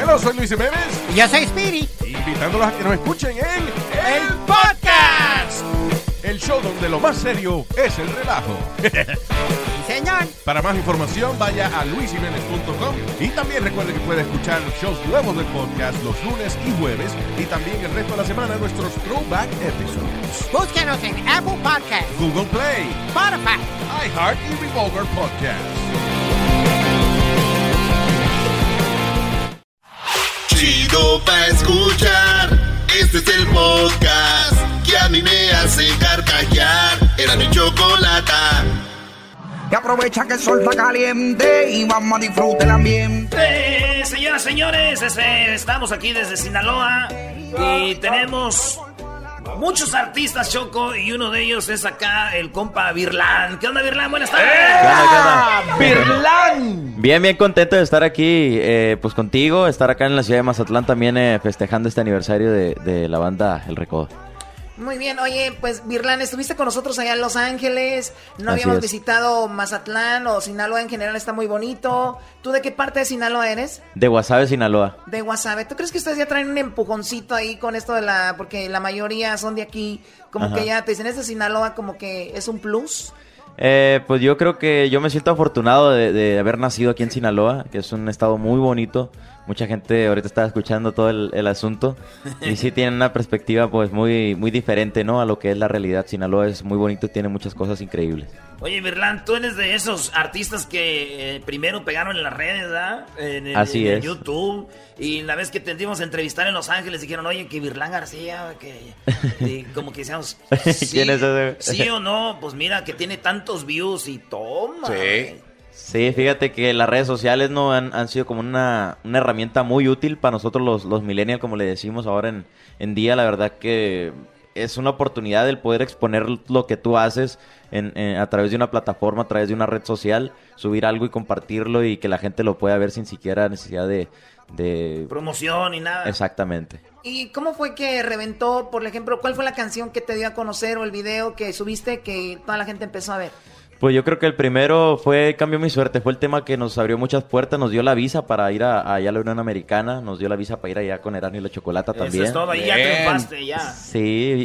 Hello, soy Luis Jiménez, Y yo soy Spirit. invitándolos a que nos escuchen en ¡El podcast! el show donde lo más serio es el relajo. Sí, señor. Para más información, vaya a luisiménez.com y también recuerde que puede escuchar shows nuevos del podcast los lunes y jueves y también el resto de la semana nuestros throwback episodes. Búsquenos en Apple Podcasts, Google Play, Spotify. iHeart y Revolver Podcast. Chido pa' escuchar. Este es el podcast que a mí me hace carcajear. Era mi chocolata. Y aprovecha que el sol está caliente y vamos a disfrutar el ambiente. Eh, señoras, señores, es- eh, estamos aquí desde Sinaloa y tenemos muchos artistas, Choco, y uno de ellos es acá el compa Virlan. ¿Qué onda, Virlan? Buenas Eh, ¿Qué tardes. onda, qué onda? Bien, bien contento de estar aquí, eh, pues contigo, estar acá en la ciudad de Mazatlán también eh, festejando este aniversario de, de la banda El Recodo. Muy bien, oye, pues Virlan, estuviste con nosotros allá en Los Ángeles, no Así habíamos es. visitado Mazatlán o Sinaloa en general, está muy bonito. ¿Tú de qué parte de Sinaloa eres? De Guasave, Sinaloa. De Guasave. ¿Tú crees que ustedes ya traen un empujoncito ahí con esto de la, porque la mayoría son de aquí, como Ajá. que ya te dicen, "Este es de Sinaloa, como que es un plus? Eh, pues yo creo que yo me siento afortunado de, de haber nacido aquí en Sinaloa, que es un estado muy bonito. Mucha gente ahorita está escuchando todo el, el asunto y sí tienen una perspectiva pues muy, muy diferente ¿no? a lo que es la realidad. Sinaloa es muy bonito, tiene muchas cosas increíbles. Oye, Virlan, tú eres de esos artistas que eh, primero pegaron en las redes, ¿verdad? En, el- Así en el es. YouTube. Y la vez que te dimos a entrevistar en Los Ángeles, dijeron, oye, que Virlan García, que. y como que decíamos. sí, ¿Quién es ese? ¿Sí o no? Pues mira, que tiene tantos views y toma. Sí. Sí, fíjate que las redes sociales no han, han sido como una, una herramienta muy útil para nosotros los, los millennials, como le decimos ahora en, en día. La verdad que es una oportunidad el poder exponer lo que tú haces en- en- a través de una plataforma, a través de una red social, subir algo y compartirlo y que la gente lo pueda ver sin siquiera necesidad de... de... Promoción y nada. Exactamente. ¿Y cómo fue que reventó, por ejemplo, cuál fue la canción que te dio a conocer o el video que subiste que toda la gente empezó a ver? Pues yo creo que el primero fue Cambió mi suerte, fue el tema que nos abrió muchas puertas, nos dio la visa para ir a, allá a la Unión Americana, nos dio la visa para ir allá con Erasmo y la Chocolata también. Eso es todo, ahí ya Bien. triunfaste, ya. Sí,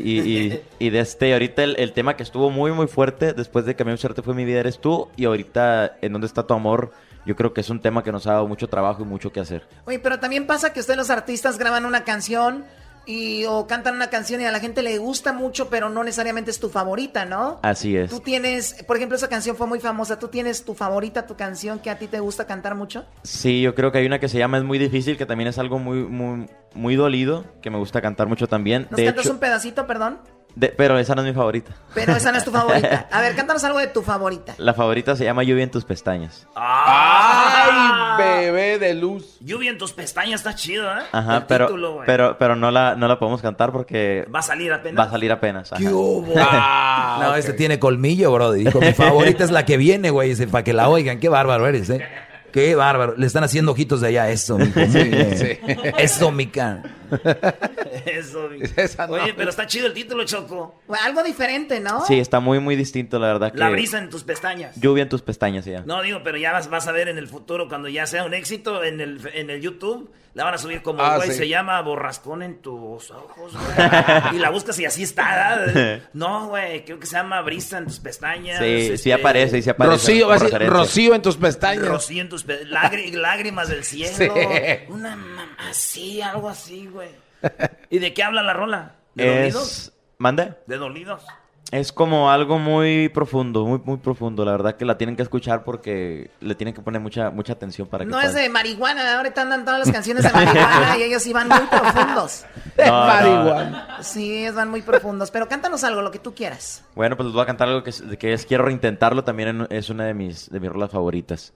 y, y, y de este, ahorita el, el tema que estuvo muy, muy fuerte después de Cambió mi suerte fue Mi vida eres tú y ahorita En dónde está tu amor, yo creo que es un tema que nos ha dado mucho trabajo y mucho que hacer. Oye, pero también pasa que ustedes los artistas graban una canción y o cantan una canción y a la gente le gusta mucho, pero no necesariamente es tu favorita, ¿no? Así es. Tú tienes, por ejemplo, esa canción fue muy famosa. ¿Tú tienes tu favorita, tu canción que a ti te gusta cantar mucho? Sí, yo creo que hay una que se llama Es muy difícil, que también es algo muy, muy, muy dolido, que me gusta cantar mucho también. Nos De cantas hecho, un pedacito, perdón, de- pero esa no es mi favorita. pero esa no es tu favorita. A ver, cántanos algo de tu favorita. La favorita se llama Lluvia en tus pestañas. ¡Ay, bebé de luz. Ah. Lluvia en tus pestañas está chido, ¿eh? Ajá, El pero, título, güey. pero, pero no la, no la podemos cantar porque Va a salir apenas. va a salir apenas. ajá. Ah, no, este tiene colmillo, bro. Dijo, mi favorita es la que viene, güey. Dice, para que la oigan. Qué bárbaro eres, eh. Qué bárbaro. Le están haciendo ojitos de allá. Eso, mijo. Muy bien. Eso, mica. Eso, güey. Esa no. Oye, pero está chido el título, Choco. Bueno, Algo diferente, ¿no? Sí, está muy, muy distinto, la verdad. La que- brisa en tus pestañas. Lluvia en tus pestañas, se llama. No, digo, pero ya vas, vas a ver en el futuro, cuando ya sea un éxito en el, en el YouTube, la van a subir como, Ah, güey, sí. se llama Borrascón en tus ojos, güey. y la buscas y así está. ¿verdad? No, güey, creo que se llama Brisa en tus pestañas. Sí, sí este, aparece, y sí aparece. Rocío, como va a decir, referencia. Rocío en tus pestañas. Rocío en tus pe- lágri- lágrimas del cielo. Sí. Una mamá así, algo así, güey. ¿Y de qué habla la rola? ¿De dolidos? Es... ¿Mande? ¿De dolidos? Es como algo muy profundo, muy, muy profundo. La verdad que la tienen que escuchar porque le tienen que poner mucha, mucha atención para que No es puedan- de marihuana, ahorita andan todas las canciones de marihuana y ellos sí van muy profundos. No, no. Sí, ellos van muy profundos, pero cántanos algo, lo que tú quieras. Bueno, pues les voy a cantar algo que es, que es Quiero Reintentarlo, también en- es una de mis, de mis rolas favoritas.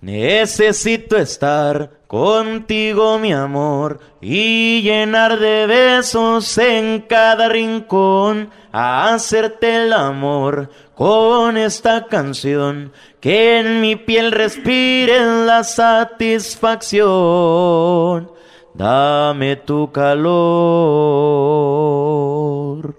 Necesito estar contigo, mi amor, y llenar de besos en cada rincón, hacerte el amor con esta canción, que en mi piel respire la satisfacción. Dame tu calor.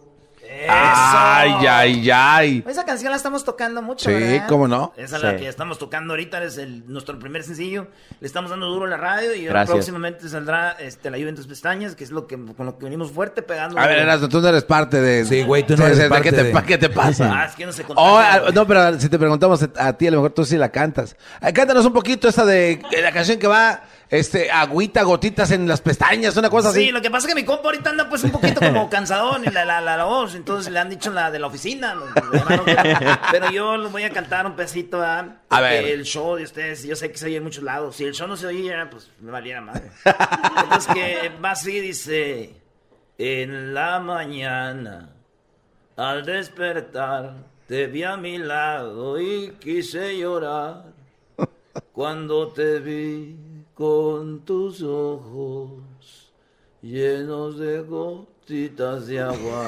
Ay, ay, ay. Esa canción la estamos tocando mucho, Sí, ¿verdad? cómo no. Esa es la Sí. que estamos tocando ahorita, es el, nuestro primer sencillo. Le estamos dando duro a la radio y ahora Gracias. próximamente saldrá este, La lluvia en tus pestañas, que es lo que, con lo que venimos fuerte pegando. A ver, Erasmo, tú no eres parte de. Sí, güey, tú no Sí, eres sí, ¿de parte ¿qué, te, de- pa- ¿Qué te Ah, pasa? es que no se Oh, contagia, ah, güey. no, pero si te preguntamos a, a ti, a lo mejor tú sí la cantas. Ay, Cántanos un poquito esta de, de la canción que va, este, agüita, gotitas en las pestañas, una cosa Sí, así. lo que pasa es que mi compa ahorita anda pues un poquito como cansadón y la, la, la, la voz, entonces le han dicho la de la oficina. los- los hermanos. pero yo les voy a cantar un pedacito ¿verdad? A ver. Que El show de ustedes, yo sé que se oye en muchos lados. Si el show no se oía, pues me valiera madre. Entonces que va así, dice, en la mañana, al despertar, te vi a mi lado y quise llorar. Cuando te vi con tus ojos llenos de gotitas de agua.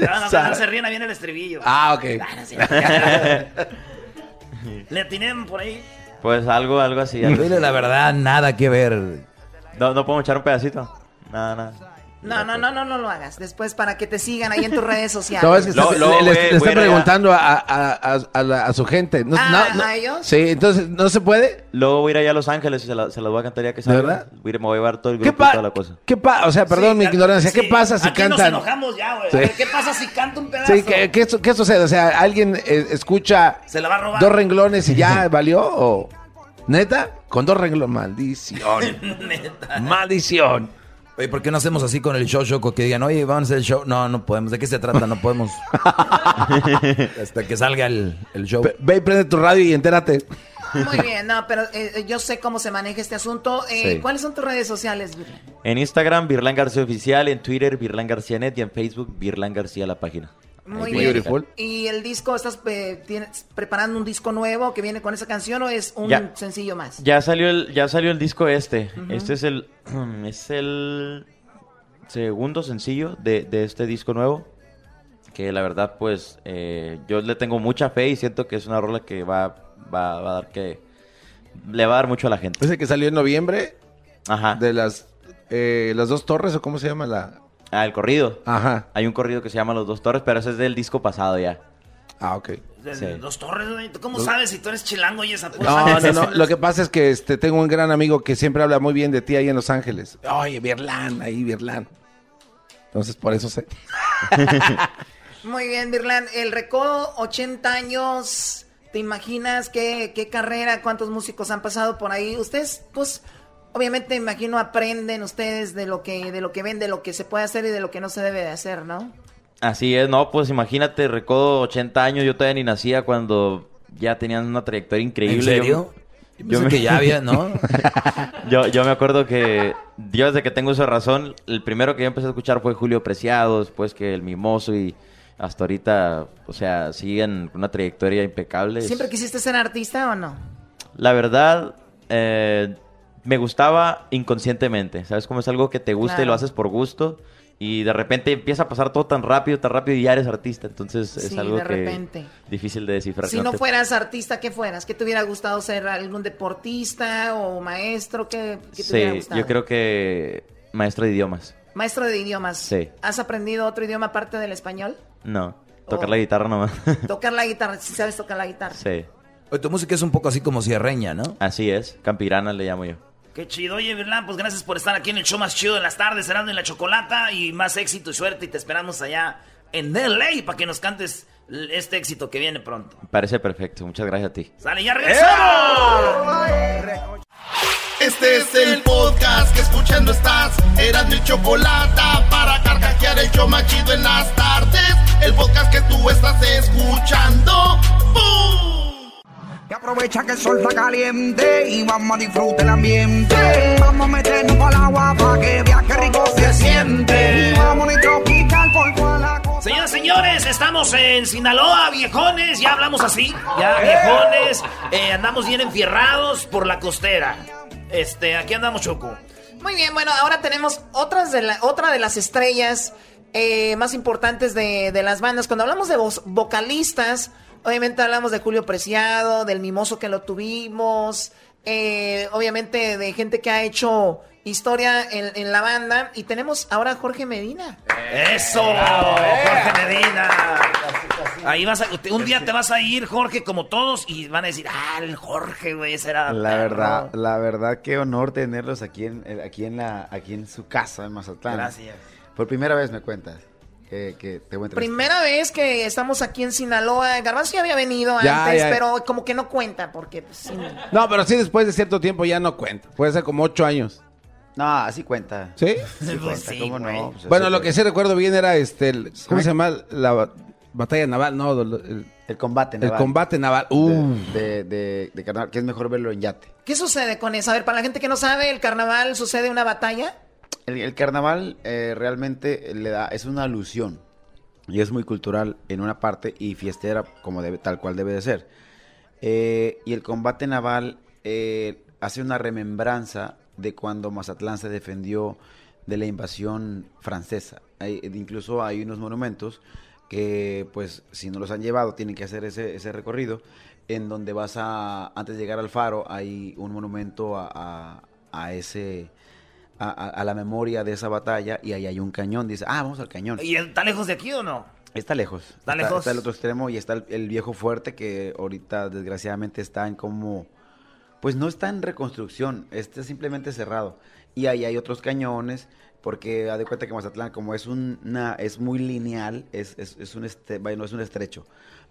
no, no, no, no se ríen, ahí viene el estribillo. Ah, ok. Ah, no, sí. Le atinen por ahí. Pues algo, algo así. algo así. Dile la verdad, nada que ver. No, no podemos echar un pedacito. Nada, nada. No, no, no, no, no lo hagas. Después para que te sigan ahí en tus redes sociales. No, es que Lo- está- lo- le, le- güey, le güey, está era- preguntando a, a- a- a la- a su gente. No, Ah, no, no. ¿a ellos? Sí, entonces, ¿no se puede? Luego voy a ir allá a Los Ángeles y se, la- se las voy a cantar ya que salga. verdad? Voy a ir- me voy a llevar todo el ¿Qué grupo y toda la pasa? cosa. ¿Qué pa- O sea, perdón Sí, mi claro, ignorancia. ¿Qué sí. pasa si Aquí cantan? Nos enojamos ya, güey. A Sí. ver, ¿Qué pasa si canta un pedazo? Sí, ¿qué, qué, su- qué sucede? O sea, ¿alguien eh, escucha Se la va a robar. dos renglones y ya valió? ¿O neta? Con dos renglones. Maldición. Maldición. Oye, ¿por qué no hacemos así con el show, Choco? Que digan, oye, vamos a hacer el show. No, no podemos. ¿De qué se trata? No podemos. Hasta que salga el, el show. Ve- Ve y prende tu radio y entérate. Muy bien, no, pero eh, yo sé cómo se maneja este asunto. Eh, Sí. ¿Cuáles son tus redes sociales? Virla? En Instagram, Virlan García Oficial. En Twitter, Virlan García Net. Y en Facebook, Virlan García la página. Muy Ahí bien. pueden Beautiful. ¿Y el disco, estás eh, tienes- preparando un disco nuevo que viene con esa canción o es un Ya. sencillo más? Ya salió el, ya salió el disco este. Este es el, es el segundo sencillo de, de este disco nuevo. Que la verdad, pues, eh, yo le tengo mucha fe y siento que es una rola que va, va, va a dar que... Le va a dar mucho a la gente. Ese que salió en noviembre Ajá. de las, eh, las dos torres, ¿o cómo se llama la...? Ah, el corrido. Ajá. Hay un corrido que se llama Los Dos Torres, pero ese es del disco pasado ya. Ah, ok. De- Sí. Los torres, güey. ¿Tú cómo sabes si tú eres chilango y esa puta? No, no, no. Lo que pasa es que este, tengo un gran amigo que siempre habla muy bien de ti ahí en Los Ángeles. Oye, Birlán, ahí Birlán. Entonces, por eso sé. Muy bien, Virlan. El Recodo, 80 años. ¿Te imaginas qué, qué carrera, cuántos músicos han pasado por ahí? Ustedes, pues, obviamente, imagino, aprenden ustedes de lo que, de lo que ven, de lo que se puede hacer y de lo que no se debe de hacer, ¿no? Así es, no, pues imagínate, recodo 80 años, yo todavía ni nacía cuando ya tenían una trayectoria increíble. ¿En serio? Yo, Yo, pensé me, que ya había, ¿no? yo, yo me acuerdo que, yo desde que tengo esa razón, el primero que yo empecé a escuchar fue Julio Preciado, después que El Mimoso y hasta ahorita, o sea, siguen una trayectoria impecable. ¿Siempre quisiste ser artista o no? La verdad, eh, me gustaba inconscientemente. ¿Sabes cómo es algo que te gusta y Claro. lo haces por gusto? Y de repente empieza a pasar todo tan rápido, tan rápido y ya eres artista. Entonces es Sí, algo de que repente. difícil de descifrar. Si no te- fueras artista, ¿qué fueras? ¿Qué te hubiera gustado ser algún deportista o maestro? ¿Qué, qué te hubiera Sí, gustado? yo creo que maestro de idiomas. Maestro de idiomas. Sí. ¿Has aprendido otro idioma aparte del español? No, tocar Oh. la guitarra nomás. Tocar la guitarra, si sabes tocar la guitarra. sí, Oye, tu música es un poco así como sierreña, ¿no? así es. Campirana le llamo yo. Qué chido, oye, Virlán, pues gracias por estar aquí en el show más chido de las tardes, Cerrando en la Chocolata, y más éxito y suerte, y te esperamos allá en LA para que nos cantes l- este éxito que viene pronto. Me parece perfecto. Muchas gracias a ti. ¡Sale, ya regresamos! Este es el podcast que escuchando estás. Eran mi chocolate para carcajear el yo machido en las tardes. El podcast que tú estás escuchando. ¡Bum! Que aprovecha que el sol está caliente y vamos a disfrutar el ambiente. Vamos a meternos al agua para que veas qué rico se siente. Y vamos a tropical por cual la cosa. Señoras, señores, estamos en Sinaloa, viejones, ya hablamos así, ya viejones, eh, andamos bien enfierrados por la costera. Este, aquí andamos, Choco. Muy bien, bueno, ahora tenemos otras de la, otra de las estrellas eh, más importantes de, de las bandas. Cuando hablamos de voz- vocalistas, obviamente hablamos de Julio Preciado, del mimoso que lo tuvimos, eh, obviamente de gente que ha hecho historia en, en la banda. Y tenemos ahora a Jorge Medina. ¡Eso! ¡Eh! ¡Jorge Medina! Ahí vas a, un día te vas a ir, Jorge, como todos, y van a decir, ah, el Jorge, güey, ese era... La perro". verdad, la verdad, qué honor tenerlos aquí en, el- aquí en, la, aquí en su casa, en Mazatlán. Gracias. Por primera vez me cuentas que, que te voy a entrevistar. Primera vez que estamos aquí en Sinaloa. Garbanzo ya había venido Ya, antes, ya. pero como que no cuenta porque pues, sí, no. No, pero sí, después de cierto tiempo ya no cuenta. Puede ser como ocho años. No, así cuenta. ¿Sí? Sí Pues cuenta, sí, ¿cómo no? güey. Pues así Bueno, lo cuenta. que sí recuerdo bien era este. el- ¿Cómo se llama? La ba- batalla naval. No, lo- el, El combate, el naval. combate naval. De- Uh. De, de, de carnaval, que es mejor verlo en yate. ¿Qué sucede con eso? A ver, para la gente que no sabe, el carnaval sucede una batalla. El, el carnaval eh, realmente le da, es una alusión y es muy cultural en una parte y fiestera como debe, tal cual debe de ser. Eh, y el combate naval eh, hace una remembranza de cuando Mazatlán se defendió de la invasión francesa. Hay- eh, incluso hay unos monumentos que, pues, si no los han llevado, tienen que hacer ese, ese recorrido, en donde vas a, antes de llegar al faro, hay un monumento a, a- a ese... A, a- a la memoria de esa batalla y ahí hay un cañón. Dice, ah, vamos al cañón. ¿Y está lejos de aquí o no? Está lejos. Está, lejos. Está el otro extremo y está el, el viejo fuerte que ahorita desgraciadamente está en como... Pues no está en reconstrucción, está simplemente cerrado. Y ahí hay otros cañones, porque haz de cuenta que Mazatlán, como es un- una, es muy lineal, es, es, es un este, bueno, es un estrecho,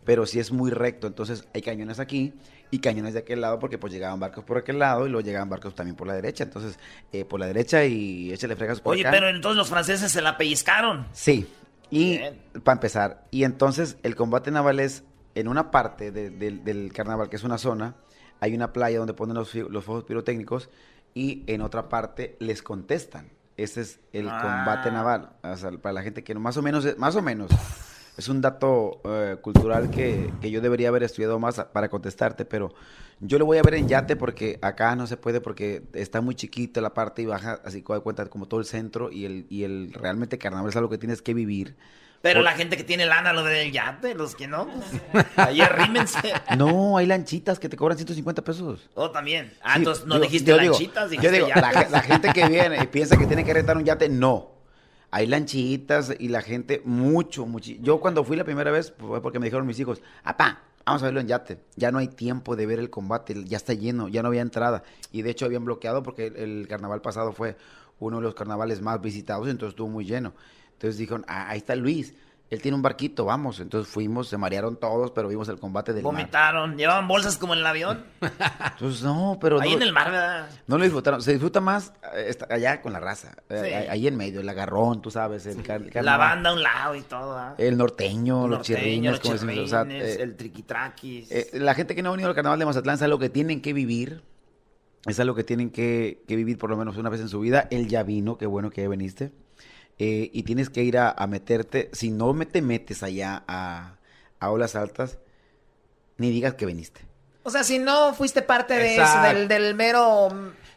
pero sí es muy recto. Entonces hay cañones aquí y cañones de aquel lado, porque pues llegaban barcos por aquel lado y luego llegaban barcos también por la derecha. Entonces, eh, por la derecha y échale fregas por Oye, acá. pero entonces los franceses se la pellizcaron. Sí. Y Bien. para empezar, y entonces el combate naval es en una parte de- del- del carnaval, que es una zona, hay una playa donde ponen los, fi- los fuegos pirotécnicos y en otra parte les contestan. Ese es el Ah. combate naval. O sea, para la gente que no- más o menos, más o menos, es un dato eh, cultural que, que yo debería haber estudiado más a- para contestarte, pero yo lo voy a ver en yate porque acá no se puede porque está muy chiquito la parte y baja, así que da cuenta como todo el centro y el, y el realmente carnaval es algo que tienes que vivir. Pero la gente que tiene lana, lo del yate, los que no, pues, ahí arrímense. No, hay lanchitas que te cobran 150 pesos. Oh, también. Ah, Sí, entonces no digo, dijiste yo digo- lanchitas, dijiste Yo digo, yates. la, ge- la gente que viene y piensa que tiene que rentar un yate, no. Hay lanchitas y la gente, mucho, mucho. Yo cuando fui la primera vez, pues, fue porque me dijeron mis hijos, apá, vamos a verlo en yate. Ya no hay tiempo de ver el combate, ya está lleno, ya no había entrada. Y de hecho habían bloqueado porque el, el carnaval pasado fue uno de los carnavales más visitados, entonces estuvo muy lleno. Entonces dijeron, "Ah, ahí está Luis, él tiene un barquito, vamos. Entonces fuimos, se marearon todos, pero vimos el combate del mar. Vomitaron, llevaban bolsas como en el avión. Entonces, no, pero ahí no- en el mar, ¿verdad? no lo disfrutaron. Se disfruta más eh, esta- allá con la raza. Eh, Sí. a- Ahí en medio, el agarrón, tú sabes. El car- La carnaval. banda a un lado y todo, ¿verdad? El norteño, los Norteño, chirrines, los como decimos, o sea, chirrines, eh, el triquitraquis. eh, la gente que no ha venido al carnaval de Mazatlán es algo que tienen que vivir. Es algo que tienen que, que vivir por lo menos una vez en su vida. Él ya vino, qué bueno que ya viniste. Eh, y tienes que ir a, a meterte. Si no me te metes allá a, a olas altas, ni digas que viniste. O sea, si no fuiste parte de eso, Exacto. del, del mero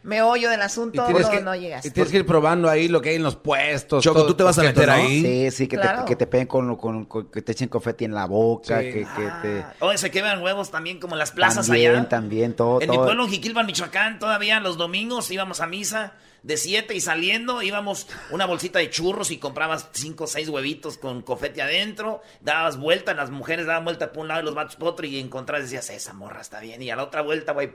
meollo del asunto, no, no llegas. y tienes que ir probando ahí lo que hay en los puestos. Choco, tú te vas a porque meter tú ahí. Sí, sí, que, Claro. te, que te peguen con, lo- con- con- que te echen confeti en la boca, Sí. que, que te... Ah, Oye, se queman huevos también como en las plazas también, allá. también, todo, en mi todo. pueblo, en Jiquilpan, Michoacán, todavía los domingos íbamos a misa de 7 y saliendo íbamos una bolsita de churros y comprabas cinco o seis huevitos con cofete adentro, dabas vuelta, las mujeres daban vuelta por un lado y los vatos por otro y encontrabas y decías, esa morra está bien. Y a la otra vuelta, güey,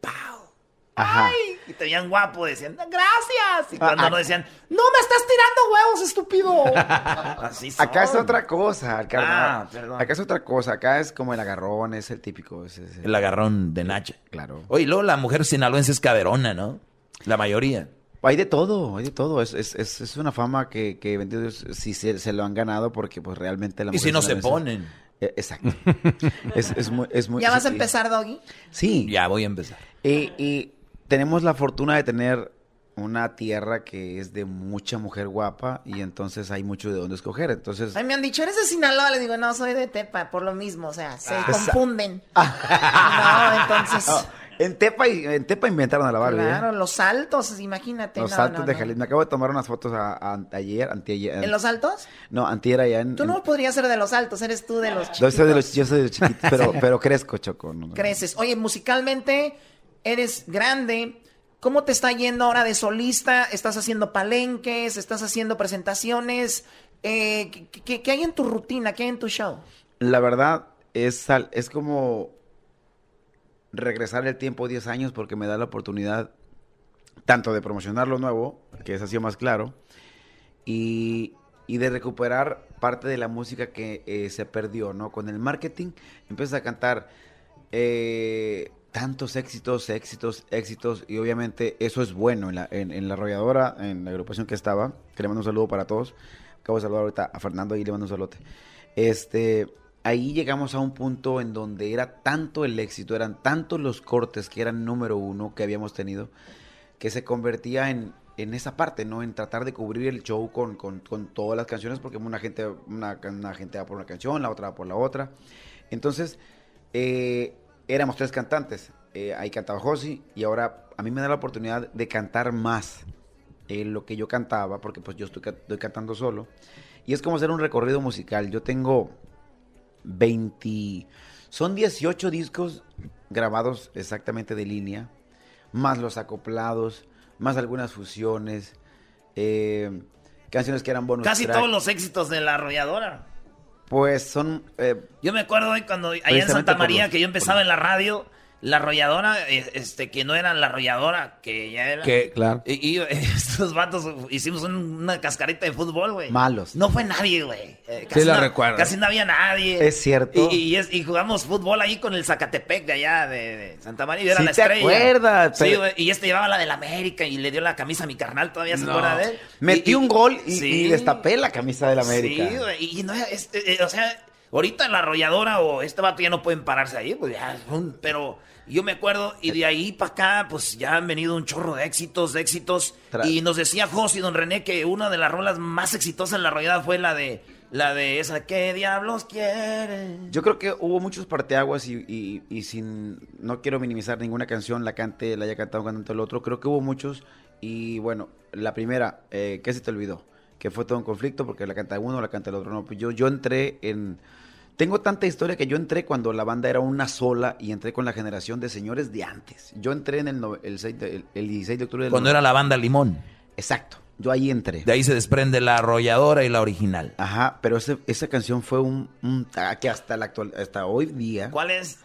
¡pau! Ajá. ¡Ay! Y te veían guapo, decían, gracias. Y Ah, cuando ah. no decían, No me estás tirando huevos, estúpido. así son. Acá es otra cosa, el carnaval. Ah, perdón. Acá es otra cosa, acá es como el agarrón, es el típico. es- es- El agarrón de Nacha. Claro. Oye, luego la mujer sinaloense es caderona, ¿no? La mayoría. Hay de todo, hay de todo. Es, es, es, es una fama que, que bendito Dios, si se, se lo han ganado porque pues realmente la Y si mujer no se sinaloense- ponen. Eh, Exacto. es, es muy, es muy- ¿Ya vas a sí, empezar, Doggy? Sí. Ya voy a empezar. Y, y tenemos la fortuna de tener una tierra que es de mucha mujer guapa y entonces hay mucho de dónde escoger. Entonces, Ay, me han dicho, eres de Sinaloa. Le digo, no, soy de Tepa, por lo mismo. O sea, se Ah. confunden. no, entonces. Ah, en, Tepa, y- en Tepa inventaron a la Barbie. ¿eh? Claro, los saltos, imagínate. Los no, altos no, de no. Jalisco. Me acabo de tomar unas fotos a- a- ayer, antier. ¿En los altos? No, antier allá en... Tú en- no podrías ser de los altos, eres tú de los chiquitos. yo soy de los, yo soy de los chiquitos, pero, pero crezco, Choco. no, no. Creces. Oye, musicalmente eres grande. ¿Cómo te está yendo ahora de solista? ¿Estás haciendo palenques? ¿Estás haciendo presentaciones? Eh, ¿qué- qué, qué hay en tu rutina? ¿Qué hay en tu show? La verdad, es, sal- es como regresar el tiempo 10 años porque me da la oportunidad tanto de promocionar lo nuevo, que es así más claro, y, y de recuperar parte de la música que eh, se perdió, ¿no? Con el marketing empiezas a cantar eh, tantos éxitos, éxitos, éxitos, y obviamente eso es bueno en la, en, en la arrolladora, en la agrupación que estaba, que le mando un saludo para todos. Acabo de saludar ahorita a Fernando y le mando un saludo. Este, ahí llegamos a un punto en donde era tanto el éxito, eran tantos los cortes que eran número uno que habíamos tenido, que se convertía en, en esa parte, ¿no? En tratar de cubrir el show con, con- con todas las canciones, porque una gente, una, can- una gente va por una canción, la otra va por la otra. Entonces, eh, éramos tres cantantes. Eh, ahí cantaba Josi y ahora a mí me da la oportunidad de cantar más eh, lo que yo cantaba, porque pues yo estoy, ca- estoy cantando solo. Y es como hacer un recorrido musical. Yo tengo 20... Son 18 discos grabados exactamente de línea, más los acoplados, más algunas fusiones, eh, canciones que eran bonus Casi track. todos los éxitos de la arrolladora. Pues son... eh, Yo me acuerdo hoy cuando allá en Precisamente Santa por María los- que yo empezaba en la radio, la arrolladora, eh, este, que no era la arrolladora, que ya era. Que, claro. Y, y, eh, estos vatos eh, hicimos un- una cascarita de fútbol, güey. Malos. No fue nadie, güey. Eh, Sí la no- recuerdo. Casi no había nadie. Es cierto. Y, y es- y jugamos fútbol ahí con el Zacatepec de allá de, de Santa María. Yo era Sí la te estrella. acuerdas, Sí, pero- güey. Y este llevaba la del América y le dio la camisa a mi carnal, todavía se acuerda de él. Metí Y- y- un gol y, Sí. y destapé la camisa del América. Sí, güey, y no, este, eh, o sea, ahorita la arrolladora o este vato ya no pueden pararse ahí, pues ya, pum, pero yo me acuerdo, y de ahí para acá, pues ya han venido un chorro de éxitos, de éxitos, Tra- y nos decía José y Don René que una de las rolas más exitosas en la arrollada fue la de, la de esa, ¿qué diablos quieres? Yo creo que hubo muchos parteaguas y, y- y sin. No quiero minimizar ninguna canción, la cante, la haya cantado un cantante o el otro. Creo que hubo muchos. Y bueno, la primera, eh, ¿qué se te olvidó? Que fue todo un conflicto porque la canta uno, la canta el otro. No, pues yo, yo entré en. Tengo tanta historia que yo entré cuando la banda era una sola y entré con la generación de señores de antes. Yo entré en el, no- el, seis de- el- el 16 de octubre del Cuando era la banda Limón. Exacto. Yo ahí entré. De ahí se desprende la arrolladora y la original. Ajá, pero ese- esa canción fue un, un- ah, que hasta la actual, hasta hoy día. ¿Cuál es?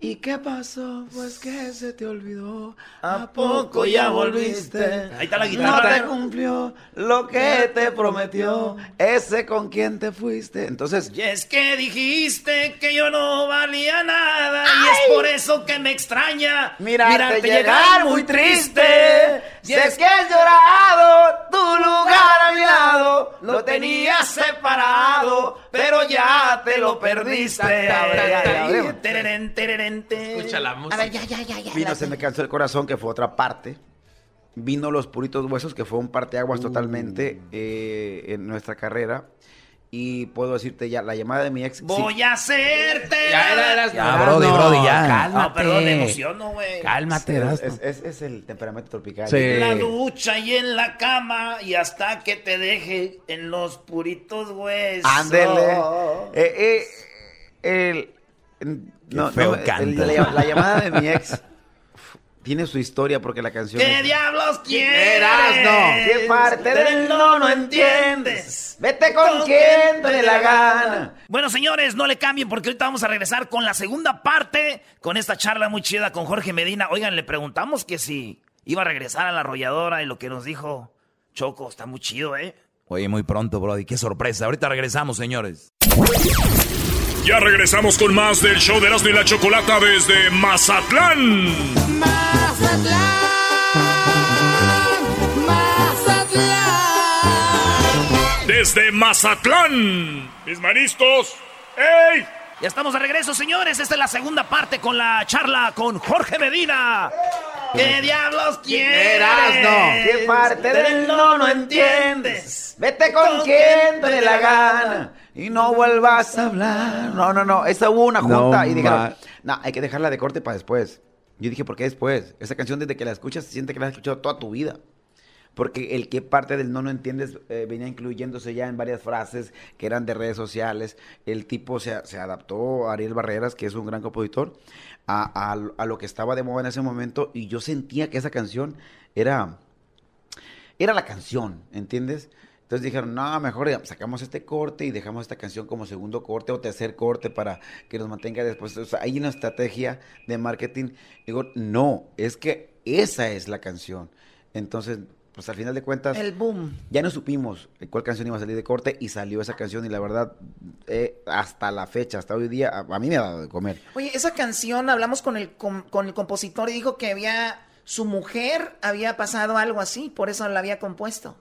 ¿Y qué pasó? Pues que se te olvidó. ¿A poco ya volviste? Ahí está la No te guitarra. cumplió lo que te prometió. Ese con quien te fuiste. Entonces, Y es que dijiste que yo no valía nada y es por eso que me extraña mirarte, llegar muy triste. Si es que has llorado, tu lugar a mi lado lo tenías separado, pero ya te lo perdiste. Tererén, tererén, tererén. Escucha la A ver, ya, ya, ya, ya. Vino ya, Se ya. me cansó el corazón, que fue otra parte. Vino Los Puritos Huesos, que fue un Uh. parteaguas totalmente eh, en nuestra carrera. Y puedo decirte ya, la llamada de mi ex. sí. Voy a hacerte. Ya, la- era- eras- Ya, Ah, Brody, Brody, ya. No, perdón, me emociono, güey. Cálmate, Es, das. es- es- es el temperamento tropical. En la Eh. ducha y en la cama y hasta que te deje en los puritos huesos. Ándele. Eh, eh, el- no, feo no, el- canta. la, la llamada de mi ex tiene su historia porque la canción. ¿Qué es- diablos quieres? Eras, no. ¿Qué parte del no no entiendes? Vete con quien te dé la gana. Bueno, señores, no le cambien porque ahorita vamos a regresar con la segunda parte, con esta charla muy chida con Jorge Medina. Oigan, le preguntamos que si iba a regresar a la arrolladora y lo que nos dijo Choco está muy chido, ¿eh? Oye, muy pronto, Brody. Qué sorpresa. Ahorita regresamos, señores. Ya regresamos con más del show de Erasmo y la Chocolata desde Mazatlán. Desde Mazatlán. Mis maristos. ¡Ey! Ya estamos de regreso, señores. Esta es la segunda parte con la charla con Jorge Medina. ¿Qué diablos quieres? Erasno. ¿Qué parte del no no entiendes? Vete con quien te dé la gana. Y no vuelvas a hablar. No, no, no. Esa hubo una No junta y dijeron, ma- no, hay que dejarla de corte para después. Yo dije, ¿por qué después? Esa canción desde que la escuchas se siente que la has escuchado toda tu vida. Porque el qué parte del no no entiendes eh, venía incluyéndose ya en varias frases que eran de redes sociales. El tipo se, a- se adaptó a Ariel Barreras, que es un gran compositor, a, a- a lo que estaba de moda en ese momento. Y yo sentía que esa canción era, era la canción, ¿entiendes? Entonces dijeron, no, mejor ya sacamos este corte y dejamos esta canción como segundo corte o tercer corte para que nos mantenga después. O sea, hay una estrategia de marketing. Digo, no, es que esa es la canción. Entonces, pues al final de cuentas, El boom. ya no supimos cuál canción iba a salir de corte y salió esa canción y la verdad, eh, hasta la fecha, hasta hoy día, a, a mí me ha dado de comer. Oye, esa canción hablamos con el, com- con el compositor y dijo que había su mujer había pasado algo así, por eso la había compuesto.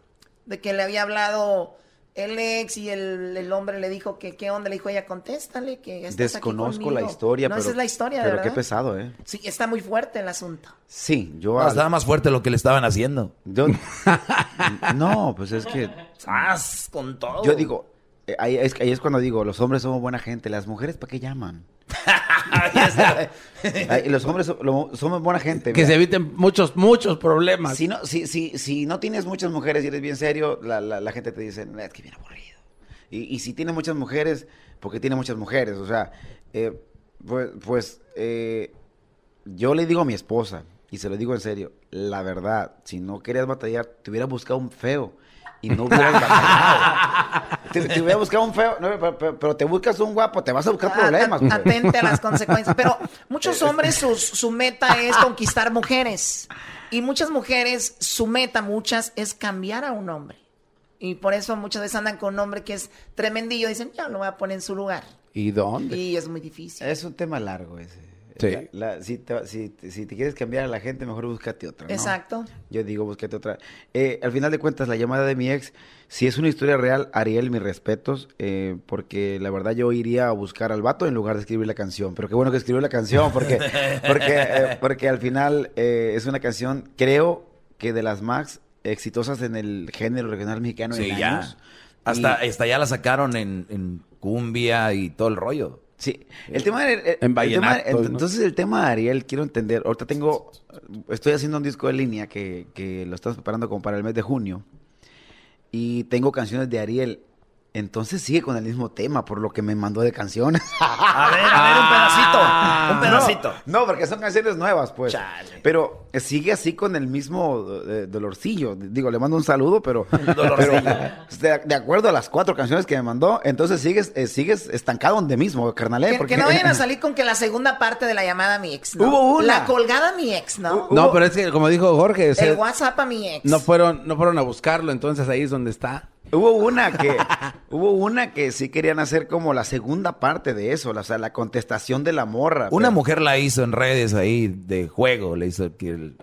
De que le había hablado el ex y el, el hombre le dijo que qué onda, le dijo ella, contéstale que estás aquí Desconozco la conmigo". historia, No, pero, esa es la historia, pero ¿verdad? qué pesado, ¿eh? Sí, está muy fuerte el asunto. Sí, yo... No, al- estaba más fuerte lo que le estaban haciendo. no, pues es que... ¡Sas! Con todo. Yo digo, eh, ahí es, ahí es cuando digo, los hombres somos buena gente, las mujeres, ¿para qué llaman? Ay, los hombres so- lo- somos buena gente. Que se eviten muchos, muchos problemas. Si no, si, si, si no tienes muchas mujeres y eres bien serio, la, la- la gente te dice, "Nah, es que bien aburrido. Y, y si tienes muchas mujeres, porque tiene muchas mujeres, o sea, eh, pues, pues, eh, yo le digo a mi esposa, y se lo digo en serio, la verdad, si no querías batallar, te hubiera buscado un feo y no hubieras batallado. te, te hubiera buscado un feo, no, pero, pero- pero te buscas un guapo, te vas a Ah, buscar problemas. pues. Atente a las consecuencias. Pero muchos hombres, su, su meta es conquistar mujeres. Y muchas mujeres, su meta, muchas, es cambiar a un hombre. Y por eso muchas veces andan con un hombre que es tremendillo. Dicen, ya lo voy a poner en su lugar. ¿Y dónde? Y es muy difícil. Es un tema largo ese. Sí. La- la- si, te, si, te- si te quieres cambiar a la gente, mejor búscate otra. ¿no? Exacto. Yo digo, búscate otra. Eh, al final de cuentas, la llamada de mi ex, si es una historia real, Ariel, mis respetos, eh, porque la verdad yo iría a buscar al vato en lugar de escribir la canción. Pero qué bueno que escribió la canción, porque, porque, eh, porque al final eh, es una canción, creo que de las más exitosas en el género regional mexicano Sí, en ya. años. Hasta, Y- hasta ya la sacaron en, en cumbia y todo el rollo. Sí. El tema de- el- el tema- ent- Entonces, el tema de Ariel, quiero entender. Ahorita tengo. Estoy haciendo un disco de línea que, que lo estamos preparando como para el mes de junio. Y tengo canciones de Ariel. Entonces sigue con el mismo tema, por lo que me mandó de canciones. A ver, a ver, un pedacito. un pedacito. Ah. No, no, porque son canciones nuevas, pues. Pero eh, sigue así con el mismo eh, dolorcillo. Digo, le mando un saludo, pero. dolorcillo. pero, de, de acuerdo a las cuatro canciones que me mandó, entonces sigues, eh, sigues estancado donde mismo, carnal. eh, Que, porque- que no vayan a salir con que la segunda parte de la llamada a mi ex, ¿no? Hubo una. La colgada a mi ex, ¿no? No, pero es que como dijo Jorge, o sea, El WhatsApp a mi ex. no fueron, no fueron a buscarlo, entonces ahí es donde está. Hubo una que hubo una que sí querían hacer como la segunda parte de eso, la- o sea, la contestación de la morra. Una pero- mujer la hizo en redes ahí de juego, le hizo que el-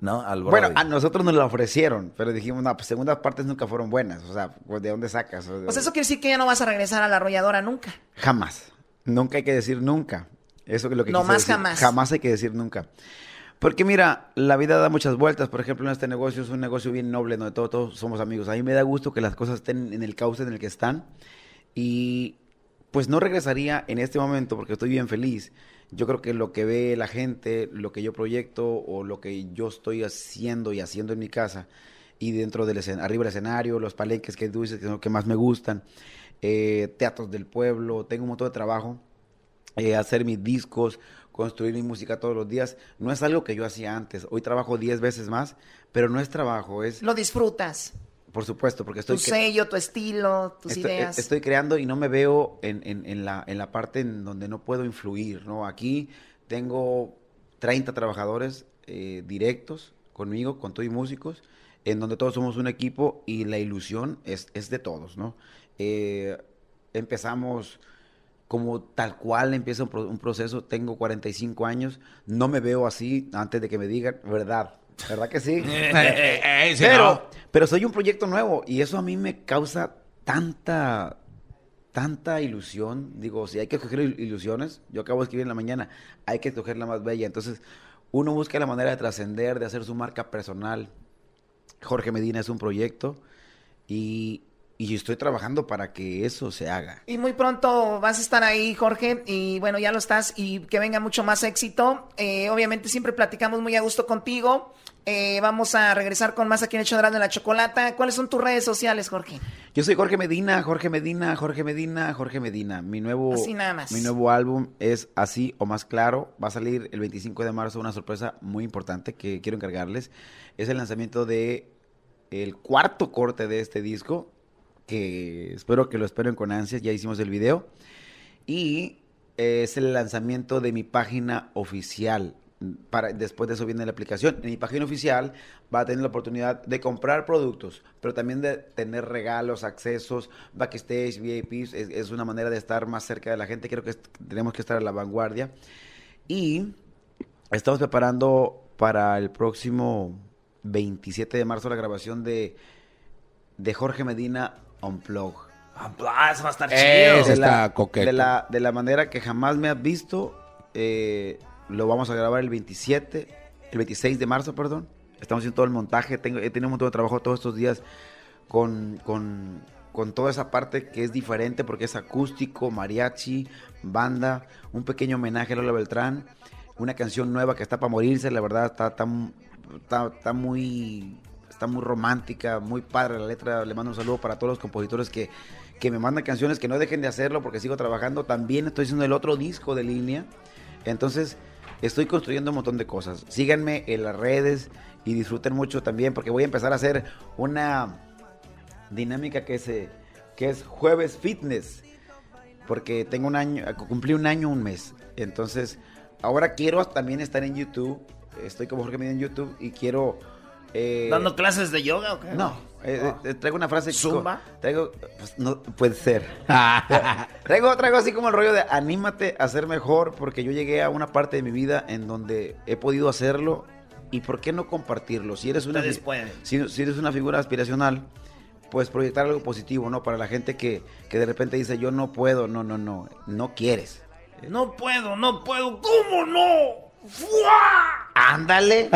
¿no? Al Bueno, Brody. a nosotros nos la ofrecieron, pero dijimos, no, pues segundas partes nunca fueron buenas, o sea, pues, ¿de dónde sacas? O- Pues eso quiere decir que ya no vas a regresar a la arrolladora nunca. Jamás. Nunca hay que decir nunca. Eso es lo que No quise más decir. jamás. Jamás hay que decir nunca. Porque mira, la vida da muchas vueltas. Por ejemplo, en este negocio es un negocio bien noble, donde todos, todos somos amigos. A mí me da gusto que las cosas estén en el cauce en el que están. Y pues no regresaría en este momento porque estoy bien feliz. Yo creo que lo que ve la gente, lo que yo proyecto o lo que yo estoy haciendo y haciendo en mi casa y dentro del escen- arriba del escenario, los palenques que tú dices que son los que más me gustan, eh, teatros del pueblo, tengo un montón de trabajo, eh, hacer mis discos, construir mi música todos los días, no es algo que yo hacía antes. Hoy trabajo 10 veces más, pero no es trabajo, es Lo disfrutas. por supuesto, porque estoy tu que- sello, tu estilo, tus Estoy, eh, e, ideas. estoy creando y no me veo en, en- en la, en la parte en donde no puedo influir, ¿no? Aquí tengo 30 trabajadores eh, directos conmigo, con todos y músicos, en donde todos somos un equipo y la ilusión es, es de todos, ¿no? Eh, empezamos como tal cual empieza un, pro- un proceso, tengo 45 años, no me veo así antes de que me digan, ¿verdad? ¿Verdad que sí? Eh, eh, eh, sí, pero, no. pero soy un proyecto nuevo y eso a mí me causa tanta, tanta ilusión. Digo, si hay que escoger il- ilusiones, yo acabo de escribir en la mañana, hay que escoger la más bella. Entonces, uno busca la manera de trascender, de hacer su marca personal. Jorge Medina es un proyecto y, y estoy trabajando para que eso se haga. Y muy pronto vas a estar ahí, Jorge, y bueno, ya lo estás, y que venga mucho más éxito. Eh, obviamente siempre platicamos muy a gusto contigo. Eh, vamos a regresar con más aquí en Hecho de la Chocolata. ¿Cuáles son tus redes sociales, Jorge? Yo soy Jorge Medina, Jorge Medina, Jorge Medina, Jorge Medina. Mi nuevo, Así nada más. Mi nuevo álbum es Así o Más Claro. Va a salir el 25 de marzo una sorpresa muy importante que quiero encargarles. Es el lanzamiento de el cuarto corte de este disco, que espero que lo esperen con ansias. Ya hicimos el video. Y eh, es el lanzamiento de mi página oficial. Para, después de eso viene la aplicación. En mi página oficial va a tener la oportunidad de comprar productos, pero también de tener regalos, accesos, backstage, VIPs. Es, es una manera de estar más cerca de la gente. Creo que est- tenemos que estar a la vanguardia. Y estamos preparando para el próximo 27 de marzo la grabación de, de Jorge Medina Unplug. Ah, eso va a estar Eh, chido. de la- De la, de la manera que jamás me has visto, eh, lo vamos a grabar el 27, el 26 de marzo, perdón. Estamos haciendo todo el montaje, tengo, he tenido un montón de trabajo todos estos días con, con, con toda esa parte que es diferente porque es acústico, mariachi, banda, un pequeño homenaje a Lola Beltrán, una canción nueva que está para morirse, la verdad está, está, está, está muy... Está muy romántica, muy padre la letra. Le mando un saludo para todos los compositores que, que me mandan canciones que no dejen de hacerlo porque sigo trabajando. También estoy haciendo el otro disco de línea. Entonces, estoy construyendo un montón de cosas. Síganme en las redes y disfruten mucho también porque voy a empezar a hacer una dinámica que, se, que es jueves fitness. Porque tengo un año, cumplí un año, un mes. Entonces, ahora quiero también estar en YouTube. Estoy como Jorge Medina en YouTube y quiero... eh, ¿Dando clases de yoga o qué? no, eh, eh, traigo una frase. chico. Ah. ¿Zumba? Traigo, pues, no, puede ser. traigo, traigo así como el rollo de anímate a ser mejor porque yo llegué a una parte de mi vida en donde he podido hacerlo y por qué no compartirlo. Si eres una, Ustedes fi- pueden. si, si eres una figura aspiracional, pues proyectar algo positivo, ¿no? Para la gente que, que de repente dice yo no puedo, no, no, no, no quieres. No puedo, no puedo. ¿Cómo no? ¡Fua! Ándale.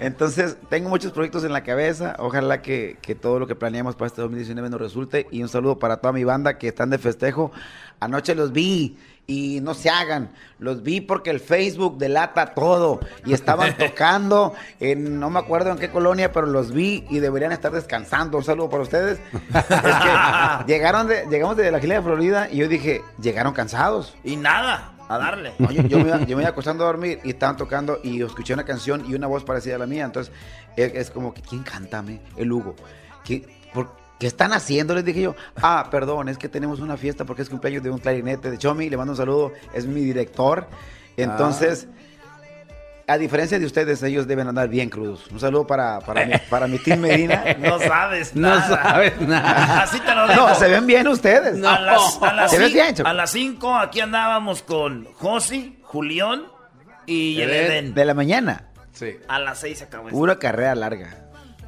Entonces, tengo muchos proyectos en la cabeza. Ojalá que, que todo lo que planeamos para este 2019 nos resulte. Y un saludo para toda mi banda que están de festejo. Anoche los vi y no se hagan. Los vi porque el Facebook delata todo. Y estaban tocando en no me acuerdo en qué colonia, pero los vi y deberían estar descansando. Un saludo para ustedes. Es que llegaron de, llegamos de la Gila de Florida y yo dije, llegaron cansados. Y nada, a darle. No, yo, yo me, iba- yo me iba acostando a dormir y estaban tocando y escuché una canción y una voz parecida a la mía. Entonces es, es como, que, ¿quién cántame? El Hugo. ¿Qué, por, qué están haciendo? Les dije yo. Ah, perdón, es que tenemos una fiesta porque es cumpleaños de un clarinete de Chomi. Le mando un saludo, es mi director. Entonces, Ah. a diferencia de ustedes, ellos deben andar bien crudos. Un saludo para, para, mi, para mi team Medina. No sabes No nada. sabes nada. Así te lo digo. No, se ven bien ustedes. A las, a las se ven cin- bien, Choco. a las 5 aquí andábamos con Josi, Julián y el Edén. De la mañana. Sí. A las 6 se acabó esto. Pura carrera larga.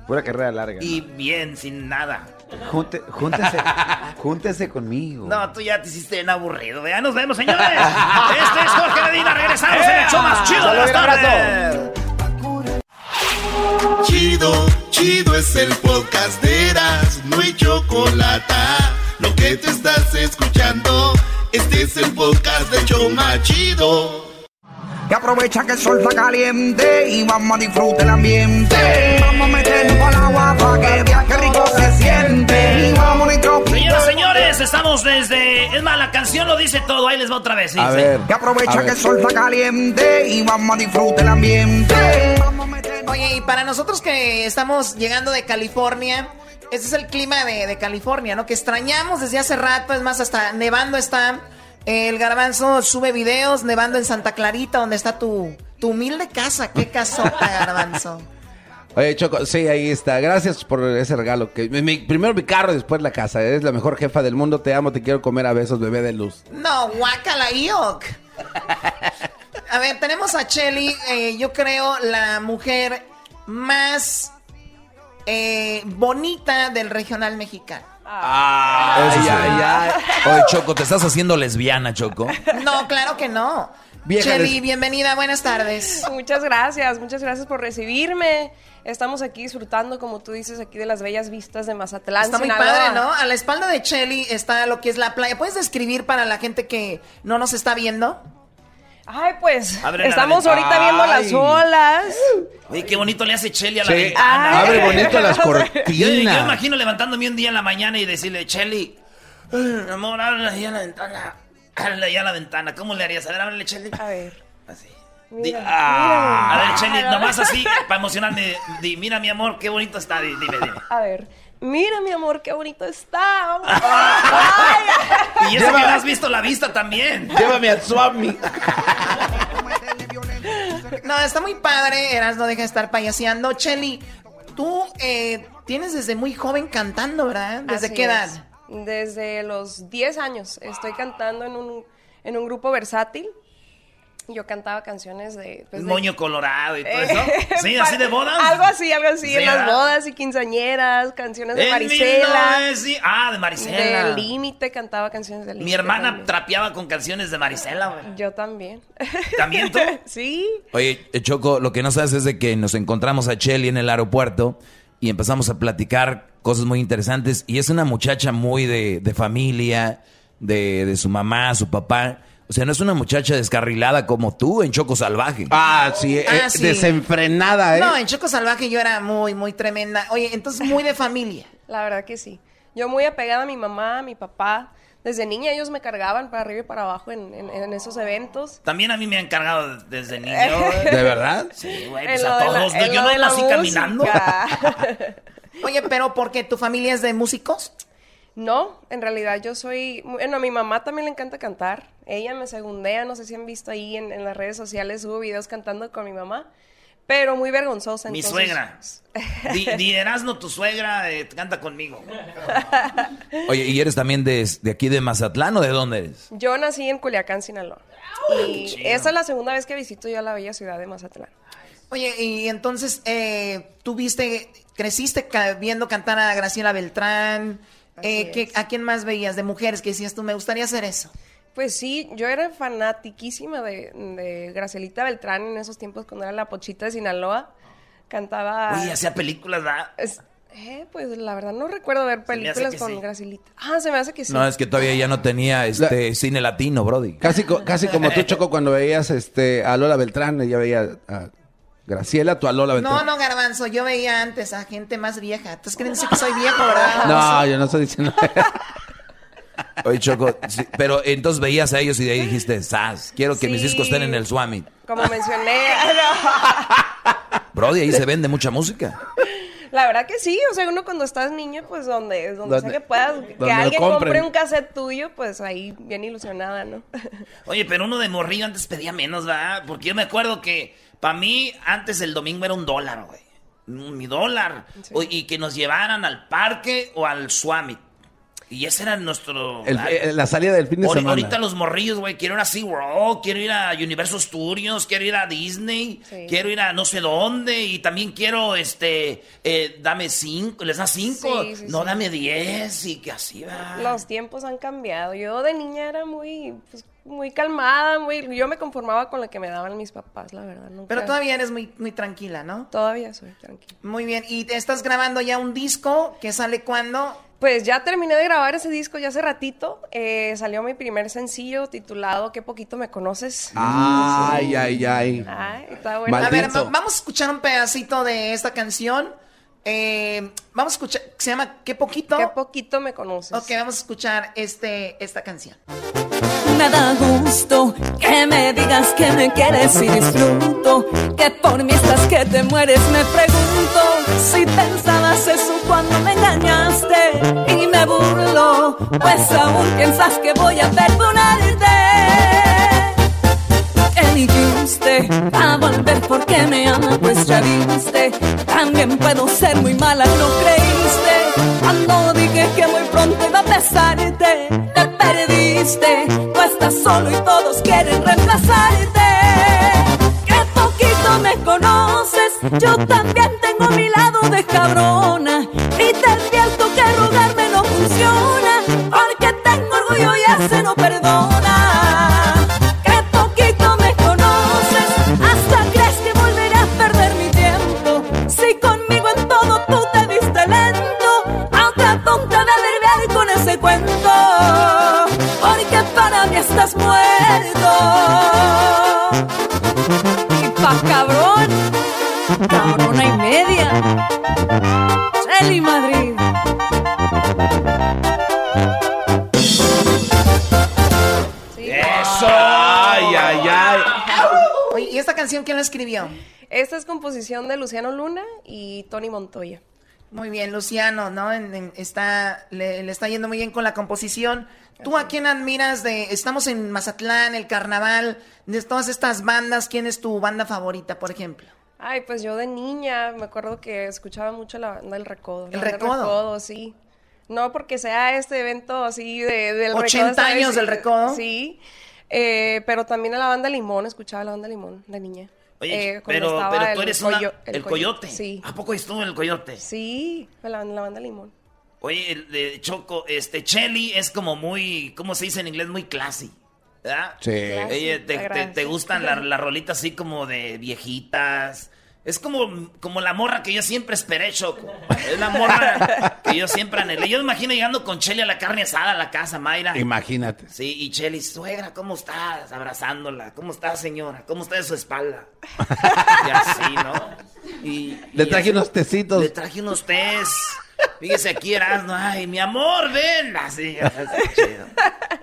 Pura carrera larga. Y bien, sin nada. Junte- júntese, júntese conmigo. No, tú ya te hiciste bien aburrido. Ya nos vemos, señores. este es Jorge Medina. Regresamos en el show más chido de Saludos, las un abrazo. tardes. Chido, chido es el podcast de Eras, no hay chocolate. Lo que te estás escuchando, este es el podcast de Choma Chido. Y aprovecha que el sol está caliente y vamos a disfrutar el ambiente. Vamos a meternos para el agua para que vea qué rico se siente. Y vamos a Señoras, señores, estamos desde. Es más, la canción lo dice todo. Ahí les va otra vez. sí, sí. Y aprovecha que el sol está caliente y vamos a disfrutar el ambiente. Oye, y para nosotros que estamos llegando de California, este es el clima de, de California, ¿no? Que extrañamos desde hace rato, es más, hasta nevando está. El garbanzo sube videos nevando en Santa Clarita, donde está tu, tu humilde casa. Qué casota, garbanzo. Oye, Choco, sí, ahí está. Gracias por ese regalo. Que, mi- mi- primero mi carro y después la casa. Eres la mejor jefa del mundo. Te amo, te quiero comer a besos, bebé de luz. No, guácala, Ioc. A ver, tenemos a Chelly, eh, yo creo la mujer más eh, bonita del regional mexicano. Ah, Ah, Ay, ay, ay. Oye, Choco, te estás haciendo lesbiana, Choco. No, claro que no. Vieja Chely, des- bienvenida, buenas tardes. Muchas gracias, muchas gracias por recibirme. Estamos aquí disfrutando, como tú dices, aquí de las bellas vistas de Mazatlán. Está muy Ah, Sinaloa. padre, ¿no? A la espalda de Chelly está lo que es la playa. ¿Puedes describir para la gente que no nos está viendo? Ay, pues, Ábrela, estamos Belén. ahorita viendo las Ay. olas. Oye, qué bonito le hace Chelly a la Sí. ventana. Abre bonito las Yo, yo cortinas. imagino levantándome un día en la mañana y decirle, Chelly, "Ay, amor, ábrele ya la ventana. Ábrele ya la ventana. ¿Cómo le harías? A ver, ábrele, Chelly. A ver. Así. Di- Mira, Ah. mira. A ver, Chelly, nomás así, para emocionarme. Di, mira, mi amor, qué bonito está. Di- Dime, dime. A ver, mira mi amor, qué bonito está. Y eso que no has visto la vista también. Llévame al Swami. No, está muy padre. Eras no deja de estar payaseando. Chelly, tú eh, tienes desde muy joven cantando, ¿verdad? ¿Desde Así qué edad? es. Desde los 10 años. Estoy cantando en un, en un grupo versátil. Yo cantaba canciones de... pues, Un de- moño colorado y todo eso. Sí, así de bodas. Eh, Algo así, algo así. en Sí, las ¿verdad? bodas y quinceañeras, canciones de En Marisela. 1900 Ah, de Marisela. De Límite, cantaba canciones de Límite. Mi hermana también. trapeaba con canciones de Marisela, güey. Yo también. ¿También tú? sí. Oye, eh, Choco, lo que no sabes es de que nos encontramos a Chelly en el aeropuerto y empezamos a platicar cosas muy interesantes. Y es una muchacha muy de, de familia, de, de su mamá, su papá. O sea, no es una muchacha descarrilada como tú en Choco Salvaje. Ah, sí, eh, Ah, sí. desenfrenada, ¿eh? No, en Choco Salvaje yo era muy, muy tremenda. Oye, entonces muy de familia. La verdad que sí. Yo muy apegada a mi mamá, a mi papá. Desde niña ellos me cargaban para arriba y para abajo en, en- en esos eventos. También a mí me han cargado desde niño. güey. ¿De verdad? Sí, güey, En pues lo a de la- todos. ¿no? en Yo lo no de la nací música. caminando. Oye, pero porque tu familia es de músicos. No, en realidad yo soy... Bueno, a mi mamá también le encanta cantar. Ella me segundea, no sé si han visto ahí en, en las redes sociales, subo videos cantando con mi mamá. Pero muy vergonzosa. Mi entonces- suegra. Di, di, Erasno, tu suegra, eh, canta conmigo. eh. Oye, ¿y eres también de, de aquí de Mazatlán o de dónde eres? Yo nací en Culiacán, Sinaloa. Y chido. esa es la segunda vez que visito yo la bella ciudad de Mazatlán. Oye, y entonces eh, tú viste, creciste ca- viendo cantar a Graciela Beltrán. Eh, ¿qué- ¿A quién más veías de mujeres que decías tú, me gustaría hacer eso? Pues sí, yo era fanatiquísima de, de Gracelita Beltrán en esos tiempos cuando era la pochita de Sinaloa. Cantaba... Oye, hacía películas, ¿verdad? Es- eh, pues la verdad no recuerdo ver me hace películas que con sí. Gracelita. Ah, se me hace que sí. No, es que todavía ya no tenía este cine latino, Brody. Casi, co- casi como tú, Choco, cuando veías este, a Lola Beltrán, ya veía a Graciela, tú a Lola No, Beltrán. no, Garbanzo, yo veía antes a gente más vieja. Entonces creen que soy viejo, ¿verdad? No, yo no estoy diciendo. Oye, Choco, sí, pero entonces veías a ellos y de ahí dijiste, Sas, quiero que mis Sí. discos estén en el Swami. Como mencioné, Ah, no. Brody, ahí se vende mucha música. la verdad que sí. O sea, uno cuando estás niño, pues donde, donde sea Donde- que puedas, que donde lo alguien compre compren. un cassette tuyo, pues ahí bien ilusionada, ¿no? Oye, pero uno de morrillo antes pedía menos, ¿verdad? Porque yo me acuerdo que para mí antes el domingo era un dólar, güey. Mm, Mi dólar. O- y que nos llevaran al parque o al Swami. Y ese era nuestro... El- ah, eh, la salida del fin de Ahori- semana. Ahorita los morrillos, güey, quiero ir a SeaWorld, quiero ir a Universo Studios, quiero ir a Disney, Sí. quiero ir a no sé dónde y también quiero, este, eh, dame cinco, les da cinco, Sí, sí, no sí. dame diez y que así va. Los tiempos han cambiado. Yo de niña era muy, pues, muy calmada, muy. Yo me conformaba con lo que me daban mis papás, la verdad. nunca- Pero todavía eres muy, muy tranquila, ¿no? Todavía soy tranquila. Muy bien, y te estás grabando ya un disco que sale cuando... Pues ya terminé de grabar ese disco ya hace ratito. Eh, salió mi primer sencillo titulado Qué poquito me conoces. Ay, ay, ay. Ay, está Ah, bueno. A ver, Maldito. va- vamos a escuchar un pedacito de esta canción. Eh, vamos a escuchar, se llama ¿Qué poquito? ¿Qué poquito me conoces? Ok, vamos a escuchar este, esta canción. Me da gusto que me digas que me quieres y disfruto. Que por mí estás que te mueres, me pregunto si pensabas eso cuando me engañaste y me burlo. Pues aún piensas que voy a perdonarte. Que dijiste a volver porque me amas, pues ya viste. También puedo ser muy mala, no creíste. Cuando dije que muy pronto iba a besarte, te perdiste. Tú estás solo y todos quieren reemplazarte. Que poquito me conoces, yo también tengo mi lado de cabrona. Y te advierto que rogarme no funciona, porque tengo orgullo y ese no perdona. Que poquito me cabrona y media. Cheli Madrid. ¡Eso! ¡Ay, ay, ay! Oye, ¿y esta canción quién la escribió? Esta es composición de Luciano Luna y Tony Montoya. Muy bien, Luciano, ¿no? En- en- está, le, le está yendo muy bien con la composición. ¿Tú a quién admiras de... Estamos en Mazatlán, el carnaval, de todas estas bandas, ¿quién es tu banda favorita, por ejemplo? Ay, pues yo de niña me acuerdo que escuchaba mucho la banda del Recodo. la ¿El banda Recodo? sí. No porque sea este evento así de, del Recodo. 80 ¿sabes? años del Recodo. Sí. Eh, pero también a la banda Limón, escuchaba la banda Limón de niña. Oye, Eh, cuando pero, estaba pero el tú eres una- coyo- el, el coyote. Sí. ¿A poco estuvo en el coyote? Sí, en la, en la banda Limón. Oye, el de Choco, este, Chelly es como muy, ¿cómo se dice en inglés? Muy classy. ¿Verdad? Sí. Classy, Ella, te, te- gracias. te gustan la- las rolitas así como de viejitas. Es como, como la morra que yo siempre esperé, Choco. Es la morra que yo siempre anhelé. Yo me imagino llegando con Chelly a la carne asada a la casa, Mayra. Imagínate. Sí, y Chelly, suegra, ¿cómo estás? Abrazándola. ¿Cómo estás, señora? ¿Cómo está de su espalda? y así, ¿no? Y, Le y así- traje unos tecitos. Le traje unos tés. Fíjese aquí, Erasmo. Ay, mi amor, ven. Así, así, chido.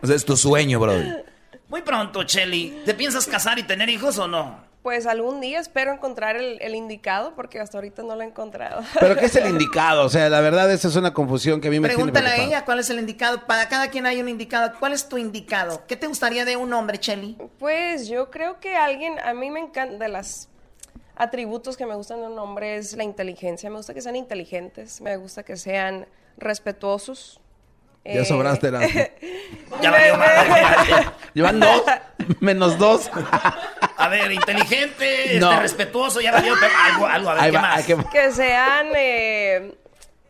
O sea, es tu sueño, brother. Muy pronto, Chelly. ¿Te piensas casar y tener hijos o no? Pues algún día espero encontrar el, el indicado porque hasta ahorita no lo he encontrado. Pero ¿qué es el indicado? O sea, la verdad, esa es una confusión que a mí me tiene Pregúntale a preocupado. ella cuál es el indicado. Para cada quien hay un indicado. ¿Cuál es tu indicado? ¿Qué te gustaría de un hombre, Chelly? Pues yo creo que alguien, a mí me encanta, de las atributos que me gustan de un hombre es la inteligencia. Me gusta que sean inteligentes, me gusta que sean respetuosos. Ya Eh, sobraste, Erasmo. Ya valió madre. Llevan dos, menos dos. ¿eh? A ver, inteligente, este, No. respetuoso, ya valió. pero algo, algo, a ver, Ahí ¿qué va, más? ¿a qué más? que sean... eh,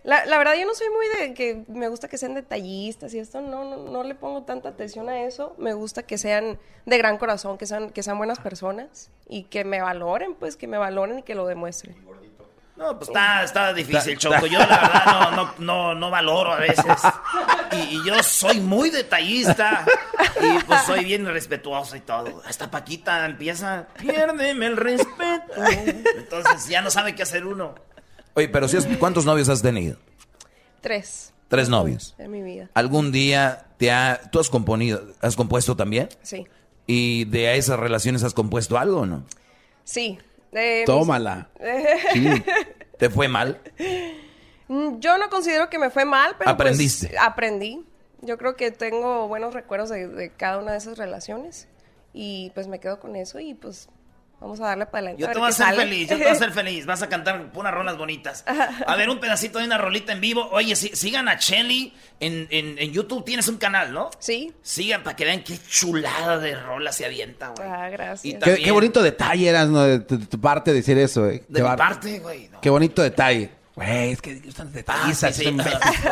la, la verdad yo no soy muy de que me gusta que sean detallistas y esto no, no, no le pongo tanta atención a eso. Me gusta que sean de gran corazón, que sean, que sean buenas personas y que me valoren, pues que me valoren y que lo demuestren. No, pues está, está difícil, Ta- Choco. ta- Yo la verdad no, no, no, no valoro a veces. Y, y yo soy muy detallista. Y pues soy bien respetuoso y todo. Hasta Paquita empieza, piérdeme el respeto. Entonces ya no sabe qué hacer uno. Oye, pero si has- ¿cuántos novios has tenido? Tres Tres novios. en mi vida. ¿Algún día te ha, tú has componido, has compuesto también? Sí, ¿Y de esas relaciones has compuesto algo o no? sí. Eh, mis- Tómala. Sí. ¿Te fue mal? Mm, Yo no considero que me fue mal, pero pues, Aprendiste. aprendí. Yo creo que tengo buenos recuerdos de, de cada una de esas relaciones y pues me quedo con eso y pues vamos a darle para adelante. Yo a te ver voy a qué hacer sale. feliz, yo te voy a hacer feliz. Vas a cantar unas rolas bonitas. A ver, un pedacito de una rolita en vivo. Oye, sí- sigan a Chelly en, en- en YouTube. Tienes un canal, ¿no? Sí. Sigan para que vean qué chulada de rola se avienta, güey. Ah, gracias. Qué, qué bonito detalle eras ¿no? de tu, de tu parte decir eso. eh. De Qué mi bar- parte, güey. Qué bonito detalle. Güey, Eh, es que están Ah, detallistas. sí, son sí. imbéciles.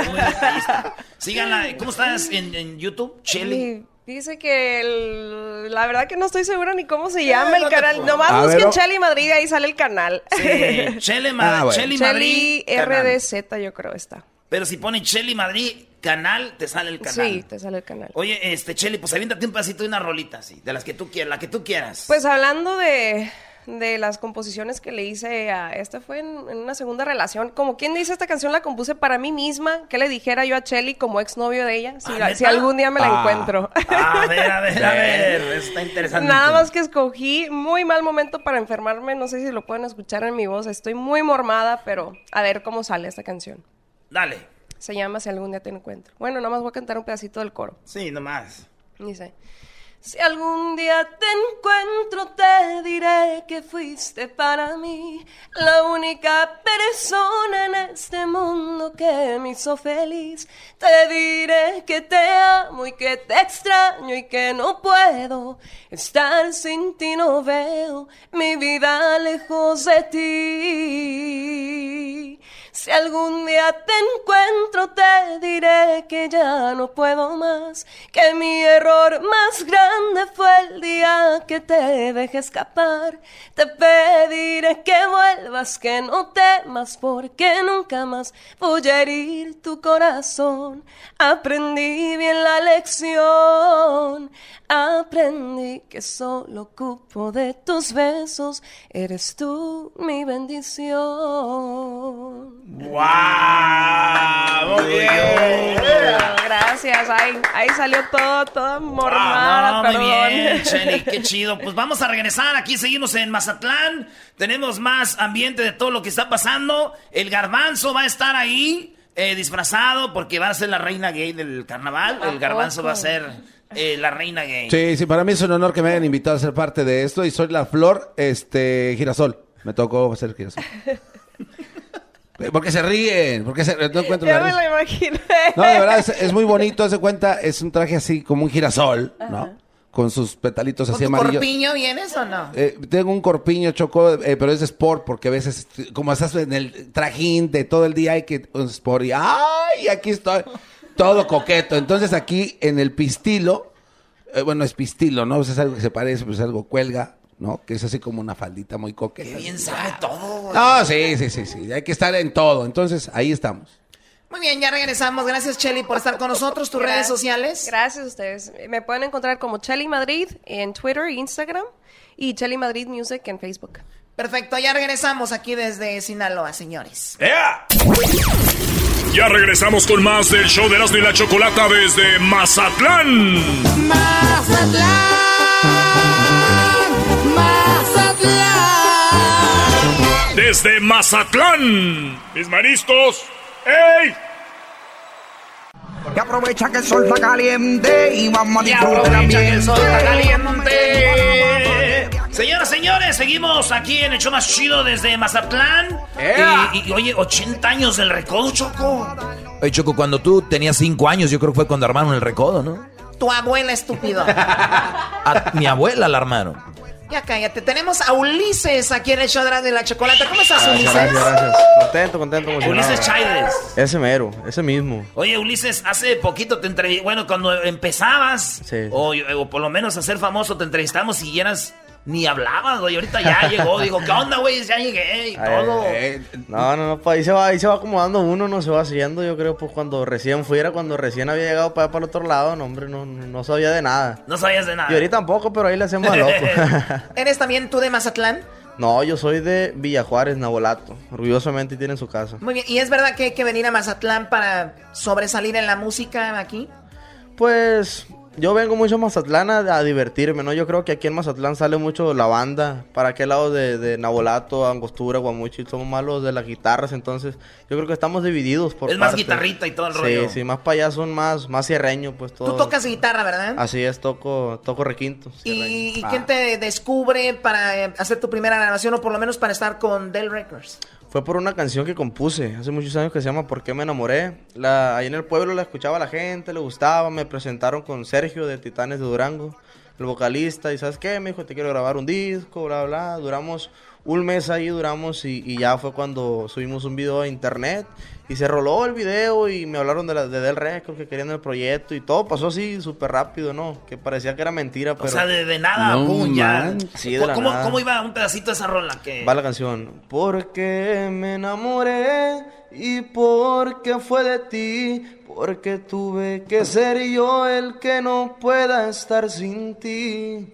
Síganla. ¿Cómo estás en, en YouTube? Chelly. Y dice que el- la verdad que no estoy segura ni cómo se llama el canal. Nomás A ver, busquen o- Cheli Madrid y ahí sale el canal. Eh, Chele Ma- Ah, bueno. Cheli Madrid. Cheli canal. RDZ yo creo está. Pero si ponen Chelly Madrid, canal, te sale el canal. Sí, te sale el canal. Oye, este, Chelly, pues aviéntate un pasito de una rolita así, de las que tú quieras, la que tú quieras. Pues hablando de, de las composiciones que le hice a esta fue en, en una segunda relación. Como quien dice, esta canción la compuse para mí misma. ¿Qué le dijera yo a Chelly como exnovio de ella? Si, ¿neta? si algún día me la Ah. encuentro. A ver, a ver, a ver. Eso está interesante. Nada más que escogí muy mal momento para enfermarme. No sé si lo pueden escuchar en mi voz. Estoy muy mormada, pero a ver cómo sale esta canción. Dale. Se llama Si algún día te encuentro. Bueno, nada más voy a cantar un pedacito del coro. Sí, nomás. Dice, si algún día te encuentro te diré que fuiste para mí la única persona en este mundo que me hizo feliz. Te diré que te amo y que te extraño y que no puedo estar sin ti, no veo mi vida lejos de ti. Si algún día te encuentro te diré que ya no puedo más, que mi error más grande fue el día que te dejé escapar. Te pediré que vuelvas, que no temas, porque nunca más voy a herir tu corazón. Aprendí bien la lección, aprendí que solo cupo de tus besos, eres tú mi bendición. ¡Wow! ¡Muy bien! Gracias, ahí, ahí salió todo, todo mormada, Ah, muy perdón. bien, Chely, qué chido. Pues vamos a regresar, aquí seguimos en Mazatlán. Tenemos más ambiente de todo lo que está pasando. El garbanzo va a estar ahí eh, disfrazado porque va a ser la reina gay del carnaval. El garbanzo va a ser eh, la reina gay. Sí, sí, para mí es un honor que me hayan invitado a ser parte de esto y soy la flor, este, girasol. Me tocó ser girasol. Eh, Porque se ríen, porque se, no encuentro la Ya me risa. lo imaginé. No, de verdad, es, es muy bonito, hace cuenta, es un traje así como un girasol, ¿no? Con sus petalitos así ¿Con tu amarillos. corpiño vienes o no? Eh, tengo un corpiño choco, eh, pero es de sport, porque a veces, como estás en el trajín de todo el día, hay que un sport y ¡ay! Aquí estoy. Todo coqueto. Entonces aquí en el pistilo, eh, bueno, es pistilo, ¿no? Pues es algo que se parece, pues es algo cuelga, ¿no? Que es así como una faldita muy coqueta. Bien sabe todo. güey. No, sí, sí, sí, sí. Hay que estar en todo. Entonces ahí estamos. Muy bien, ya regresamos. Gracias, Chelly, por estar con nosotros. Tus redes sociales. Gracias a ustedes. Me pueden encontrar como Chelly Madrid en Twitter e Instagram y Chelly Madrid Music en Facebook. Perfecto, ya regresamos aquí desde Sinaloa, señores. Ya regresamos con más del show de Erasmo y la Chocolata desde Mazatlán. Desde Mazatlán. Mis maristos. ¡Ey! Que aprovecha que el sol está caliente y vamos a Y disfrutar el aprovecha que el sol está ambiente. Eh, Señoras, señores, seguimos aquí en el show más chido desde Mazatlán. ¡Ea! Y, y, oye, 80 años del recodo, Choco. Oye, Choco, cuando tú tenías cinco años, yo creo que fue cuando armaron el recodo, ¿no? Tu abuela estúpido. A mi abuela la armaron. ya cállate. Tenemos a Ulises aquí en el show de Radio y la Chocolata. ¿Cómo estás, Gracias, Ulises? gracias, gracias. Contento, contento, emocionado. Ulises Chávez. Ese mero, ese mismo. Oye, Ulises, hace poquito te entrevisté. Bueno, cuando empezabas, Sí. o, o por lo menos a ser famoso, te entrevistamos y eras. Ni hablabas, güey. Ahorita ya llegó. Digo, ¿qué onda, güey? Ya llegué y Ay, todo. eh, no, no, no, pa, ahí se va, ahí se va acomodando uno, no se va haciendo, yo creo, pues cuando recién fuera, cuando recién había llegado para, para el otro lado, no, hombre, no, no sabía de nada. No sabías de nada. Y ahorita tampoco, pero ahí le hacemos a loco. ¿Eres también tú de Mazatlán? no, yo soy de Villajuárez, Nabolato, orgullosamente tienen su casa. Muy bien. ¿Y es verdad que hay que venir a Mazatlán para sobresalir en la música aquí? Pues yo vengo mucho a Mazatlán a, a divertirme, ¿no? Yo creo que aquí en Mazatlán sale mucho la banda. Para aquel lado de, de Nabolato, Angostura, Guamuchi, somos malos de las guitarras, entonces yo creo que estamos divididos por Es más partes. guitarrita y todo el sí, rollo. Sí, más para allá son más, más sierreño, pues todo. Tú tocas guitarra, ¿verdad? Así es, toco, toco requintos. ¿Y, y Ah. quién te descubre para eh, hacer tu primera grabación o por lo menos para estar con Dell Records? Fue por una canción que compuse hace muchos años que se llama ¿Por qué me enamoré? La, ahí en el pueblo la escuchaba la gente, le gustaba, me presentaron con Sergio de Titanes de Durango, el vocalista, y ¿sabes qué? Me dijo, te quiero grabar un disco, bla, bla, bla. duramos un mes ahí, duramos, y, y ya fue cuando subimos un video a internet, y se roló el video, y me hablaron de, la, de Del Record, que querían el proyecto, y todo pasó así súper rápido, ¿no? Que parecía que era mentira, pero... O sea, de, de nada, pum, ya. Sí, de la ¿Cómo, nada. ¿Cómo iba un pedacito de esa rola? Que... Va la canción. Porque me enamoré y porque fue de ti, porque tuve que ser yo el que no pueda estar sin ti.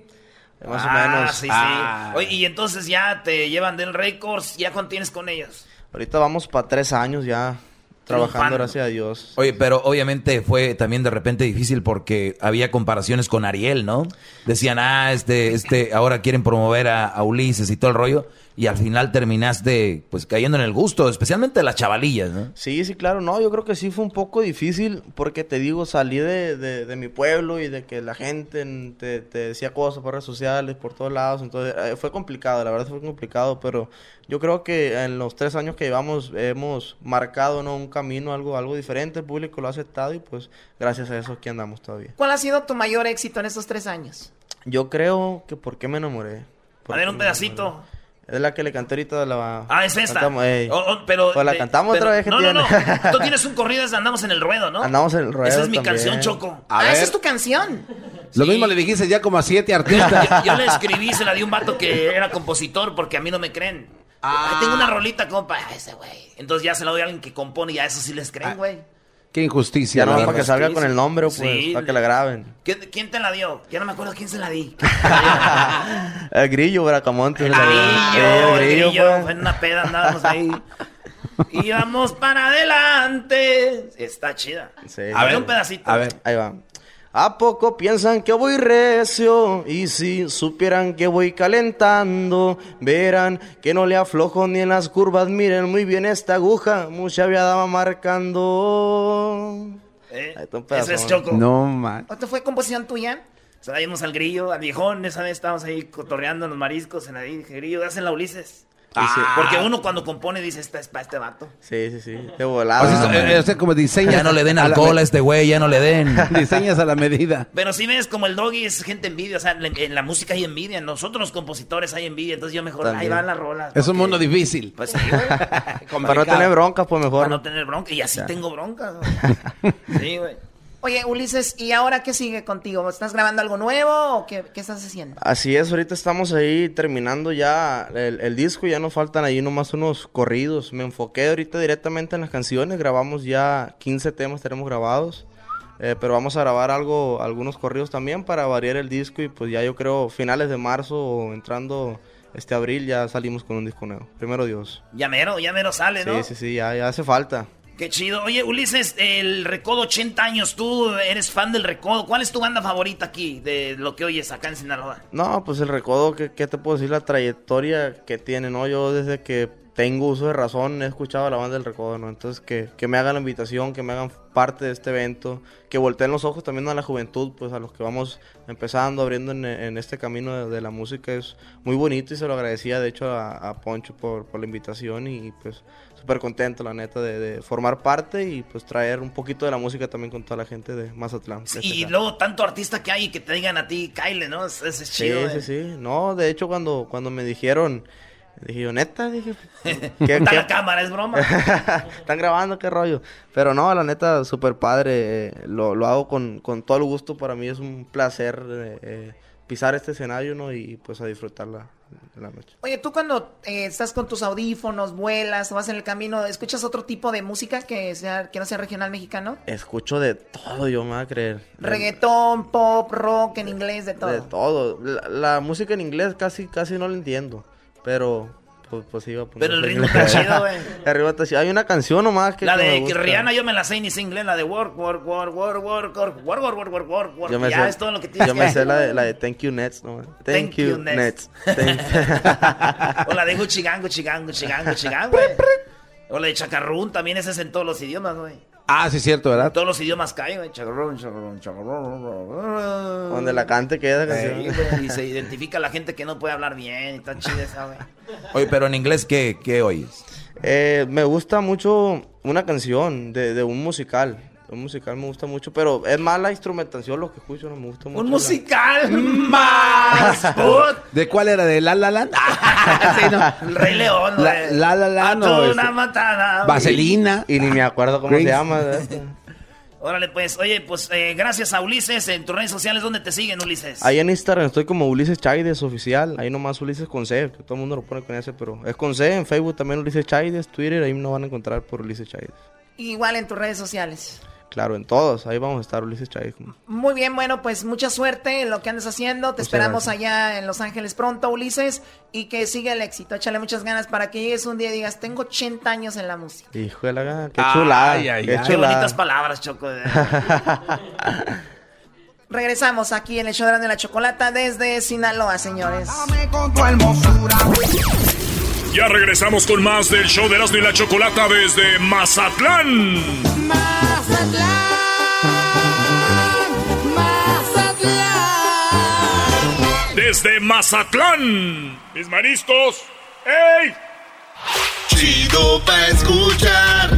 Más Ah, o menos. sí, sí. Ah. Oye, y entonces ya te llevan del Records, ya contienes con ellos. Ahorita vamos para tres años ya trabajando, Triunfando. gracias a Dios. Oye, pero obviamente fue también de repente difícil porque había comparaciones con Ariel, ¿no? Decían, ah, este, este, ahora quieren promover a, a Ulises y todo el rollo. Y al final terminaste, pues, cayendo en el gusto, especialmente de las chavalillas, ¿no? Sí, sí, claro, no, yo creo que sí fue un poco difícil porque te digo, salí de, de- de mi pueblo y de que la gente en- te, te decía cosas por redes sociales, por todos lados, entonces eh, fue complicado, la verdad fue complicado, pero yo creo que en los tres años que llevamos hemos marcado ¿no? un camino, algo, algo diferente, el público lo ha aceptado y pues gracias a eso aquí andamos todavía. ¿Cuál ha sido tu mayor éxito en estos tres años? Yo creo que ¿Por qué me enamoré? A ¿Por ver, qué un me pedacito. enamoré? Es la que le canté ahorita de la... Ah, es esta. Cantamos, ey. O- o- pero, Pues la de- cantamos pero- otra vez que no, tiene. No, no, Tú tienes un corrido, es de Andamos en el Ruedo, ¿no? Andamos en el ruedo Esa es mi también. canción, Choco. ah, esa es tu canción. Lo mismo le dijiste ya como a siete Yo, artistas. yo la escribí, se la di a un vato que era compositor porque a mí no me creen. Ahí tengo una rolita, compa. Ah, Ese güey. Entonces ya se la doy a alguien que compone y a eso sí les Ah. creen, güey. Qué injusticia. Ya no la para verdad. que salga con el nombre, pues, Sí. para que la graben. ¿Quién, quién te la dio? Ya no me acuerdo quién se la di. El grillo, Bracamonte. El Yo, el grillo, grillo, pues. fue en una peda, andábamos ahí. Y vamos para adelante. Está chida. A ver, un pedacito. A ver, ahí va. ¿A poco piensan que voy recio? Y si supieran que voy calentando, verán que no le aflojo ni en las curvas. Miren muy bien esta aguja, mucha viadama marcando. Ahí está un Eh, Ese es pedazón. Choco. man. ¿Esto fue composición tuya? Se la dimos al grillo, al viejón. Esa vez estábamos ahí cotorreando en los mariscos. En la dije, grillo, dásela a Ulises. Ah. Porque uno cuando compone dice, esta es para este vato. Sí, sí, sí. De volada. O sea, eh, eh, o sea, como diseñas. Ya no le den a la alcohol a me- este güey, ya no le den. Diseñas a la medida. Pero si ves como el doggy es gente envidia, o sea, en, en la música hay envidia, en nosotros los compositores hay envidia, entonces yo mejor, ahí También. van las rolas. Es un mundo difícil. Pues sí, güey. Para no tener broncas, pues mejor. Para no tener bronca, y así Ya. tengo broncas. güey. Sí, güey. Oye, Ulises, ¿y ahora qué sigue contigo? ¿Estás grabando algo nuevo o qué, qué estás haciendo? Así es, ahorita estamos ahí terminando ya el, el disco, ya nos faltan ahí nomás unos corridos. Me enfoqué ahorita directamente en las canciones, grabamos ya 15 temas, tenemos grabados, eh, pero vamos a grabar algo, algunos corridos también para variar el disco y pues ya yo creo finales de marzo o entrando este abril ya salimos con un disco nuevo. Primero Dios. Ya mero, ya mero sale, ¿no? Sí, sí, sí, ya, ya hace falta. Qué chido. Oye, Ulises, el Recodo 80 años, tú eres fan del Recodo. ¿Cuál es tu banda favorita aquí de lo que oyes acá en Sinaloa? No, pues el recodo, ¿qué, qué te puedo decir? La trayectoria que tiene, ¿no? Yo desde que tengo uso de razón he escuchado a la banda del recodo, ¿no? Entonces que, que me hagan la invitación, que me hagan parte de este evento, que volteen los ojos también a la juventud, pues a los que vamos empezando, abriendo en, en este camino de, de la música es muy bonito y se lo agradecía de hecho a, a Poncho por, por la invitación y pues súper contento la neta de, de formar parte y pues traer un poquito de la música también con toda la gente de Mazatlán. de este Y luego tanto artista que hay que te digan a ti, Kyle, ¿no? Ese es Sí, chido. sí, eh. sí. No, de hecho, cuando, cuando me dijeron, dije yo, neta, dije. Está la cámara, es broma. Están grabando, qué rollo. Pero no, la neta, súper padre. eh, lo, lo hago con, con todo el gusto. Para mí es un placer eh, eh, pisar este escenario, ¿no? Y pues a disfrutar la, la noche. Oye, tú cuando eh, estás con tus audífonos, vuelas o vas en el camino, ¿escuchas otro tipo de música que, sea, que no sea regional mexicano? Escucho de todo, yo me voy a creer. Reggaetón, pop, rock, en inglés, de todo. De todo. La, la música en inglés casi, casi no la entiendo. Pero, pues, pues iba a poner. Pero el ritmo está chido, güey. Arriba está chido. Hay una canción nomás que. La que me de gusta. Rihanna yo me la sé y ni sé inglés, la de work, work, work, work, work, work, work, work, work, work, work, work. Yo me ya sé, es todo lo que tienes yo que me hacer. sé la de, la de Thank You Nets, ¿no? Thank, Thank You you, Nets. Nets. O la de Gucci Gang, Gucci Gang, Gucci Gang, Gucci Gang, güey. O la de Chacarrún, también esa es en todos los idiomas, güey. Ah, sí, es cierto, En ¿verdad? todos los idiomas cae, güey. Chacarrún, chacarrún, chacarrún. Donde la cante que esa Sí, canción. güey, y se identifica la gente que no puede hablar bien. y Está chida esa, güey. Oye, pero en inglés, ¿qué, qué oyes? Eh, me gusta mucho una canción de, de un musical. Un musical me gusta mucho, pero es más la instrumentación lo que escucho, no me gusta mucho. Un la- musical más. put. ¿De cuál era? ¿De La La Land? El Rey León, La- güey. La La Land A o toda este- una matada. Vaselina. Y ni me acuerdo cómo se Grease. llama. ¿verdad? Órale, pues. Oye, pues eh, gracias a Ulises. En tus redes sociales, ¿dónde te siguen, Ulises? Ahí en Instagram estoy como Ulises Chaides oficial. Ahí nomás Ulises con C, que todo el mundo lo pone con ese, pero es con C. En Facebook también Ulises Chaides, Twitter, ahí nos van a encontrar por Ulises Chaides. Igual en tus redes sociales. Claro, en todos, ahí vamos a estar Ulises Chaides. como- Muy bien, bueno, pues mucha suerte en lo que andes haciendo. Te Muchas esperamos gracias. allá en Los Ángeles pronto, Ulises, y que siga el éxito. Échale muchas ganas para que llegues un día y digas, tengo 80 años en la música. Hijo de la gana, qué Ay, chulada. ay, qué ay. Qué chulada. bonitas palabras, Choco. Regresamos aquí en el show de Erasmo y la Chocolata desde Sinaloa, señores. Ya regresamos con más del show de Erasmo y la Chocolata desde Mazatlán. Desde Mazatlán. Mis mariscos. ¡Ey! Chido pa' escuchar.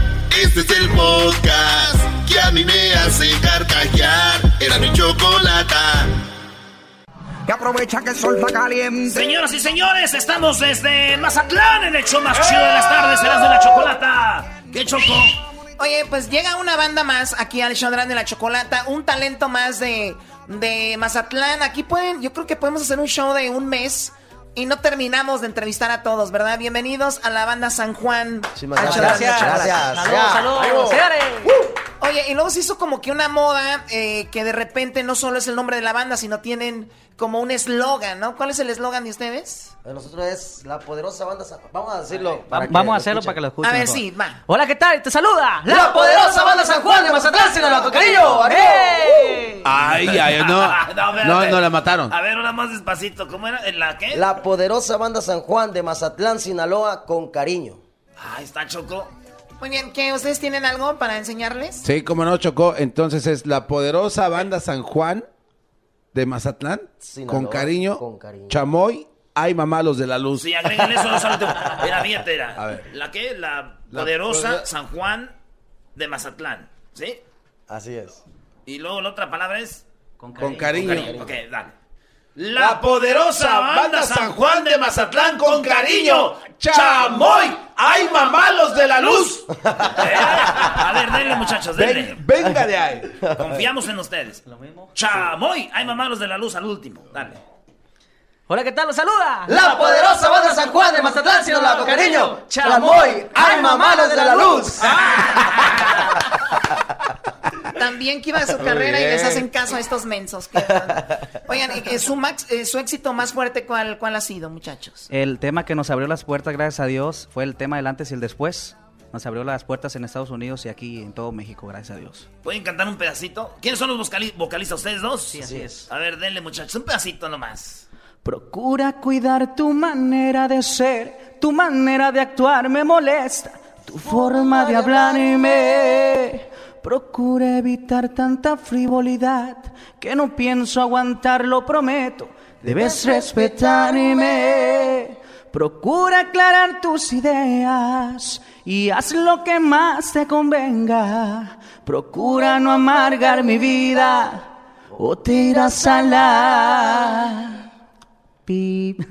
Este es el podcast que a mí me hace carcajear. Era mi chocolata. Que aprovecha que el sol está caliente. Señoras y señores, estamos desde Mazatlán en el show más chido de las tardes, serás de la chocolata. ¡Qué choco! Oye, pues llega una banda más aquí al show de Erasmo y la Chocolata, un talento más de, de Mazatlán. Aquí pueden, yo creo que podemos hacer un show de un mes Y no terminamos de entrevistar a todos, ¿verdad? Bienvenidos a la banda San Juan. Muchísimas gracias, muchas gracias. Saludos, saludos. Bravo. señores. ¡Uh! Oye, y luego se hizo como que una moda eh, que de repente no solo es el nombre de la banda, sino tienen como un eslogan, ¿no? ¿Cuál es el eslogan de ustedes? De nosotros es la poderosa banda San Juan. Vamos a decirlo. Va- para que Vamos lo a hacerlo escuchen. para que lo escuchen. A ver, mejor. sí, va. Hola, ¿qué tal? Te saluda La poderosa banda San Juan de Mazatlán, Sinaloa, con cariño. ¡Arriba! ¡Ey! Ay, ay, no. Ah, espérate. No, no, la mataron. A ver, una más despacito. ¿Cómo era? ¿En ¿La qué? Uh. La poderosa banda San Juan de Mazatlán, Sinaloa, con cariño. Ahí está Choco. Muy bien, ¿qué? ¿Ustedes tienen algo para enseñarles? Sí, como no chocó. Entonces es la poderosa banda San Juan de Mazatlán. Sinaloa, con, cariño, con cariño. Chamoy. Ay, mamá, los de la luz. Sí, agreguen eso, no solo te... Era mía, era. A ver. ¿La qué? La La poderosa poder- San Juan de Mazatlán. ¿Sí? Así es. Y luego la otra palabra es... Con Con cariño. Ok, dale. La poderosa banda San Juan de Mazatlán con cariño. Chamoy. ¡Ay, mamá, los de la luz! A ver, denle, muchachos, denle. venga de ahí. Confiamos en ustedes. Lo mismo. Chamoy. Ay, mamá, los de la luz al último. Dale. Hola, ¿qué tal? Los saluda La poderosa banda San Juan de Mazatlán, Sinaloa, con cariño. Chamoy, alma manos de la luz. También que iba a su Muy carrera y les bien. hacen caso a estos mensos. que andan. Oigan, eh, eh, su, max- eh, su éxito más fuerte, ¿cuál, ¿cuál ha sido, muchachos? El tema que nos abrió las puertas, gracias a Dios, fue el tema del antes y el después. Nos abrió las puertas en Estados Unidos y aquí en todo México, gracias a Dios. ¿Pueden cantar un pedacito? ¿Quiénes son los vocali- vocalistas? ¿Ustedes dos? Sí, así es. A ver, denle, muchachos, un pedacito nomás. Procura cuidar tu manera de ser, tu manera de actuar me molesta, tu forma de hablarme. Procura evitar tanta frivolidad que no pienso aguantar, lo prometo. Debes respetarme. Procura aclarar tus ideas y haz lo que más te convenga. Procura no amargar mi vida o te irás a la... Pip.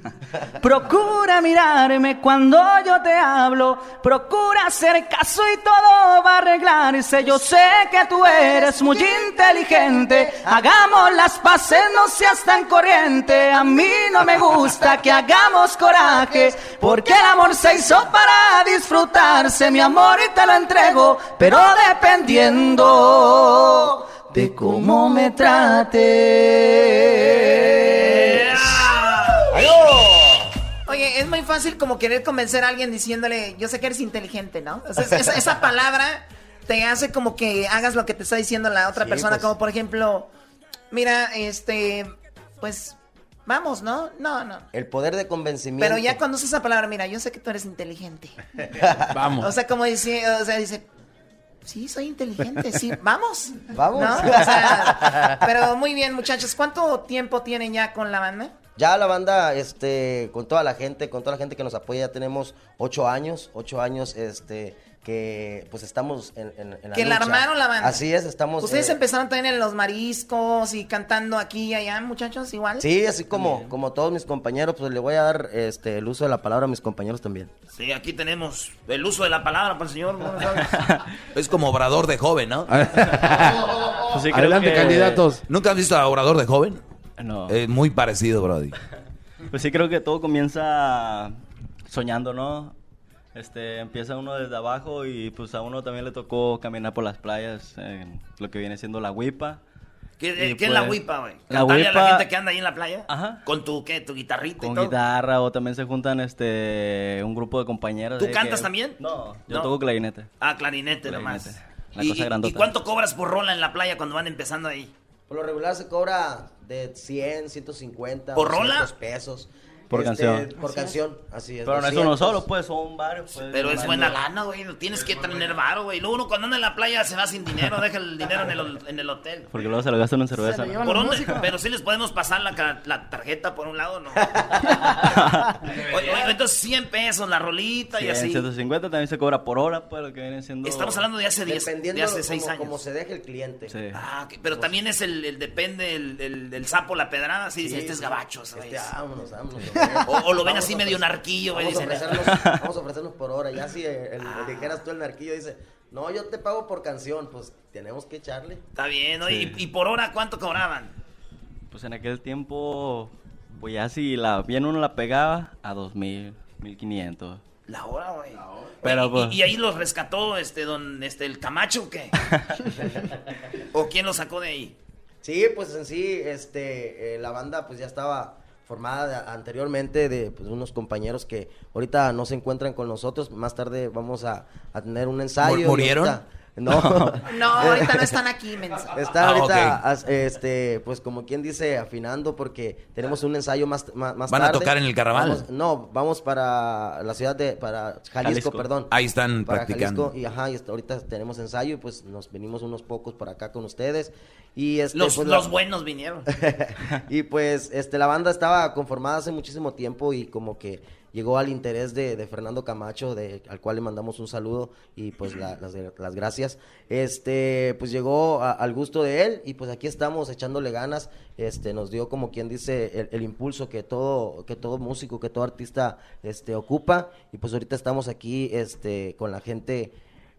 Procura mirarme cuando yo te hablo. Procura hacer caso y todo va a arreglarse. Yo sé que tú eres muy inteligente. Hagamos las paces, no seas tan corriente. A mí no me gusta que hagamos corajes. Porque el amor se hizo para disfrutarse. Mi amor y te lo entrego, pero dependiendo de cómo me trates. Oye, es muy fácil como querer convencer a alguien diciéndole, yo sé que eres inteligente, ¿no? O sea, es- esa, esa palabra te hace como que hagas lo que te está diciendo la otra Sí, persona, pues. como por ejemplo, mira, este, pues, vamos, ¿no? No, no. El poder de convencimiento. Pero ya cuando usas esa palabra, mira, yo sé que tú eres inteligente. Vamos. O sea, como dice, o sea, dice, sí, soy inteligente, sí, vamos. Vamos. ¿No? O sea, pero muy bien, muchachos, ¿cuánto tiempo tienen ya con la banda? Ya la banda, este, con toda la gente, con toda la gente que nos apoya, ya tenemos ocho años, ocho años, este, que pues estamos en, en- en la Que la lucha. armaron la banda. Así es, estamos. Ustedes eh, empezaron también en los mariscos y cantando aquí y allá, muchachos, igual. Sí, así como, como todos mis compañeros, pues le voy a dar este, el uso de la palabra a mis compañeros también. Sí, aquí tenemos el uso de la palabra para el señor. ¿no? Es como obrador de joven, ¿no? Ah, pues sí, creo Adelante, que- candidatos. ¿Nunca has visto a obrador de joven? No. Es muy parecido, Brody. Pues sí, creo que todo comienza soñando, ¿no? Este, empieza uno desde abajo y pues a uno también le tocó caminar por las playas, en lo que viene siendo la huipa. ¿Qué, eh, Y, qué es la pues, huipa, güey? La Cantarle a la huipa- gente que anda ahí en la playa. Ajá. Con tu, ¿qué? Tu guitarrita y Con todo. guitarra o también se juntan este un grupo de compañeras. ¿Tú de cantas que- también? No, yo No. toco clarinete. Ah, clarinete, nomás. Clarinete. La ¿Y- cosa y- ¿Y grandota. cuánto cobras por rola en la playa cuando van empezando ahí? Por lo regular se cobra de 100, 150, ¿Por rola? 200 pesos. Este, Por canción. Así Por es. canción, así es. Pero no es 200. uno solo, pues son varios. pues, Pero es varios. buena lana, güey. no Tienes que tener varo, güey. Luego uno cuando anda en la playa se va sin dinero, deja el dinero en el, hol- en el hotel. Porque luego se lo gastan en cerveza. ¿no? ¿Por dónde? Pero sí les podemos pasar la, ca- la tarjeta por un lado, ¿no? Oye, oye, entonces 100 pesos la rolita y 100, así. 150 también se cobra por hora, pues lo que viene siendo. Estamos hablando de hace 10, de Dependiendo hace 6 como, años. como se deje el cliente. Sí. Ah, ok, pues. Pero también es el, el depende el, el- el sapo, la pedrada, sí, dicen, Sí, este es sí. gabacho, ¿sabes? Este, vámonos, vámonos. o, o lo ven Vamos así a medio ofrecer- narquillo, güey, Vamos, a dicen, "Ah, ofrecernos- vamos a ofrecernos por hora. Ya si el, el- dijeras tú el narquillo dice, no, yo te pago por canción, pues tenemos que echarle. Está bien, ¿no? Sí. ¿Y, y por hora cuánto cobraban? Pues en aquel tiempo, Pues ya si la, bien uno la pegaba a 2000, 1500. La hora, güey. Pero, Oye, pues- y, y ahí los rescató este don este el Camacho o qué? ¿O quién los sacó de ahí? Sí, pues en sí, este, eh, la banda pues ya estaba formada de- anteriormente de pues, unos compañeros que ahorita no se encuentran con nosotros. Más tarde vamos a, a tener un ensayo. y murieron? ahorita- No. No, ahorita no están aquí, mensa. Está Ah, ahorita, as- este, pues como quien dice, afinando porque tenemos un ensayo más, más, más ¿Van a tarde. tocar en el Carnaval? Vamos- no, vamos para la ciudad de, para Jalisco, Jalisco. perdón. Ahí están Para practicando. Jalisco, y ajá, y hasta ahorita tenemos ensayo y pues nos venimos unos pocos por acá con ustedes. Y este, Los, pues, la- los buenos vinieron. y pues este la banda estaba conformada hace muchísimo tiempo y como que llegó al interés de, de Fernando Camacho, de, al cual le mandamos un saludo y pues la- las, las gracias. Este, pues llegó a- al gusto de él y pues aquí estamos echándole ganas. Este, nos dio como quien dice el, el impulso que todo, que todo músico, que todo artista este, ocupa. Y pues ahorita estamos aquí este, con la gente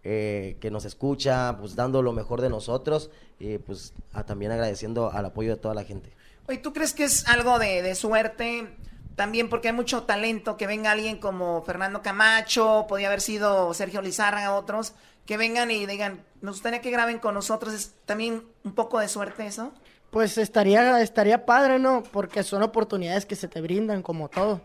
eh, que nos escucha, pues dando lo mejor de nosotros y pues a- también agradeciendo al apoyo de toda la gente. Oye, ¿tú crees que es algo de, de suerte? También porque hay mucho talento, que venga alguien como Fernando Camacho, podía haber sido Sergio Lizárraga, otros, que vengan y digan, nos gustaría que graben con nosotros, es también un poco de suerte eso. Pues estaría, estaría padre, ¿no? Porque son oportunidades que se te brindan, como todo.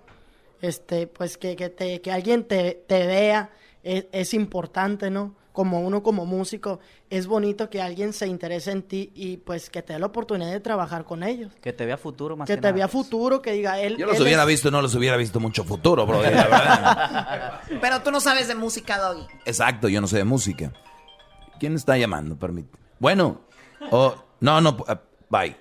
Este, pues que, que, te- que alguien te, te vea es, es importante, ¿no? Como uno, como músico, es bonito que alguien se interese en ti y pues que te dé la oportunidad de trabajar con ellos. Que te vea futuro más que que, te nada. vea futuro, que diga él. Yo los él hubiera es- visto, no los hubiera visto mucho futuro, bro. la verdad. Pero tú no sabes de música, Doggy. Exacto, yo no sé de música. ¿Quién está llamando? Permíteme. Bueno, o- no, no, eh, bye.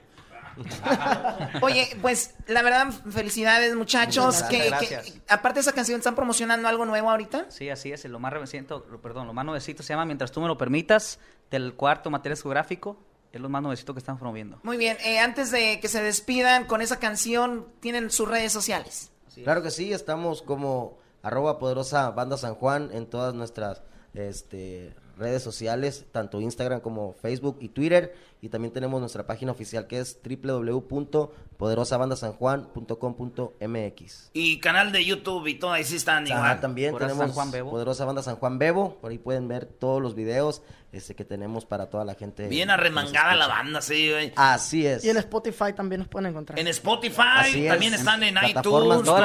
Oye, pues la verdad, felicidades muchachos. Muchas que- gracias. que- aparte de esa canción, ¿están promocionando algo nuevo ahorita? Sí, así es. Lo más reciente, lo- perdón, lo más nuevecito se llama Mientras tú me lo permitas, del cuarto Material Geográfico. Es lo más nuevecito que estamos promoviendo. Muy bien, eh, antes de que se despidan con esa canción, tienen sus redes sociales. Claro que sí, estamos como arroba poderosa banda San Juan en todas nuestras este, redes sociales, tanto Instagram como Facebook y Twitter. Y también tenemos nuestra página oficial que es www.poderosabandasanjuan.com.mx. Y canal de YouTube y todo, ahí sí están Ajá, igual. Ah, también tenemos Poderosa Banda San Juan Bebo. Por ahí pueden ver todos los videos este, que tenemos para toda la gente. Bien que nos arremangada la escucha. banda, sí, güey. Así es. Y en Spotify también nos pueden encontrar. En Spotify, Así es. también están en Plataformas iTunes. digitales, todo.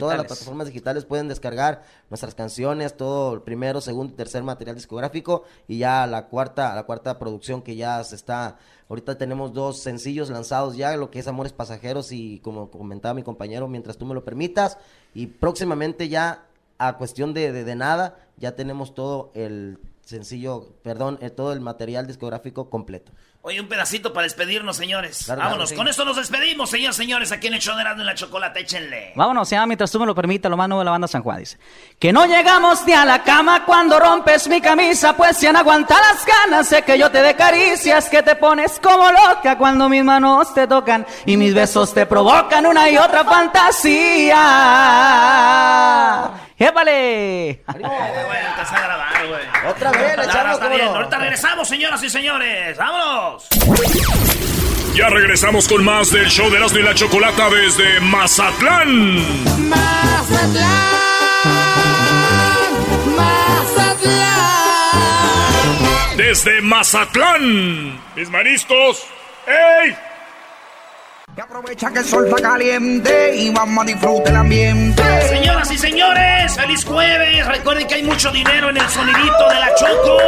Todas las plataformas digitales pueden descargar nuestras canciones, todo el primero, segundo y tercer material discográfico y ya la cuarta, la cuarta producción que ya se está. Ahorita tenemos dos sencillos lanzados ya, lo que es Amores Pasajeros y como comentaba mi compañero, mientras tú me lo permitas y próximamente ya a cuestión de, de- de nada ya tenemos todo el sencillo, perdón, eh, todo el material discográfico completo. Oye, un pedacito para despedirnos, señores. Claro, Vámonos, claro, sí. con esto nos despedimos, señores, señores, aquí en el show de Erasmo y la Chocolata, échenle. Vámonos, se llama Mientras tú me lo permitas, lo más nuevo de la banda San Juan. Dice: Que no llegamos ni a la cama cuando rompes mi camisa, pues si en aguantar las ganas, sé que yo te dé caricias, que te pones como loca cuando mis manos te tocan y mis besos te provocan una y otra fantasía. ¡Épale! Alcanzar a grabar, güey. Otra vez, le echamos, está ¿cómo bien. no? Ahorita regresamos, señoras y señores. ¡Vámonos! Ya regresamos con más del show de Erasmo y la Chocolata desde Mazatlán. Desde Mazatlán. Mis mariscos. ¡Ey! Aprovecha que el sol está caliente y vamos a disfrutar el ambiente. Señoras y señores, feliz jueves. Recuerden que hay mucho dinero en el sonidito de la Choco.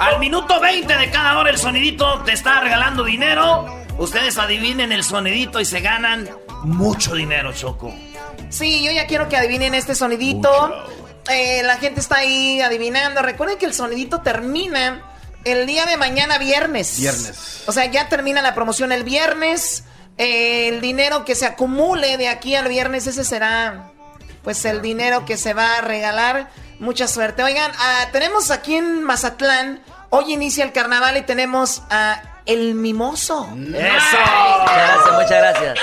Al minuto 20 de cada hora el sonidito te está regalando dinero. Ustedes adivinen el sonidito y se ganan mucho dinero, Choco. Sí, yo ya quiero que adivinen este sonidito. Eh, la gente está ahí adivinando. Recuerden que el sonidito termina el día de mañana viernes. Viernes. O sea, ya termina la promoción el viernes. Eh, el dinero que se acumule de aquí al viernes, ese será pues el dinero que se va a regalar. Mucha suerte. Oigan, ah, tenemos aquí en Mazatlán, hoy inicia el carnaval y tenemos a El Mimoso. Gracias, muchas gracias.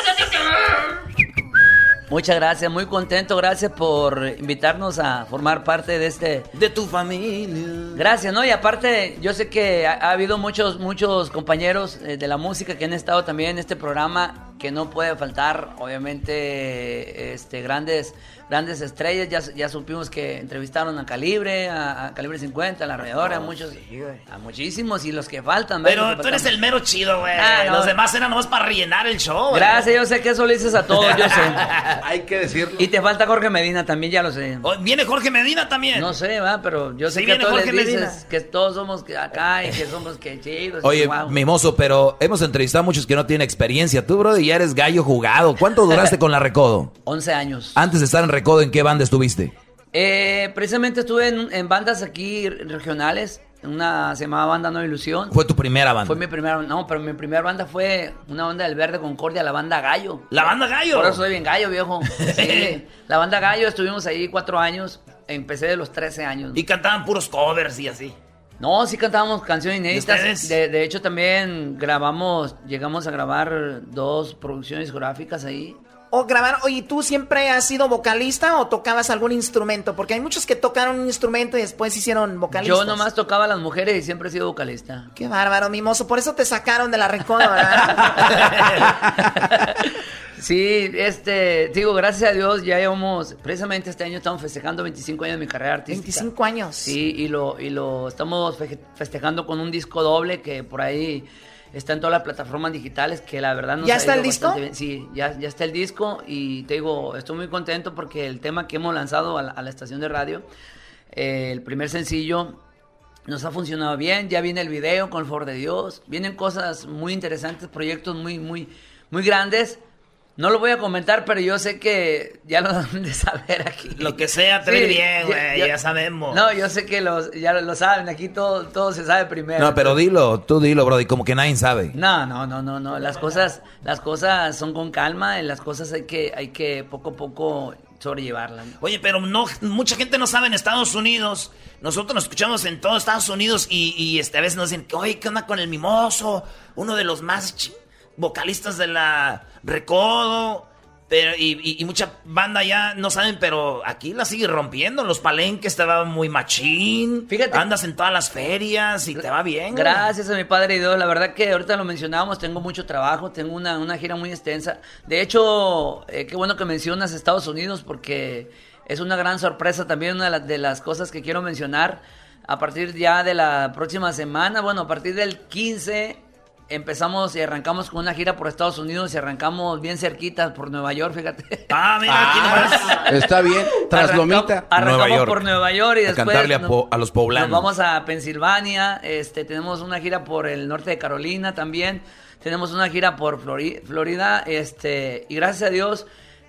Muchas gracias, muy contento, gracias por invitarnos a formar parte de este... De tu familia. Gracias, ¿no? Y aparte, yo sé que ha, ha habido muchos, muchos compañeros eh, de la música que han estado también en este programa que no puede faltar, obviamente, este, grandes, grandes estrellas. Ya, ya supimos que entrevistaron a Calibre, a, a Calibre 50, a la Arrolladora, a Oh, muchos, a muchísimos y los que faltan. ¿verdad? Los Pero que tú eres faltan. el mero chido, güey. Ah, no. Los demás eran nomás para rellenar el show. güey. Gracias, yo sé que eso lo dices a todos, yo sé. Hay que decirlo. Y te falta Jorge Medina también, ya lo sé. oh, Viene Jorge Medina también. No sé, va, pero yo sé Sí, que a viene todos Jorge les Medina. dices que todos somos que acá y que somos que chidos. Oye, guau. mimoso, pero hemos entrevistado a muchos que no tienen experiencia. Tú, brother, ya eres gallo jugado. ¿Cuánto duraste con la Recodo? 11 años. Antes de estar en Recodo, ¿en qué banda estuviste? Eh, precisamente estuve en, en bandas aquí regionales. Una se llamaba Banda No Ilusión. Fue tu primera banda. Fue mi primera, no, pero mi primera banda fue una banda del Verde Concordia, la banda Gallo. La banda Gallo. Por eso soy bien gallo, viejo. Sí. la banda Gallo, estuvimos ahí cuatro años. Empecé de los 13 años. Y cantaban puros covers y así. No, sí cantábamos canciones ustedes? inéditas. De, de hecho, también grabamos, llegamos a grabar dos producciones discográficas ahí. O grabar, oye, ¿tú siempre has sido vocalista o tocabas algún instrumento? Porque hay muchos que tocaron un instrumento y después se hicieron vocalistas. Yo nomás tocaba a las mujeres y siempre he sido vocalista. Qué bárbaro, mimoso. Por eso te sacaron de la recoda, ¿verdad? Sí, este, digo, gracias a Dios ya llevamos, precisamente este año estamos festejando 25 años de mi carrera artística. 25 años. Sí, y lo, y lo estamos feje- festejando con un disco doble que por ahí está en todas las plataformas digitales, que la verdad nos ¿Ya ha está ido el disco? bastante bien. Sí, ya, ya está el disco y te digo, estoy muy contento porque el tema que hemos lanzado a la, a la estación de radio, eh, el primer sencillo... Nos ha funcionado bien, ya viene el video con el favor de Dios, vienen cosas muy interesantes, proyectos muy, muy, muy grandes. No lo voy a comentar, pero yo sé que ya lo dan de saber aquí. Lo que sea, te va a ir Sí, bien, ya- güey. Ya, ya- sabemos. No, yo sé que los, ya lo saben, aquí todo, todo se sabe primero. No, pero dilo, tú dilo, brody, como que nadie sabe. No, no, no, no, no. Las cosas, las cosas son con calma, y las cosas hay que, hay que poco a poco sobrellevarlas. ¿no? Oye, pero no, mucha gente no sabe en Estados Unidos. Nosotros nos escuchamos en todo Estados Unidos y, y este, a veces nos dicen, oye, ¿qué onda con el mimoso? Uno de los más chi- vocalistas de la Recodo. Pero, y, y- y mucha banda ya no saben, pero aquí la sigue rompiendo. Los palenques te va muy machín. Fíjate. Andas en todas las ferias y te va bien. güey. Gracias a mi padre y Dios. La verdad que ahorita lo mencionábamos, tengo mucho trabajo, tengo una, una gira muy extensa. De hecho, eh, qué bueno que mencionas Estados Unidos porque es una gran sorpresa también, una de las, de las cosas que quiero mencionar. A partir ya de la próxima semana, bueno, a partir del 15 empezamos y arrancamos con una gira por Estados Unidos y arrancamos bien cerquita por Nueva York, fíjate. Ah, mira, Está bien, traslomita. Arrancamos por Nueva York y a después cantarle a, nos- po- a los poblanos. nos vamos a Pensilvania, este, tenemos una gira por el norte de Carolina también, tenemos una gira por Flori- Florida, este, y gracias a Dios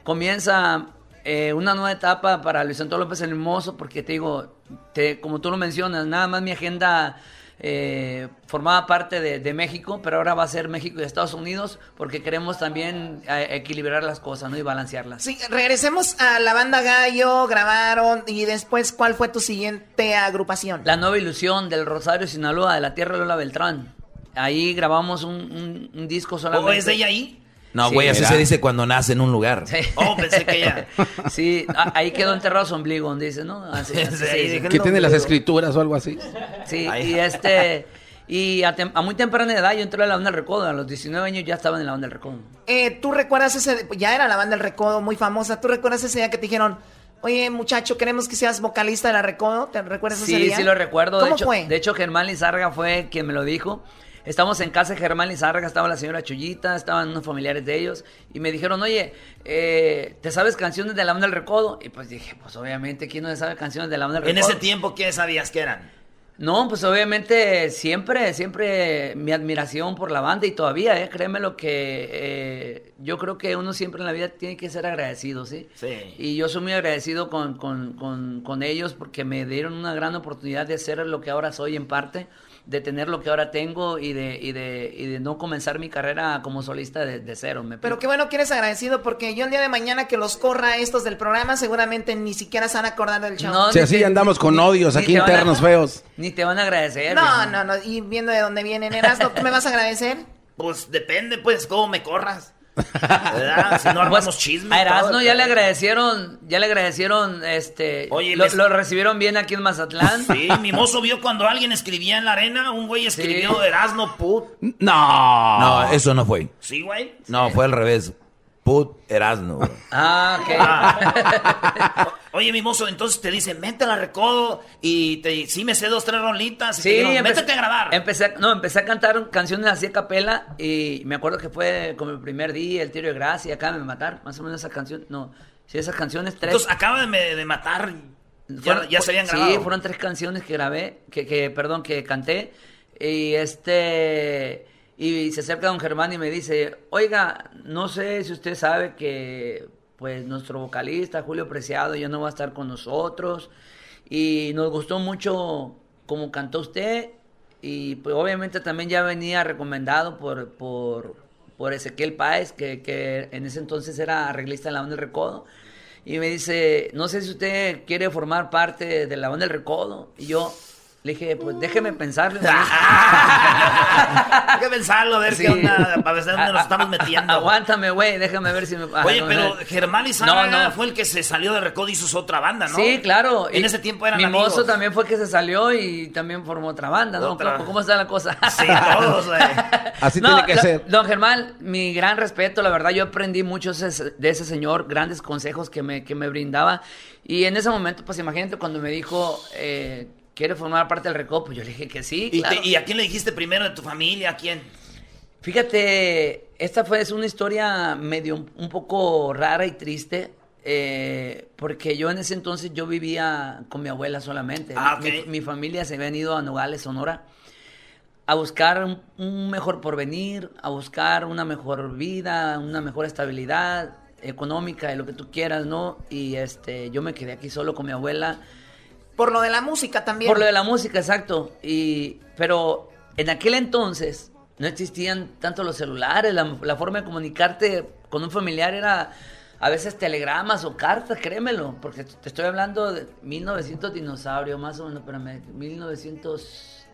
comienza eh, una nueva etapa para Luis Antonio López el Hermoso, porque te digo, te- como tú lo mencionas, nada más mi agenda eh, formaba parte de, de México, pero ahora va a ser México y Estados Unidos, porque queremos también eh, equilibrar las cosas ¿no? y balancearlas. Sí, regresemos a la banda Gallo, grabaron y después, ¿cuál fue tu siguiente agrupación? La nueva ilusión del Rosario Sinaloa, de la tierra de Lola Beltrán. Ahí grabamos un, un- un disco solamente. ¿O Oh, es de ella ahí? No, Sí, güey, así ¿verdad? se dice cuando nace en un lugar. Oh, pensé que ya. Sí, a- ahí quedó enterrado su ombligo, donde dice, ¿no? Así, así se dice. Que tiene las escrituras o algo así. Sí, y este. Y a, tem- a muy temprana edad yo entré a la banda del recodo. A los 19 años ya estaba en la banda del recodo. Eh, ¿Tú recuerdas ese, ya era la banda El Recodo, muy famosa, ¿tú recuerdas ese día que te dijeron, oye muchacho, queremos que seas vocalista de La Recodo? ¿Te recuerdas ese Sí, día? sí lo recuerdo. de ¿Cómo hecho, fue? De hecho, Germán Lizárraga fue quien me lo dijo. Estamos en casa de Germán Lizárraga, estaba la señora Chullita, estaban unos familiares de ellos. Y me dijeron, oye, eh, ¿te sabes canciones de la banda del recodo? Y pues dije, pues obviamente, ¿quién no se sabe canciones de la banda del En recodo? ese tiempo, ¿qué sabías que eran? No, pues obviamente siempre, siempre mi admiración por la banda y todavía, eh, créeme lo que eh, yo creo que uno siempre en la vida tiene que ser agradecido, ¿sí? Sí. Y yo soy muy agradecido con, con- con- con ellos porque me dieron una gran oportunidad de ser lo que ahora soy en parte, de tener lo que ahora tengo y de, y de, y de no comenzar mi carrera como solista de, de cero. Me Pero qué bueno que eres agradecido porque yo el día de mañana que los corra estos del programa seguramente ni siquiera se van a acordar del show. No, Si ni así te- andamos con ni- odios ni aquí te van a- internos feos. Ni te van a agradecer. No, viejo. no, no. Y viendo de dónde vienen, Erasmo, ¿tú me vas a agradecer? Pues depende, pues, cómo me corras. pues, ¿Verdad? Si Pues, no armamos chisme. y A todo, Erasno ya pero- le agradecieron, ya le agradecieron, este, Oye, lo, les- lo recibieron bien aquí en Mazatlán. Sí, mi mozo vio cuando alguien escribía en la arena, un güey escribió Erasmo put. No. No, eso no fue. Sí, güey. No, fue al revés. Put Erasmo. bro. Ah, O- Ah. Oye, mi mozo, entonces te dicen, vente a la recodo y te, sí me sé dos, tres rolitas. Y Sí, te digo, empecé- métete a grabar. Empecé a- no, empecé a cantar canciones así a capela y me acuerdo que fue como el primer día, El Tiro de Gracia, acá me matar, más o menos esa canción, no, sí, esas canciones tres. Entonces acaba de, de matar. Ya, Fueron- ya fu- se habían Sí, grabado. fueron tres canciones que grabé, que, que perdón, que canté. Y este y se acerca don Germán y me dice, "Oiga, no sé si usted sabe que pues nuestro vocalista Julio Preciado ya no va a estar con nosotros y nos gustó mucho como cantó usted y pues obviamente también ya venía recomendado por por, por Ezequiel Páez, que, que en ese entonces era arreglista en la onda del recodo. Y me dice, no sé si usted quiere formar parte de la banda del recodo. Y yo le dije, pues déjeme pensarlo. Hay que pensarlo, a ver Sí. qué onda, para ver dónde nos estamos metiendo. Aguántame, güey, déjame ver si me... Ajá, Oye, no, pero no. Germán Lizárraga No, no. fue el que se salió de Recodo y hizo otra banda, ¿no? Sí, claro. En Y ese tiempo eran Mi amigos. mozo también fue que se salió y también formó otra banda, ¿no? Otra. ¿Cómo- ¿Cómo está la cosa? Sí, todos, Así No, tiene que lo- ser. Don Germán, mi gran respeto, la verdad, yo aprendí mucho ese- de ese señor, grandes consejos que me, que me brindaba. Y en ese momento, pues imagínate cuando me dijo, eh, ¿quiere formar parte del recodo? Pues yo le dije que sí. ¿Y, claro. te- ¿Y a quién le dijiste primero de tu familia? ¿A quién? Fíjate, esta fue es una historia medio un poco rara y triste, eh, porque yo en ese entonces yo vivía con mi abuela solamente. Ah, Mi- ok. mi, mi familia se habían ido a Nogales, Sonora, a buscar un, un mejor porvenir, a buscar una mejor vida, una mejor estabilidad económica, de lo que tú quieras, ¿no? Y este, yo me quedé aquí solo con mi abuela. Por lo de la música también. Por lo de la música, exacto. Y, pero en aquel entonces no existían tanto los celulares, la, la forma de comunicarte con un familiar era a veces telegramas o cartas, créemelo, porque te estoy hablando de 1900 dinosaurio, más o menos, espérame, 1900,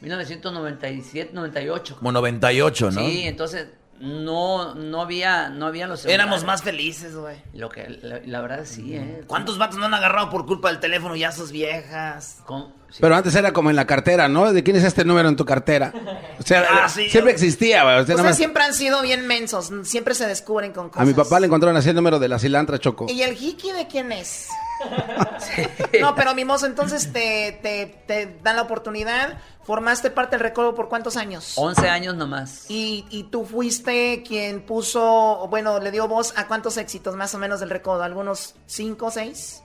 1997, 98. Como 98, ¿no? Sí, entonces no, no, había, no había los celulares. Éramos más felices, güey. Lo que, la, la verdad sí, ¿eh? ¿Cuántos vatos no han agarrado por culpa del teléfono ya sus viejas? Pero antes era como en la cartera, ¿no? ¿De quién es este número en tu cartera? O sea, Ah, sí. siempre existía, güey. O sea, O nada sea, más- siempre han sido bien mensos. Siempre se descubren con A cosas. mi papá le encontraron así el número de la cilantra Choco. ¿Y el hiki de quién es? No, pero mimoso, entonces te, te, te dan la oportunidad. Formaste parte del recodo por cuántos años? 11 años nomás. Y, y tú fuiste quien puso, bueno, le dio voz a cuántos éxitos más o menos del recodo, algunos cinco, seis.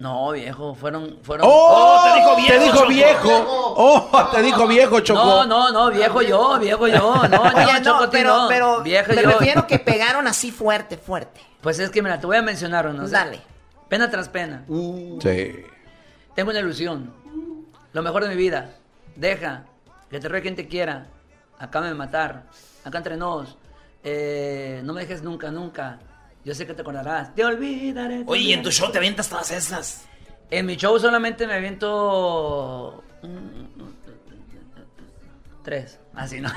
No, viejo, fueron... fueron... ¡Oh! ¡Oh, te dijo viejo, Te dijo Choco! viejo. ¡Oh, te dijo viejo, Choco! No, no, no, viejo yo, viejo yo. No, no, Oye, Choco, no, a ti pero, no. pero viejo me yo. refiero que pegaron así fuerte, fuerte. Pues es que, mira, te voy a mencionar uno. Dale. Uh. Pena tras pena. Sí. Tengo una ilusión. Lo mejor de mi vida. Deja. Que te ruegue quien te quiera. Acábame de matar. Acá entre nos. Eh, no me dejes nunca, nunca. Yo sé que te acordarás. Te olvidaré. Oye, ¿y en tu show te avientas todas esas? En mi show solamente me aviento. mm, Tres. Así no.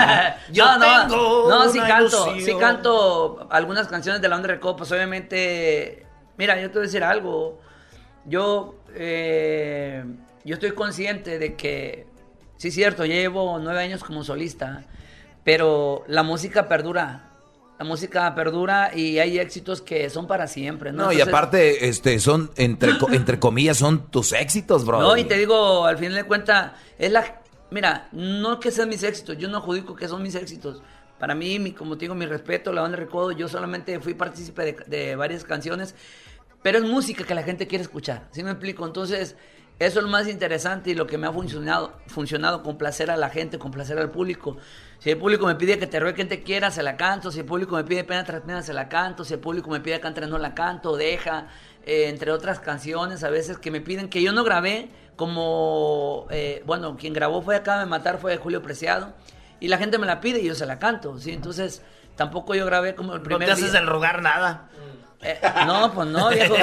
Yo no, tengo No, sí una canto. Sí ilusión. canto algunas canciones de la onda Recodo. Pues obviamente. Mira, yo te voy a decir algo. Yo, eh, yo estoy consciente de que, sí es cierto, llevo nueve años como solista, pero la música perdura. La música perdura y hay éxitos que son para siempre, ¿no? No, y Entonces- aparte, este, son, entre, co- entre comillas, son tus éxitos, bro. No, y te digo, al final de cuentas, es la... Mira, no que sean mis éxitos, yo no adjudico que son mis éxitos. Para mí, mi- como te digo, mi respeto, la banda Recodo, yo solamente fui partícipe de, de varias canciones, pero es música que la gente quiere escuchar, ¿sí me explico? Entonces, eso es lo más interesante y lo que me ha funcionado, funcionado complacer a la gente, complacer al público. Si el público me pide que te ruegue quien te quiera, se la canto. Si el público me pide pena tras pena, se la canto. Si el público me pide cantar, no la canto. Deja, eh, entre otras canciones a veces que me piden que yo no grabé. Como, eh, bueno, quien grabó fue Acá de Matar, fue Julio Preciado. Y la gente me la pide y yo se la canto. ¿sí? Entonces, tampoco yo grabé como el No primer te haces día. el rogar nada. Eh, no, pues no, viejo.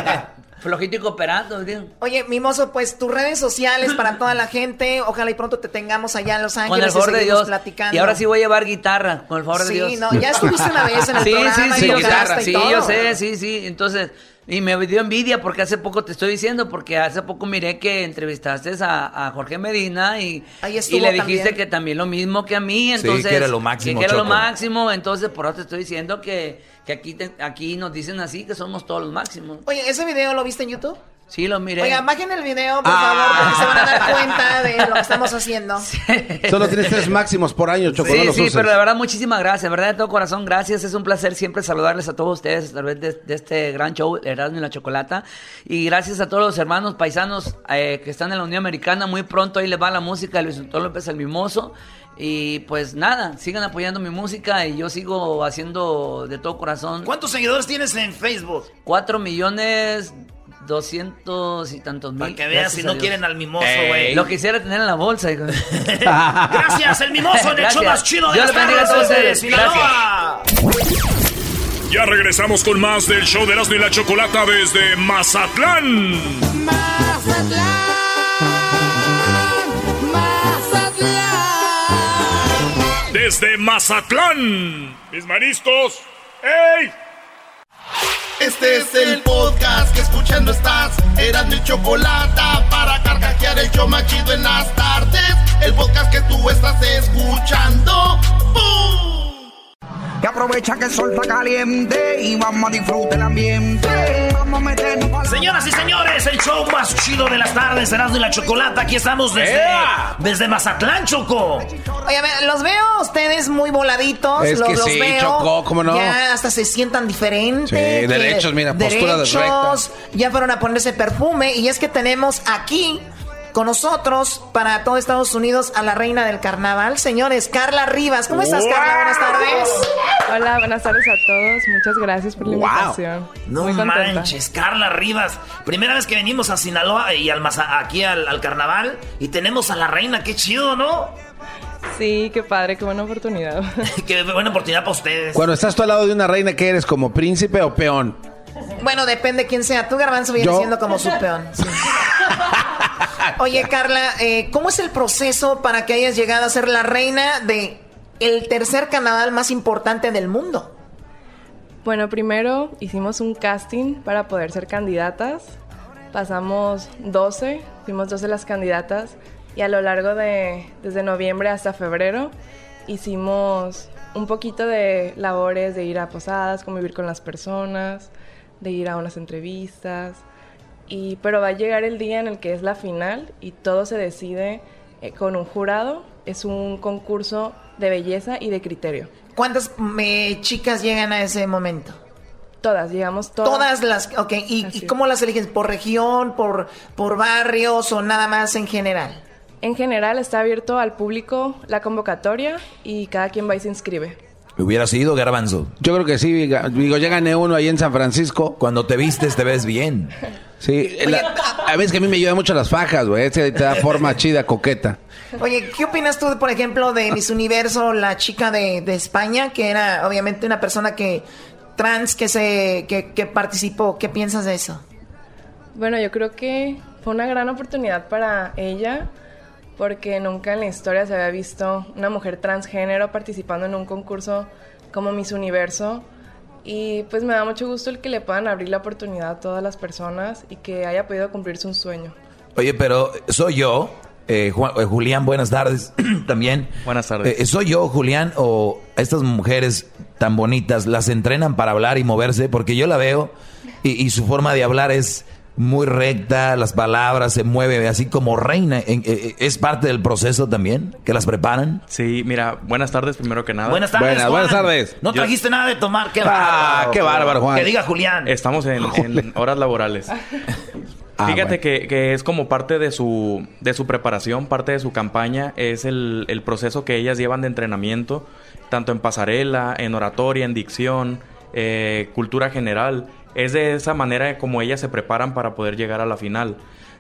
Flojito y cooperando, tío. Oye, Mimoso, pues tus redes sociales para toda la gente. Ojalá y pronto te tengamos allá en Los Con Ángeles el favor y de seguimos Dios. platicando. Y ahora sí voy a llevar guitarra, con el favor de Sí, Dios. no, ya estuviste una vez en el sí, programa y Sí, sí, tocaste guitarra, y sí, todo. yo sé, sí, sí. Entonces, y me dio envidia porque hace poco te estoy diciendo, porque hace poco miré que entrevistaste a, a Jorge Medina y, Ahí estuvo y le dijiste también. que también lo mismo que a mí. Entonces, que era lo máximo, Que era lo Choco. máximo. Entonces, por eso te estoy diciendo que, que aquí, te- aquí nos dicen así, que somos todos los máximos. Oye, ¿ese video lo viste en YouTube? Sí, lo miré. Oigan, bajen el video, por favor, porque se van a Ah. dar cuenta de lo que estamos haciendo. Solo tienes tres máximos por año, Choco, no Sí, los sí, uses. pero la verdad, muchísimas gracias, ¿verdad? De todo corazón, gracias. Es un placer siempre saludarles a todos ustedes a través de, de este gran show, Erasmo y la Chocolata. Y gracias a todos los hermanos paisanos eh, que están en la Unión Americana. Muy pronto ahí les va la música de Luis Antonio López el Mimoso. Y pues nada, sigan apoyando mi música y yo sigo haciendo de todo corazón. ¿Cuántos seguidores tienes en Facebook? Cuatro millones doscientos y tantos mil. Para que veas si no quieren al mimoso, güey. Lo quisiera tener en la bolsa, hijo. Gracias, el mimoso en el show Gracias. más chido de Dios las les bendiga a tardes todos de ustedes. Sinaloa. Gracias. Ya regresamos con más del show de Erasmo y la Chocolata desde Mazatlán. Desde Mazatlán. Mis mariscos. ¡Ey! Este es el podcast que escuchando estás. Eran mi chocolate para carcajear el yo machido en las tardes. El podcast que tú estás escuchando. ¡Bum! Y aprovecha que el sol está caliente y vamos a disfrutar el ambiente. Vamos a meternos pa' la- Señoras y señores, el show más chido de las tardes, Erasmo y la Chocolata. Aquí estamos desde, ¡Ea! desde Mazatlán, Choco. Oye, a ver, los veo a ustedes muy voladitos. Es los, que los sí, veo. Chocó, ¿cómo no? Ya hasta se sientan diferentes. Sí, derechos, mira, postura de derechos, Ya fueron a ponerse perfume. Y es que tenemos aquí con nosotros, para todo Estados Unidos, a la reina del carnaval, señores, Carla Rivas. ¿Cómo estás, Carla? Buenas tardes. Hola, buenas tardes a todos. Muchas gracias por la Wow. invitación. No Muy contenta. manches, Carla Rivas. Primera vez que venimos a Sinaloa y al Maza- aquí al, al carnaval y tenemos a la reina. Qué chido, ¿no? Sí, qué padre, qué buena oportunidad. Qué buena oportunidad para ustedes. Cuando estás tú al lado de una reina, ¿qué eres? ¿Como príncipe o peón? Bueno, depende quién sea. Tú, Garbanzo, viene Yo. siendo como su peón. sí. Oye, Carla, eh, ¿cómo es el proceso para que hayas llegado a ser la reina de el tercer carnaval más importante del mundo? Bueno, primero hicimos un casting para poder ser candidatas. Pasamos 12, fuimos 12 las candidatas y a lo largo de, desde noviembre hasta febrero, hicimos un poquito de labores de ir a posadas, convivir con las personas, de ir a unas entrevistas. Y, pero va a llegar el día en el que es la final y todo se decide eh, con un jurado. Es un concurso de belleza y de criterio. ¿Cuántas me, chicas llegan a ese momento? Todas, llegamos todas. Todas las, ok, ¿y, y cómo las eligen? ¿Por región, por, por barrios o nada más en general? En general está abierto al público la convocatoria y cada quien va y se inscribe. Hubiera sido garbanzo. Yo creo que sí. ga- Digo, ya gané uno ahí en San Francisco. Cuando te vistes, te ves bien. Sí. la- a veces que a mí me ayudan mucho las fajas, güey. Este te da forma chida, coqueta. Oye, ¿qué opinas tú, por ejemplo, de Miss Universo, la chica de, de España, que era obviamente una persona que trans que se que, que participó? ¿Qué piensas de eso? Bueno, yo creo que fue una gran oportunidad para ella porque nunca en la historia se había visto una mujer transgénero participando en un concurso como Miss Universo y pues me da mucho gusto el que le puedan abrir la oportunidad a todas las personas y que haya podido cumplirse un sueño. Oye, pero soy yo, eh, Juan- eh, Julián, buenas tardes también. Buenas tardes. ¿Soy yo, Julián, o estas mujeres tan bonitas las entrenan para hablar y moverse? Porque yo la veo y, y su forma de hablar es muy recta, las palabras se mueve así como reina. En- eh, eh, ¿Es parte del proceso también que las preparan? Sí, mira, buenas tardes primero que nada. Buenas tardes. Juan. No Yo- trajiste nada de tomar. Qué Ah, bárbaro. qué bárbaro, Juan. Eh, Que diga Julián. Ah, Estamos en, en horas laborales. Fíjate que, que es como parte de su, de su preparación, parte de su campaña, es el, el proceso que ellas llevan de entrenamiento, tanto en pasarela, en oratoria, en dicción, eh, cultura general. Es de esa manera como ellas se preparan para poder llegar a la final.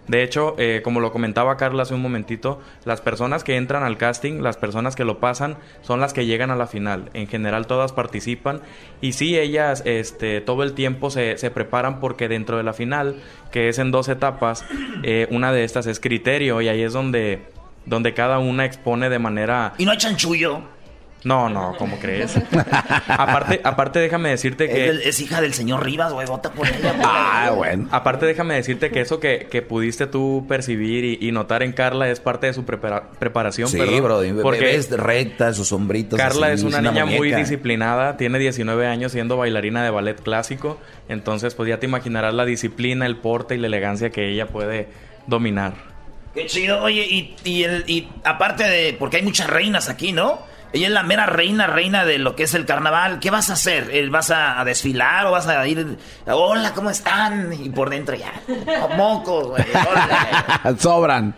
De hecho, eh, como lo comentaba Carla hace un momentito, las personas que entran al casting, las personas que lo pasan, son las que llegan a la final. En general todas participan y sí, ellas este, todo el tiempo se, se preparan porque dentro de la final, que es en dos etapas, eh, una de estas es criterio y ahí es donde, donde cada una expone de manera... Y no hay chanchullo. No, no, ¿cómo crees? aparte, aparte déjame decirte que... Es, del- es hija del señor Rivas, güey. Vota por ella. güey. Ah, Aparte, déjame decirte que eso que, que pudiste tú percibir y, y notar en Carla es parte de su prepara- preparación. Sí, perdón, bro. Porque Porque ves recta, sus sombritos. Carla así, es una, niña muy muñeca. disciplinada, tiene 19 años siendo bailarina de ballet clásico. Entonces, pues ya te imaginarás la disciplina, el porte y la elegancia que ella puede dominar. Qué chido. Oye, y, y, el, y aparte de... Porque hay muchas reinas aquí, ¿no? Ella es la mera reina, reina de lo que es el carnaval. ¿Qué vas a hacer? Eh, ¿Vas a, a desfilar o vas a ir... Hola, ¿cómo están? Y por dentro ya. Mocos, güey. Sobran.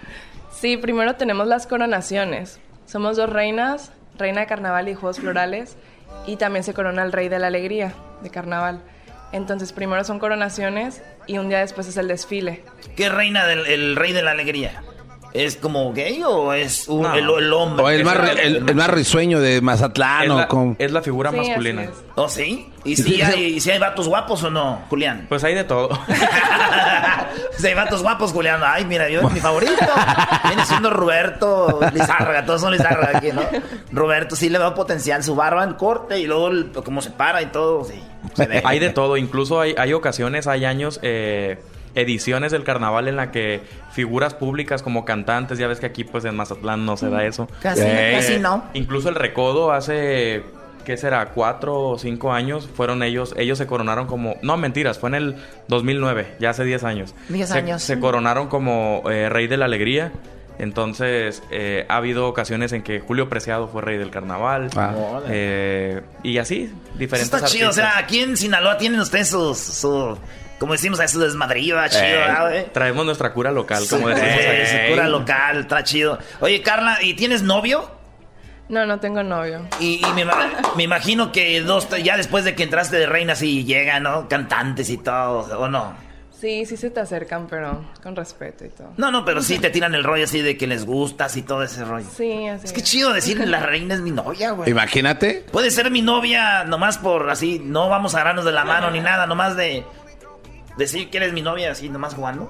Sí, primero tenemos las coronaciones. Somos dos reinas, reina de carnaval y juegos florales, y también se corona el rey de la alegría de carnaval. Entonces, primero son coronaciones y un día después es el desfile. ¿Qué reina del el rey de la alegría? ¿Es como gay o es un- No. el, el hombre? O el Es más, el- re- el, el más risueño de Mazatlán. Es o la- con- Es la figura Sí, así masculina. es. ¿Oh, sí? ¿Y si, hay, y si hay vatos guapos o no, Julián? Pues hay de todo. Si hay vatos guapos, Julián. Ay, mira, yo es mi favorito. Viene siendo Roberto Lizárraga. Todos son Lizárraga aquí, ¿no? Roberto sí le veo potencial. Su barba en corte y luego el- cómo se para y todo. Sí. hay de todo, incluso hay, hay ocasiones, hay años, eh, ediciones del carnaval en la que figuras públicas como cantantes, ya ves que aquí pues en Mazatlán no se da eso. Eh, Casi- casi no. Incluso el Recodo hace, ¿qué será? Cuatro o cinco años fueron ellos, ellos se coronaron como, no mentiras, fue en el 2009, ya hace 10 años. 10 Se- años. Se coronaron como eh, Rey de la Alegría. Entonces, eh, ha habido ocasiones en que Julio Preciado fue rey del carnaval. Eh, y así, Eso diferentes está chido. O artistas. sea, aquí en Sinaloa tienen ustedes su... su como decimos, a su desmadrillo, ah, chido, Eh, ¿verdad, eh? Traemos nuestra cura local, Su- como decimos eh, aquí. su cura local, está chido. Oye, Carla, ¿y tienes novio? No, no tengo novio. Y, y me, ima- me imagino que dos, ya después de que entraste de reina, sí llegan, ¿no? Cantantes y todo, ¿o no? Sí, sí se te acercan, pero con respeto y todo. No, no, pero sí te tiran el rollo así de que les gustas y todo ese rollo. Sí, así. Es Qué chido decir, la reina es mi novia, güey. Imagínate. Puede ser mi novia nomás por así, no vamos a agarrarnos de la mano ni nada, nomás de decir que eres mi novia así, nomás jugando.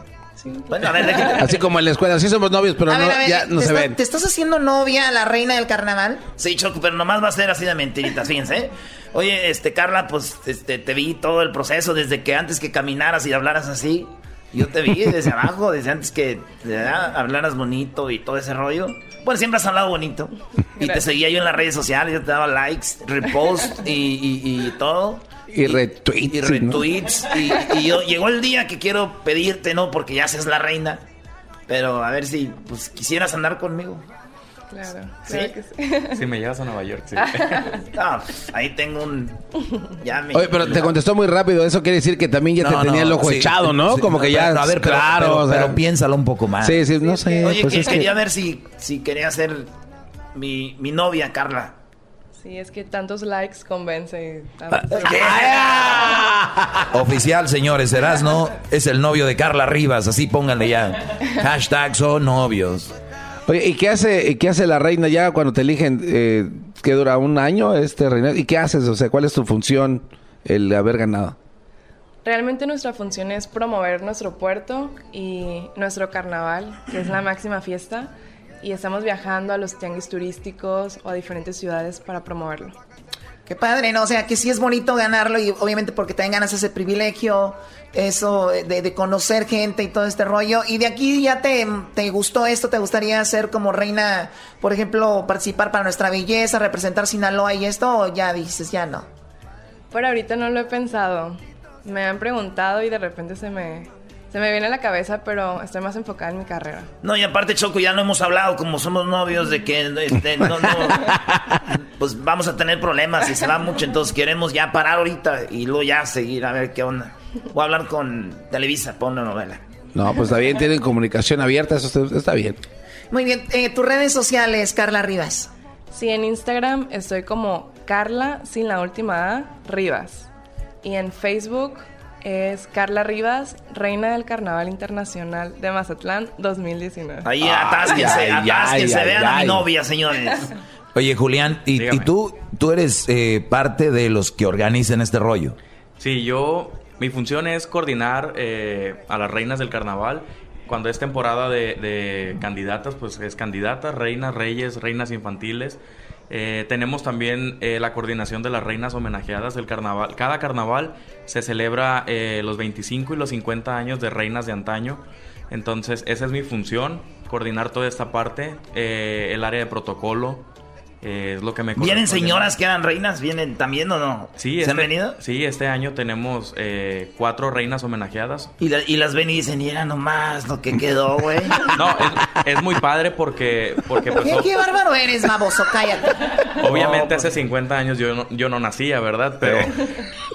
Bueno, a ver, déjate. Así como en la escuela. Sí somos novios, pero A no, ver, a ver, ya no ¿te se estás- ven. ¿Te estás haciendo novia a la reina del carnaval? Sí, Choco, pero nomás va a ser así de mentiritas, fíjense. ¿eh? Oye, este, Carla, pues este, te vi todo el proceso desde que antes que caminaras y hablaras así. Yo te vi desde abajo, desde antes que ¿verdad? hablaras bonito y todo ese rollo. Bueno, siempre has hablado bonito. Y te seguía yo en las redes sociales, yo te daba likes, repost y, y- y todo. Y retweets. Y ¿no? retweets. Y, y yo, llegó el día que quiero pedirte, ¿no? Porque ya seas la reina. Pero a ver si pues, quisieras andar conmigo. Claro, ¿Sí? claro que sí. Si me llevas a Nueva York, sí. Ah, ahí tengo un. Ya me- Oye, pero te contestó muy rápido. Eso quiere decir que también ya No, te tenía no, el ojo sí, echado, ¿no? sí, como no, que ya. pero, a ver, pero- claro. pero- o sea, pero piénsalo un poco más. Sí, sí, no eh, sé. Oye, pues que- es que- quería ver si, si quería ser mi, mi novia, Carla. Sí, es que tantos likes convence. y- Ah, Oficial, señores, Erasno es el novio de Carla Rivas, así pónganle ya. Hashtag son novios. Oye, ¿y qué hace, y qué hace la reina ya cuando te eligen? Eh, que dura un año este reinado. ¿Y qué haces? O sea, ¿cuál es tu función el haber ganado? Realmente nuestra función es promover nuestro puerto y nuestro carnaval, que es la máxima fiesta, y estamos viajando a los tianguis turísticos o a diferentes ciudades para promoverlo. Qué padre, ¿no? O sea, que sí es bonito ganarlo y obviamente porque también ganas ese privilegio, eso eh, de, de conocer gente y todo este rollo. Y de aquí ya te, te gustó esto, te gustaría ser como reina, por ejemplo, participar para nuestra belleza, representar Sinaloa y esto, o ya dices, ya no. Por ahorita no lo he pensado. Me han preguntado y de repente se me, se me viene a la cabeza, pero estoy más enfocada en mi carrera. No, y aparte, Choco, ya no hemos hablado, como somos novios, de que este, no, no, pues vamos a tener problemas y se va mucho, entonces queremos ya parar ahorita y luego ya seguir a ver qué onda. Voy a hablar con Televisa para una novela. No, pues está bien, tienen comunicación abierta, eso está- está bien. Muy bien, eh, tus redes sociales, Carla Rivas. Sí, en Instagram estoy como Carla sin la última A Rivas. Y en Facebook es Carla Rivas, reina del Carnaval Internacional de Mazatlán 2019. Ahí Ay, atásquense, ay, ay, atásquense. ay, vean a ay. mi novia, señores. Oye, Julián, ¿y, y tú, tú eres eh, parte de los que organizan este rollo? Sí, yo, mi función es coordinar eh, a las reinas del carnaval. Cuando es temporada de, de candidatas, pues es candidatas, reinas, reyes, reinas infantiles. Eh, tenemos también eh, la coordinación de las reinas homenajeadas del carnaval. Cada carnaval se celebra eh, los 25 y los 50 años de reinas de antaño. Entonces, esa es mi función, coordinar toda esta parte, eh, el área de protocolo. eh, es lo que me ¿Vienen corresponde. señoras que eran reinas? ¿Vienen también o no? Sí, ¿Se este, han venido? Sí, este año tenemos eh, cuatro reinas homenajeadas. Y, la- y las ven y dicen, y era nomás lo que quedó, güey. No, es, es muy padre porque, porque pues, ¿Qué, o- qué pues bárbaro eres, baboso? Cállate. obviamente hace 50 años yo no, yo no nacía, ¿verdad? Pero,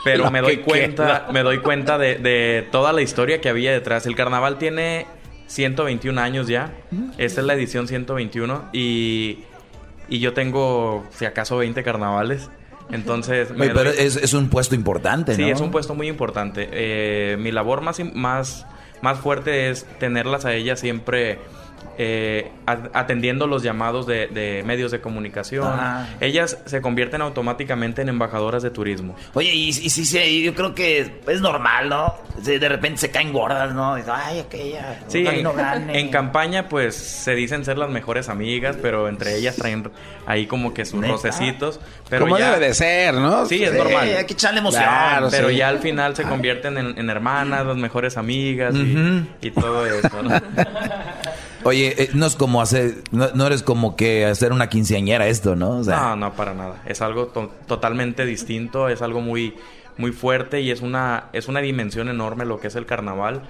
pero me doy cuenta, me doy cuenta de, de toda la historia que había detrás. El carnaval tiene 121 años ya. Mm. Esta es la edición 121 y, y yo tengo, si acaso, 20 carnavales. Entonces, me Oye, pero doy- es, es un puesto importante, ¿no? Sí, es un puesto muy importante. Eh, mi labor más, im- más, más fuerte es tenerlas a ellas siempre eh, a- atendiendo los llamados de, de medios de comunicación. Ah. Ellas se convierten automáticamente en embajadoras de turismo. Oye, y, y sí, sí, yo creo que es normal, ¿no? Si de repente se caen gordas, ¿no? Dices, ay, aquella. Sí, ojalá en, no gane". en campaña pues se dicen ser las mejores amigas, pero entre ellas traen ahí como que sus ¿Neta? rocecitos. Pero Como ya- debe de ser, ¿no? Sí, es normal. hay que echarle emoción. Ah. Claro, pero sí. ya al final se convierten en, en hermanas, las mejores amigas y, Ujú. y todo eso. ¿no? Oye, eh, no es como hacer, no, no eres como que hacer una quinceañera esto, ¿no? O sea, No, no, para nada. Es algo to- totalmente distinto, es algo muy, muy fuerte y es una, es una dimensión enorme lo que es el carnaval.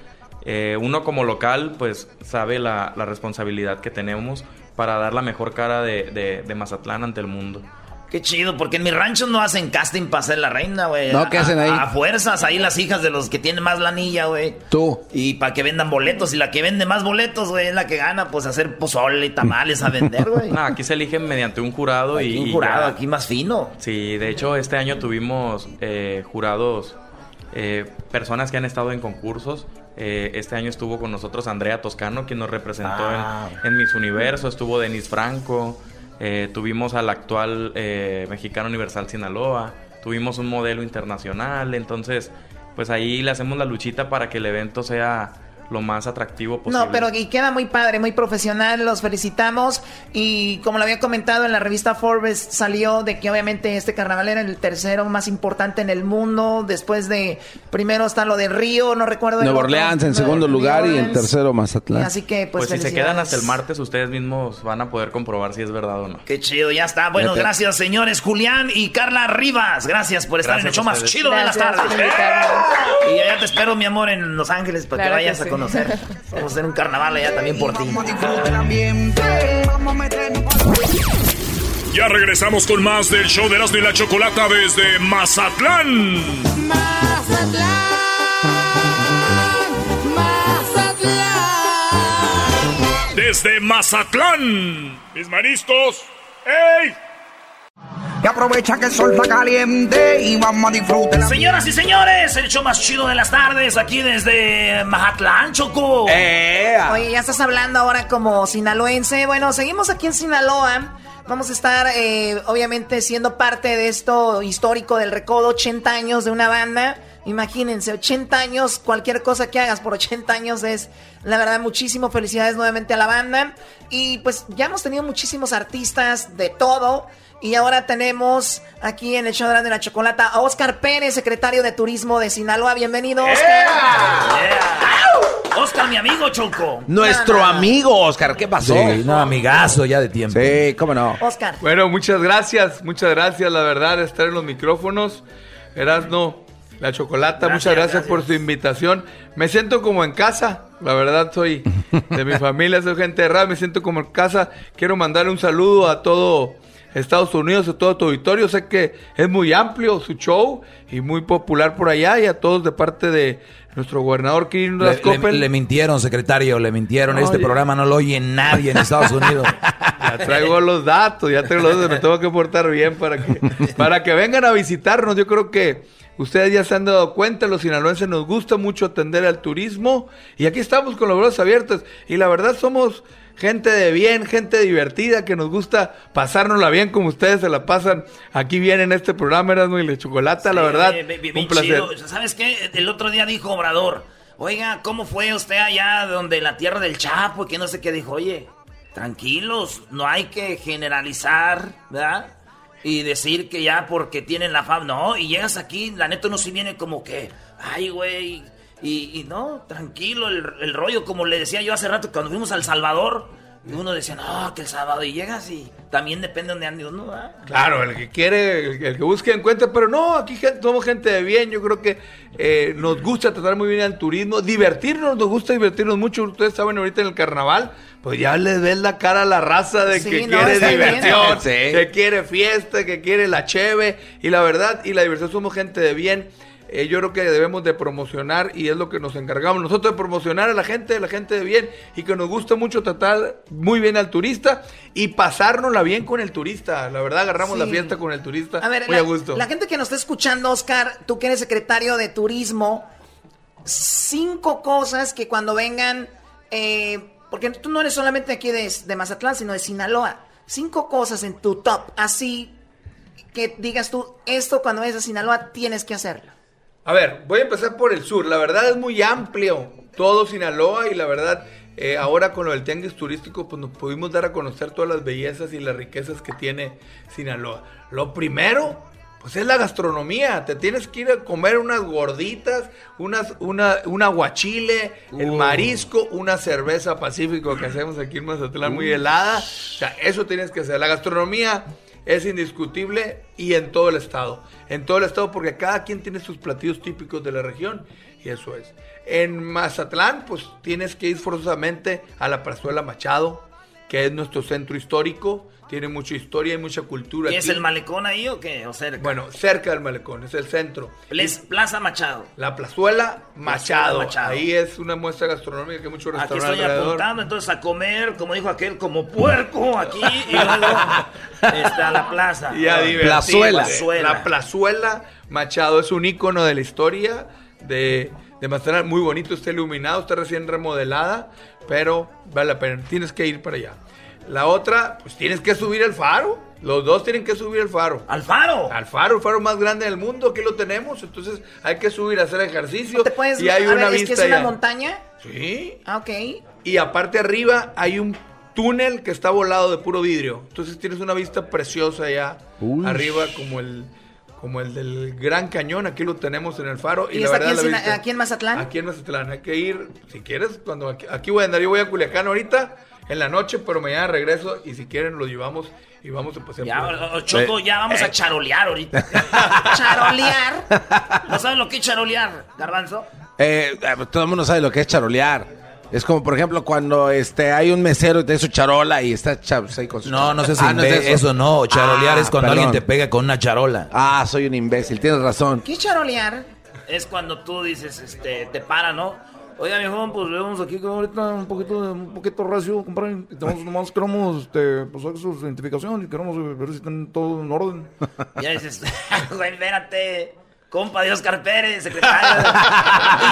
Eh, uno como local, pues sabe la, la responsabilidad que tenemos para dar la mejor cara de, de- de Mazatlán ante el mundo. Qué chido, porque en mi rancho no hacen casting para ser la reina, güey. No, ¿qué A- hacen ahí? A fuerzas, ahí las hijas de los que tienen más lanilla, güey. Tú. Y para que vendan boletos. Y la que vende más boletos, güey, es la que gana, pues hacer pozole y tamales a vender, güey. No, aquí se eligen mediante un jurado y... un jurado, aquí más fino. Sí, de hecho este año tuvimos eh, jurados, eh, personas que han estado en concursos. Eh, este año estuvo con nosotros Andrea Toscano, quien nos representó Ah. en, en Miss Universo, estuvo Denis Franco, eh, tuvimos al actual eh, mexicano Universal Sinaloa, tuvimos un modelo internacional, entonces pues ahí le hacemos la luchita para que el evento sea lo más atractivo posible. No, pero y queda muy padre, muy profesional, los felicitamos. Y como lo había comentado en la revista Forbes, salió de que obviamente este carnaval era el tercero más importante en el mundo. Después de, primero está lo de Río, no recuerdo. el Nueva otro. Orleans en Nueva segundo lugar y en Orleans. tercero Mazatlán. Así que, pues, Pues, si se felicidades. quedan hasta el martes, ustedes mismos van a poder comprobar si es verdad o no. Qué chido, ya está. Ah, Bueno, Fíjate. gracias, señores. Julián y Carla Rivas, gracias por estar en el Gracias show a más ustedes. chido de Gracias las por tardes. ¡Eh! Y allá te espero, mi amor, en Los Ángeles para Claro que que vayas sí. a conocer. Vamos a hacer un carnaval allá también por ti. Ya regresamos con más del show de Erasmo y la Chocolata desde Mazatlán. Desde Mazatlán. Mis mariscos. ¡Ey! Y aprovecha que el sol está caliente y vamos a disfrutar. la- Señoras y señores, el show más chido de las tardes, aquí desde Mazatlán, Choco. Oye, ya estás hablando ahora como sinaloense. Bueno, seguimos aquí en Sinaloa. Vamos a estar, eh, obviamente, siendo parte de esto histórico del recodo, 80 años de una banda. Imagínense, 80 años, cualquier cosa que hagas por 80 años es, la verdad, muchísimo. Felicidades nuevamente a la banda. Y pues ya hemos tenido muchísimos artistas de todo. Y ahora tenemos aquí en el show de la chocolata a Oscar Pérez, secretario de Turismo de Sinaloa. Bienvenido, Oscar. Oscar, mi amigo, Choco. Nuestro amigo Oscar, ¿qué pasó? Sí, no, amigazo ya de tiempo. Sí, cómo no. Oscar. Bueno, muchas gracias, muchas gracias, la verdad, estar en los micrófonos. Erasno, la chocolata, Gracias, muchas gracias, por su invitación. Me siento como en casa, la verdad, soy de mi familia, soy gente de radio, me siento como en casa. Quiero mandarle un saludo a todo Estados Unidos, a todo tu auditorio. Sé que es muy amplio su show y muy popular por allá y a todos de parte de nuestro gobernador Kirin Le, le- Raskopen. le mintieron, secretario, le mintieron. este Oye. programa no lo oye nadie en Estados Unidos. Ya traigo los datos, ya traigo los datos, me tengo que portar bien para que, para que vengan a visitarnos. Yo creo que Ustedes ya se han dado cuenta, los sinaloenses nos gusta mucho atender al turismo y aquí estamos con los brazos abiertos y la verdad somos gente de bien, gente divertida que nos gusta pasárnosla bien como ustedes se la pasan aquí bien en este programa Erasmo y la Chocolata, la Sí, verdad, eh, bien- bien un placer. chido. ¿Sabes qué? El otro día dijo Obrador, oiga, ¿cómo fue usted allá donde la tierra del Chapo? Y que no sé qué dijo, oye, tranquilos, no hay que generalizar, ¿verdad? Y decir que ya porque tienen la fama, no, y llegas aquí, la neta no si viene como que, ay, güey, y, y no, tranquilo, el, el rollo, como le decía yo hace rato cuando fuimos al Salvador, uno decía, no, que el sábado, y llegas y también depende de dónde Ah. ande uno, ¿verdad? Claro, el que quiere, el, el que busque encuentra, pero no, aquí gen- somos gente de bien, yo creo que eh, nos gusta tratar muy bien al turismo, divertirnos, nos gusta divertirnos mucho, ustedes saben ahorita en el carnaval, pues ya les ves la cara a la raza de Sí, que no, quiere está bien. diversión, Sí. que quiere fiesta, que quiere la cheve, y la verdad, y la diversión somos gente de bien. Eh, yo creo que debemos de promocionar y es lo que nos encargamos nosotros de promocionar a la gente, a la gente de bien y que nos gusta mucho tratar muy bien al turista y pasárnosla bien con el turista. La verdad agarramos Sí. la fiesta con el turista A ver, muy la, a gusto. la gente que nos está escuchando, Oscar, tú que eres secretario de turismo, cinco cosas que cuando vengan, eh, porque tú no eres solamente aquí de, de Mazatlán, sino de Sinaloa, cinco cosas en tu top, así que digas tú, esto cuando vayas a Sinaloa tienes que hacerlo. A ver, voy a empezar por el sur. La verdad es muy amplio todo Sinaloa y la verdad eh, ahora con lo del tianguis turístico pues nos pudimos dar a conocer todas las bellezas y las riquezas que tiene Sinaloa. Lo primero pues es la gastronomía. Te tienes que ir a comer unas gorditas, unas, una, un aguachile, el marisco, una cerveza pacífico que hacemos aquí en Mazatlán muy Uh. helada. O sea, eso tienes que hacer. La gastronomía es indiscutible y en todo el estado. En todo el estado porque cada quien tiene sus platillos típicos de la región y eso es. En Mazatlán pues tienes que ir forzosamente a la Plazuela Machado, que es nuestro centro histórico. Tiene mucha historia y mucha cultura. ¿Y es aquí. el malecón ahí o qué? O cerca. Bueno, cerca del malecón, es el centro. Les- Plaza Machado. La Plazuela Machado. Machado. Ahí es una muestra gastronómica que hay muchos Aquí restaurantes estoy alrededor. apuntando entonces a comer, como dijo aquel, como puerco aquí y luego este, a la plaza. Y a divertirse. Plazuela. La plazuela Machado es un icono de la historia de, de Mazatlán. Muy bonito, está iluminado, está recién remodelada, pero vale la pena. Tienes que ir para allá. La otra, pues tienes que subir el faro. Los dos tienen que subir el faro. ¿Al faro? Al faro, el faro más grande del mundo. Aquí lo tenemos. Entonces hay que subir a hacer ejercicio. Puedes- y hay a una ver, vista es que es una allá. montaña. Sí. Ah, ok. Y aparte arriba hay un túnel que está volado de puro vidrio. Entonces tienes una vista preciosa allá Uy. arriba como el como el del Gran Cañón. Aquí lo tenemos en el faro. Y, ¿Y la está aquí verdad en, la Sina- Ah. vista- aquí en Mazatlán? Aquí en Mazatlán. Hay que ir, si quieres, cuando aquí, aquí voy a andar. Yo voy a Culiacán ahorita en la noche, pero mañana regreso y si quieren lo llevamos y vamos a pasear. Ya, por- o- o- Choco, ya vamos a Eh. charolear ahorita. charolear. ¿No sabes lo que es charolear, Garbanzo? Eh, eh, todo el mundo sabe lo que es charolear. Es como, por ejemplo, cuando este, hay un mesero y te da su charola y está chavos ahí con su Ah, No, no sé si es eso. no. Charolear Ah, es cuando alguien perdón. te pega con una charola. Ah, soy un imbécil, tienes razón. ¿Qué es charolear? Es cuando tú dices, este, te para, ¿no? Oiga, mi joven, pues vemos aquí que ahorita un poquito, un poquito recio, compadre. Y tenemos- nomás queremos, este, pues, hacer su identificación y queremos eh, ver si están todo en orden. Ya dices, güey, espérate, compa de Oscar Pérez, secretario.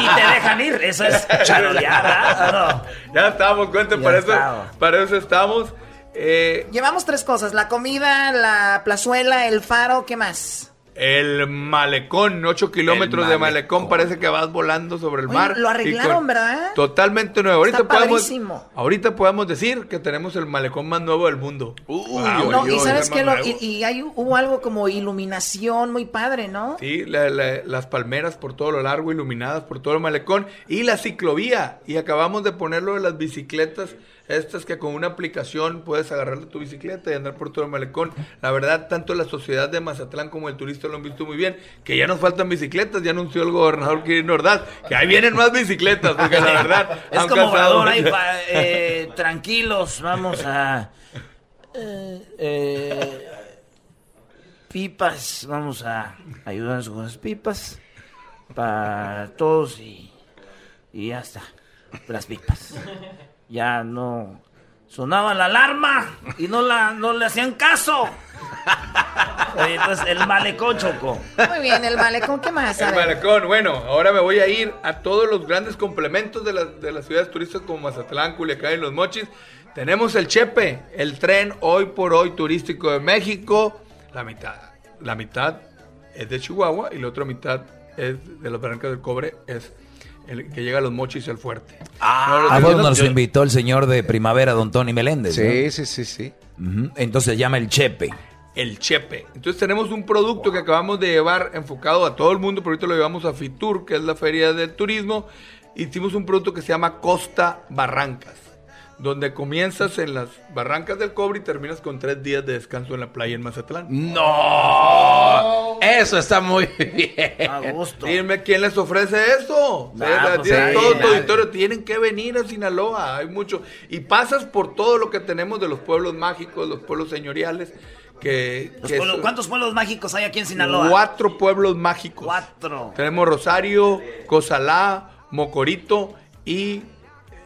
y te dejan ir. Eso es charolear, ¿verdad? Ya estábamos, cuente, Ya para eso, estamos. para eso estamos. Eh, Llevamos tres cosas, la comida, la plazuela, el faro, ¿qué más? El malecón, 8 kilómetros de malecón, parece que vas volando sobre el Oye, mar. lo y arreglaron, con- ¿verdad? Totalmente nuevo. Ahorita Está podemos, padrísimo. ahorita podemos decir que tenemos el malecón más nuevo del mundo. Wow, no, yo, y sabes está que más lo- y, nuevo. y hay, hubo algo como iluminación muy padre, ¿no? Sí, la- la- las palmeras por todo lo largo, iluminadas por todo el malecón. Y la ciclovía. Y acabamos de ponerlo de las bicicletas. Estas que con una aplicación puedes agarrar tu bicicleta y andar por todo el malecón. La verdad, tanto la sociedad de Mazatlán como el turista lo han visto muy bien. Que ya nos faltan bicicletas. Ya anunció el gobernador Kirin Ordaz que ahí vienen más bicicletas. Porque la verdad. Es han como causado- Obrador ahí, pa- eh, tranquilos, vamos a... eh, eh, pipas, vamos a ayudarnos con las pipas para todos y, y ya está, las pipas. Ya no sonaba la alarma y no, la, no le hacían caso. Oye, entonces el malecón chocó. Muy bien, el malecón, ¿qué más? A El ver. malecón, bueno, ahora me voy a ir a todos los grandes complementos de, las- de las ciudades turísticas como Mazatlán, Culiacán y Los Mochis. Tenemos el Chepe, el tren hoy por hoy turístico de México. La mitad, la mitad es de Chihuahua y la otra mitad es de las Barrancas del Cobre, es el que llega a Los Mochis y el Fuerte. No, A yo- vos ah, nos yo- invitó el señor de primavera, don Tony Meléndez. Sí, sí, sí, sí. Entonces se llama el Chepe. el Chepe. Entonces tenemos un producto que acabamos de llevar enfocado a todo el mundo, pero ahorita lo llevamos a Fitur, que es la feria del turismo. Hicimos un producto que se llama Costa Barrancas, donde comienzas en las barrancas del cobre y terminas con tres días de descanso en la playa en Mazatlán. ¡No! Eso está muy bien. Dime quién les ofrece eso. Nah, O sea, pues, tienen sí, todo tu nadie. auditorio. Tienen que venir a Sinaloa. Hay mucho. Y pasas por todo lo que tenemos de los pueblos mágicos, los pueblos señoriales. Que, Los que pueblos- son- ¿Cuántos pueblos mágicos hay aquí en Sinaloa? Cuatro pueblos mágicos. Cuatro. Tenemos Rosario, Cozalá, Mocorito y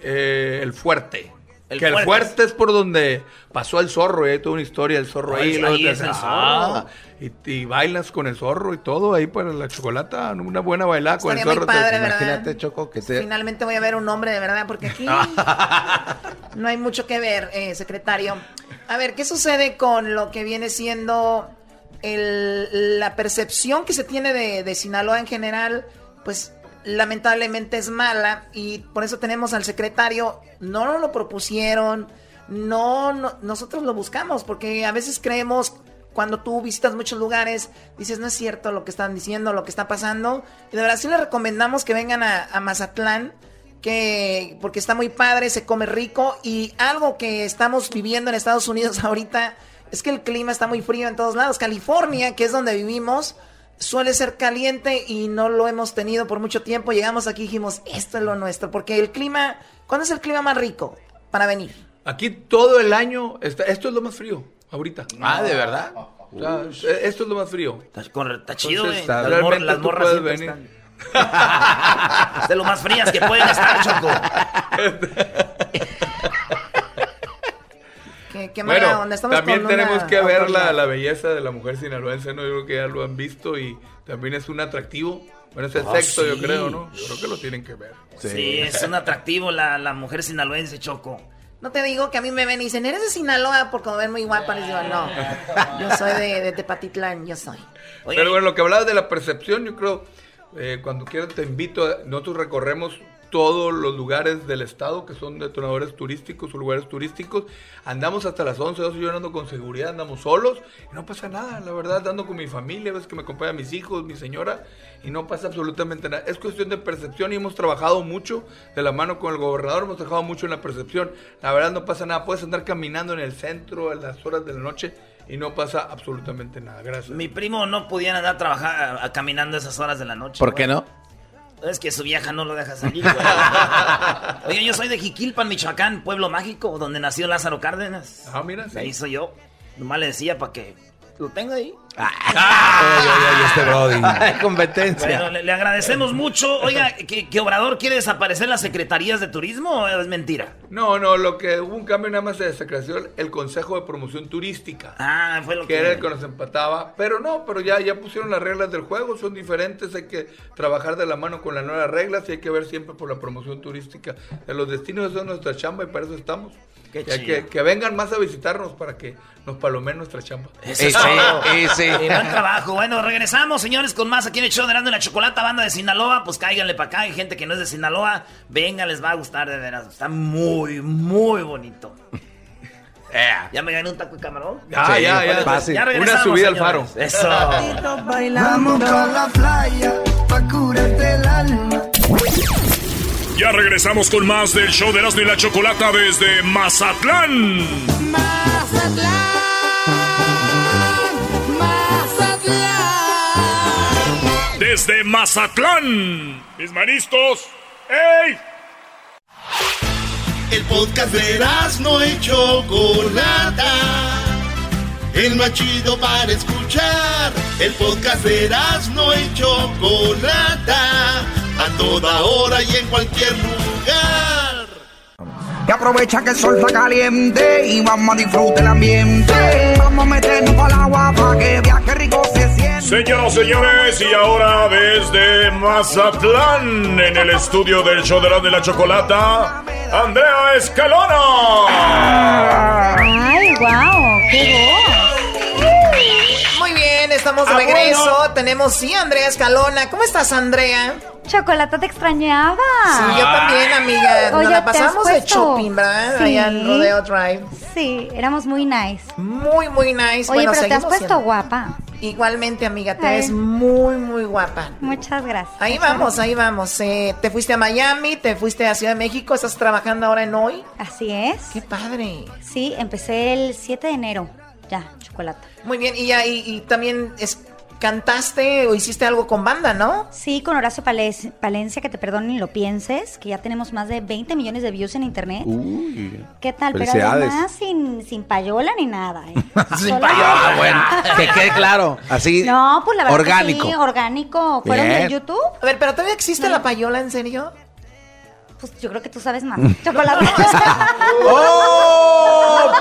eh, El Fuerte. El que El Fuerte. Fuerte es por donde pasó el zorro, y hay toda una historia del zorro Oh, ahí. es- luego ahí te es el hacen- zorro. Ah, y, y bailas con el zorro y todo ahí para la chocolata, una buena bailada con el Estaría muy zorro. padre, ¿verdad? imagínate, Choco, que te... Finalmente voy a ver un hombre de verdad, porque aquí no hay mucho que ver, eh, secretario. A ver, ¿qué sucede con lo que viene siendo el- la percepción que se tiene de, de Sinaloa en general? Pues lamentablemente es mala y por eso tenemos al secretario. No nos lo propusieron, no, no- nosotros lo buscamos, porque a veces creemos... Cuando tú visitas muchos lugares, dices, no es cierto lo que están diciendo, lo que está pasando. Y de verdad sí les recomendamos que vengan a- a Mazatlán que porque está muy padre, se come rico y algo que estamos viviendo en Estados Unidos ahorita es que el clima está muy frío en todos lados. California, que es donde vivimos, suele ser caliente y no lo hemos tenido por mucho tiempo. Llegamos aquí y dijimos, esto es lo nuestro, porque el clima, ¿cuándo es el clima más rico para venir? Aquí todo el año, está, esto es lo más frío, ahorita. Ah, ¿de verdad? O sea, esto es lo más frío. Está chido, güey. Entonces, Las, mor- realmente las tú morras puedes siempre venir. están. Es de lo más frías que pueden estar, Choco. Qué, qué mala Bueno, onda. Estamos también con una tenemos que ver la, autoridad. la belleza de la mujer sinaloense, ¿no? Yo creo que ya lo han visto y también es un atractivo. Bueno, es el Ah, sexo, yo sí. creo, ¿no? Yo Creo que lo tienen que ver. Sí, es un atractivo la, la mujer sinaloense, Choco. No te digo que a mí me ven y dicen, eres de Sinaloa porque me ven muy guapa. Les digo, no, Ah, yo soy de, de Tepatitlán, yo soy. Pero bueno, lo que hablabas de la percepción, yo creo, eh, cuando quieras te invito, a- nosotros recorremos todos los lugares del estado que son detonadores turísticos o lugares turísticos, andamos hasta las 11, 12, yo ando con seguridad, andamos solos y no pasa nada, la verdad, ando con mi familia, ves que me acompañan mis hijos, mi señora y no pasa absolutamente nada, es cuestión de percepción y hemos trabajado mucho de la mano con el gobernador, hemos trabajado mucho en la percepción, la verdad no pasa nada, puedes andar caminando en el centro a las horas de la noche y no pasa absolutamente nada, gracias. Mi primo no podía andar trabajar, a- caminando esas horas de la noche. ¿Por qué güey. no? Es que su vieja no lo deja salir, güey. Oye, yo soy de Jiquilpan, Michoacán, pueblo mágico, donde nació Lázaro Cárdenas. Ah, mira, Ahí soy yo. Nomás le decía para que lo tenga ahí. Ah. este este Ay, competencia. Bueno, le, le agradecemos mucho. Oiga, ¿que, que Obrador quiere desaparecer las secretarías de turismo o es mentira? No, no, lo que hubo un cambio nada más se desacreció el- el Consejo de Promoción Turística. Ah, fue lo que era el que nos empataba, pero no, pero ya, ya pusieron las reglas del juego, son diferentes, hay que trabajar de la mano con las nuevas reglas y hay que ver siempre por la promoción turística de los destinos, eso es nuestra chamba y para eso estamos. Qué Ya chido. que, que vengan más a visitarnos para que nos palomen nuestra chamba. Eso es todo. Eh, buen trabajo. Bueno, regresamos, señores, con más aquí en el show de Erasmo y la Chocolata, banda de Sinaloa. Pues cáiganle para acá. Hay gente que no es de Sinaloa. Venga, les va a gustar de veras. Está muy, muy bonito. ¿Ya me gané un taco de camarón? Eh. Ah, Sí, ya, ¿cuál ya. es? Fácil. Ya Una regresamos, subida al señores. faro. Eso. Vamos con la playa pa' curarte el alma. Ya regresamos con más del show de Erasmo y la Chocolata desde Mazatlán. Desde Mazatlán. Mis maristos. ¡Ey! El podcast de no y Chocolata. El más chido para escuchar. El podcast de no y Chocolata. A toda hora y en cualquier lugar. Y aprovecha que el sol está caliente y vamos a disfrutar el ambiente. Vamos a meternos para el agua para que viaje rico se siente. Señoras, señores, y ahora desde Mazatlán, en el estudio del show de la, de la chocolata, Andrea Escalona. Ay, wow, qué Muy bien, estamos de Ah, regreso. bueno. Tenemos sí, Andrea Escalona. ¿Cómo estás, Andrea? Chocolata te extrañaba. Sí, yo también, amiga. Nos Ah. Oye, la ¿te has pasamos de puesto? shopping, ¿verdad? Sí. Allá en Rodeo Drive. Sí, éramos muy nice. Muy, muy nice. Oye, Bueno, pero te has seguimos puesto siendo. guapa. Igualmente, amiga, te Ay. ves muy, muy guapa. Muchas gracias. Ahí vamos, ahí vamos. Eh, te fuiste a Miami, te fuiste a Ciudad de México, estás trabajando ahora en hoy. Así es. Qué padre. Sí, empecé el 7 de enero. Ya, chocolate. Muy bien, y, ya- y, y también es- cantaste o hiciste algo con banda, ¿no? Sí, con Horacio Pales- Palencia, que te perdone ni lo pienses, que ya tenemos más de 20 millones de views en internet. Uh, Uy. ¿Qué tal? Pero Felicidades. además sin, sin payola ni nada. ¿eh? Solo- Ah, bueno, que quede claro. Así, No, pues la verdad que orgánico. sí, orgánico. ¿Fueron Bien. de YouTube? A ver, pero todavía existe la payola, ¿en serio? Pues yo creo que tú sabes más. Chocolate. ¡Oh!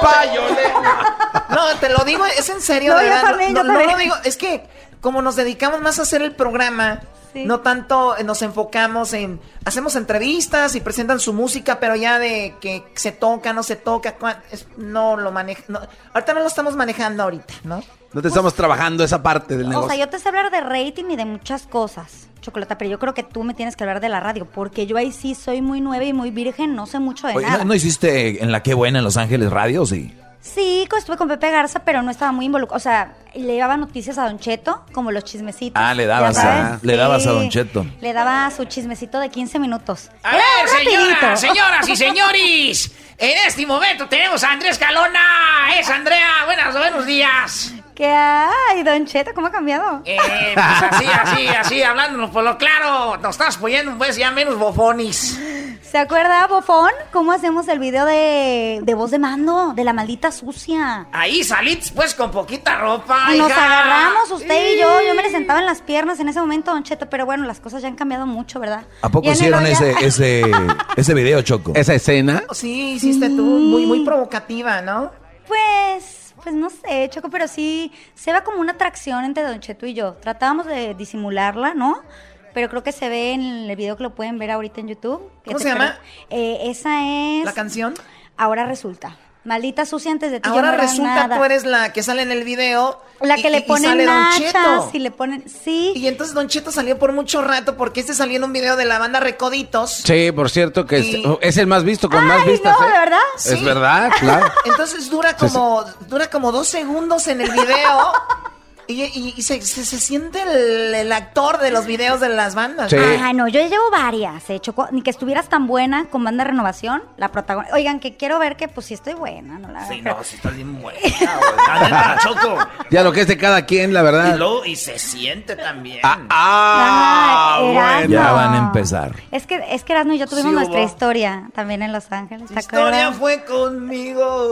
No, te lo digo, es en serio, No, de yo verdad. también, no, yo no, no lo también. digo, es que como nos dedicamos más a hacer el programa, no tanto eh, nos enfocamos en. Hacemos entrevistas y presentan su música, pero ya de que se toca, no se toca, cua- es- no lo maneja. no. ahorita no lo estamos manejando ahorita, ¿no? No te estamos trabajando esa parte del O sea, negocio. yo te sé hablar de rating y de muchas cosas, Chocolata, pero yo creo que tú me tienes que hablar de la radio, porque yo ahí sí soy muy nueva y muy virgen, no sé mucho de Oye, nada. ¿no, no hiciste en la Qué Buena en Los Ángeles Radio? o Sí. Sí, co- estuve con Pepe Garza, pero no estaba muy involucrado. O sea, le daba noticias a Don Cheto, como los chismecitos. Ah, le ya dabas, a, sabes, le sí. dabas a Don Ah. Cheto. Le daba su chismecito de 15 minutos. A ver, rapidito. señoras, señoras y señores, en este momento tenemos a Andrés Calona. Es Andrea, buenas, buenos días. ¿Qué hay, Don Cheto? ¿Cómo ha cambiado? Eh, pues así, así, así, hablándonos por lo claro, nos estás poniendo pues ya menos bofonis. ¿Se acuerda, Bofón? ¿Cómo hacemos el video de, de voz de mando? De la maldita sucia. Ahí salís pues con poquita ropa, Y nos hija. agarramos usted y yo. Yo me le sentaba en las piernas en ese momento, Don Cheto, pero bueno, las cosas ya han cambiado mucho, ¿verdad? ¿A poco Ya en el hicieron hoy- ese, ese, ese video, Choco? ¿Esa escena? Sí, hiciste tú, muy, muy provocativa, ¿no? Pues, pues no sé, Choco, pero sí se ve como una atracción entre Don Cheto y yo. Tratábamos de disimularla, ¿no? Pero creo que se ve en el video que lo pueden ver ahorita en YouTube. que ¿Cómo te se llama? perdí. Eh, esa es... ¿La canción? Ahora resulta. Maldita sucia antes de ti. yo Ahora no era resulta nada. tú eres la que sale en el video. La que le ponen sale Don nachas Cheto. y le ponen. Sí. Y entonces Don Cheto salió por mucho rato porque este salió en un video de la banda Recoditos. Sí, por cierto, que es- Sí. es, el más visto, con más Ay, vistas. no, ¿eh? ¿de verdad? Es Sí. verdad, claro. Entonces dura Sí, sí. como, dura como dos segundos en el video. Y, y- y se, se- se siente el, el actor de los videos de las bandas. Ah, no, yo llevo varias, eh, Choco. Ni que estuvieras tan buena con banda renovación, la protagonista. Oigan, que quiero ver que pues sí estoy buena, ¿no? La Sí, no, si estás bien buena, güey. La neta, Choco. Ya lo que es de cada quien, la Y, verdad. luego- y se siente también. Ah, Ay, Erasmo. Ya van a empezar. Es que, es que Erasmo y yo tuvimos Sí, nuestra hubo. historia también en Los Ángeles. ¿te historia acuerdas? fue conmigo.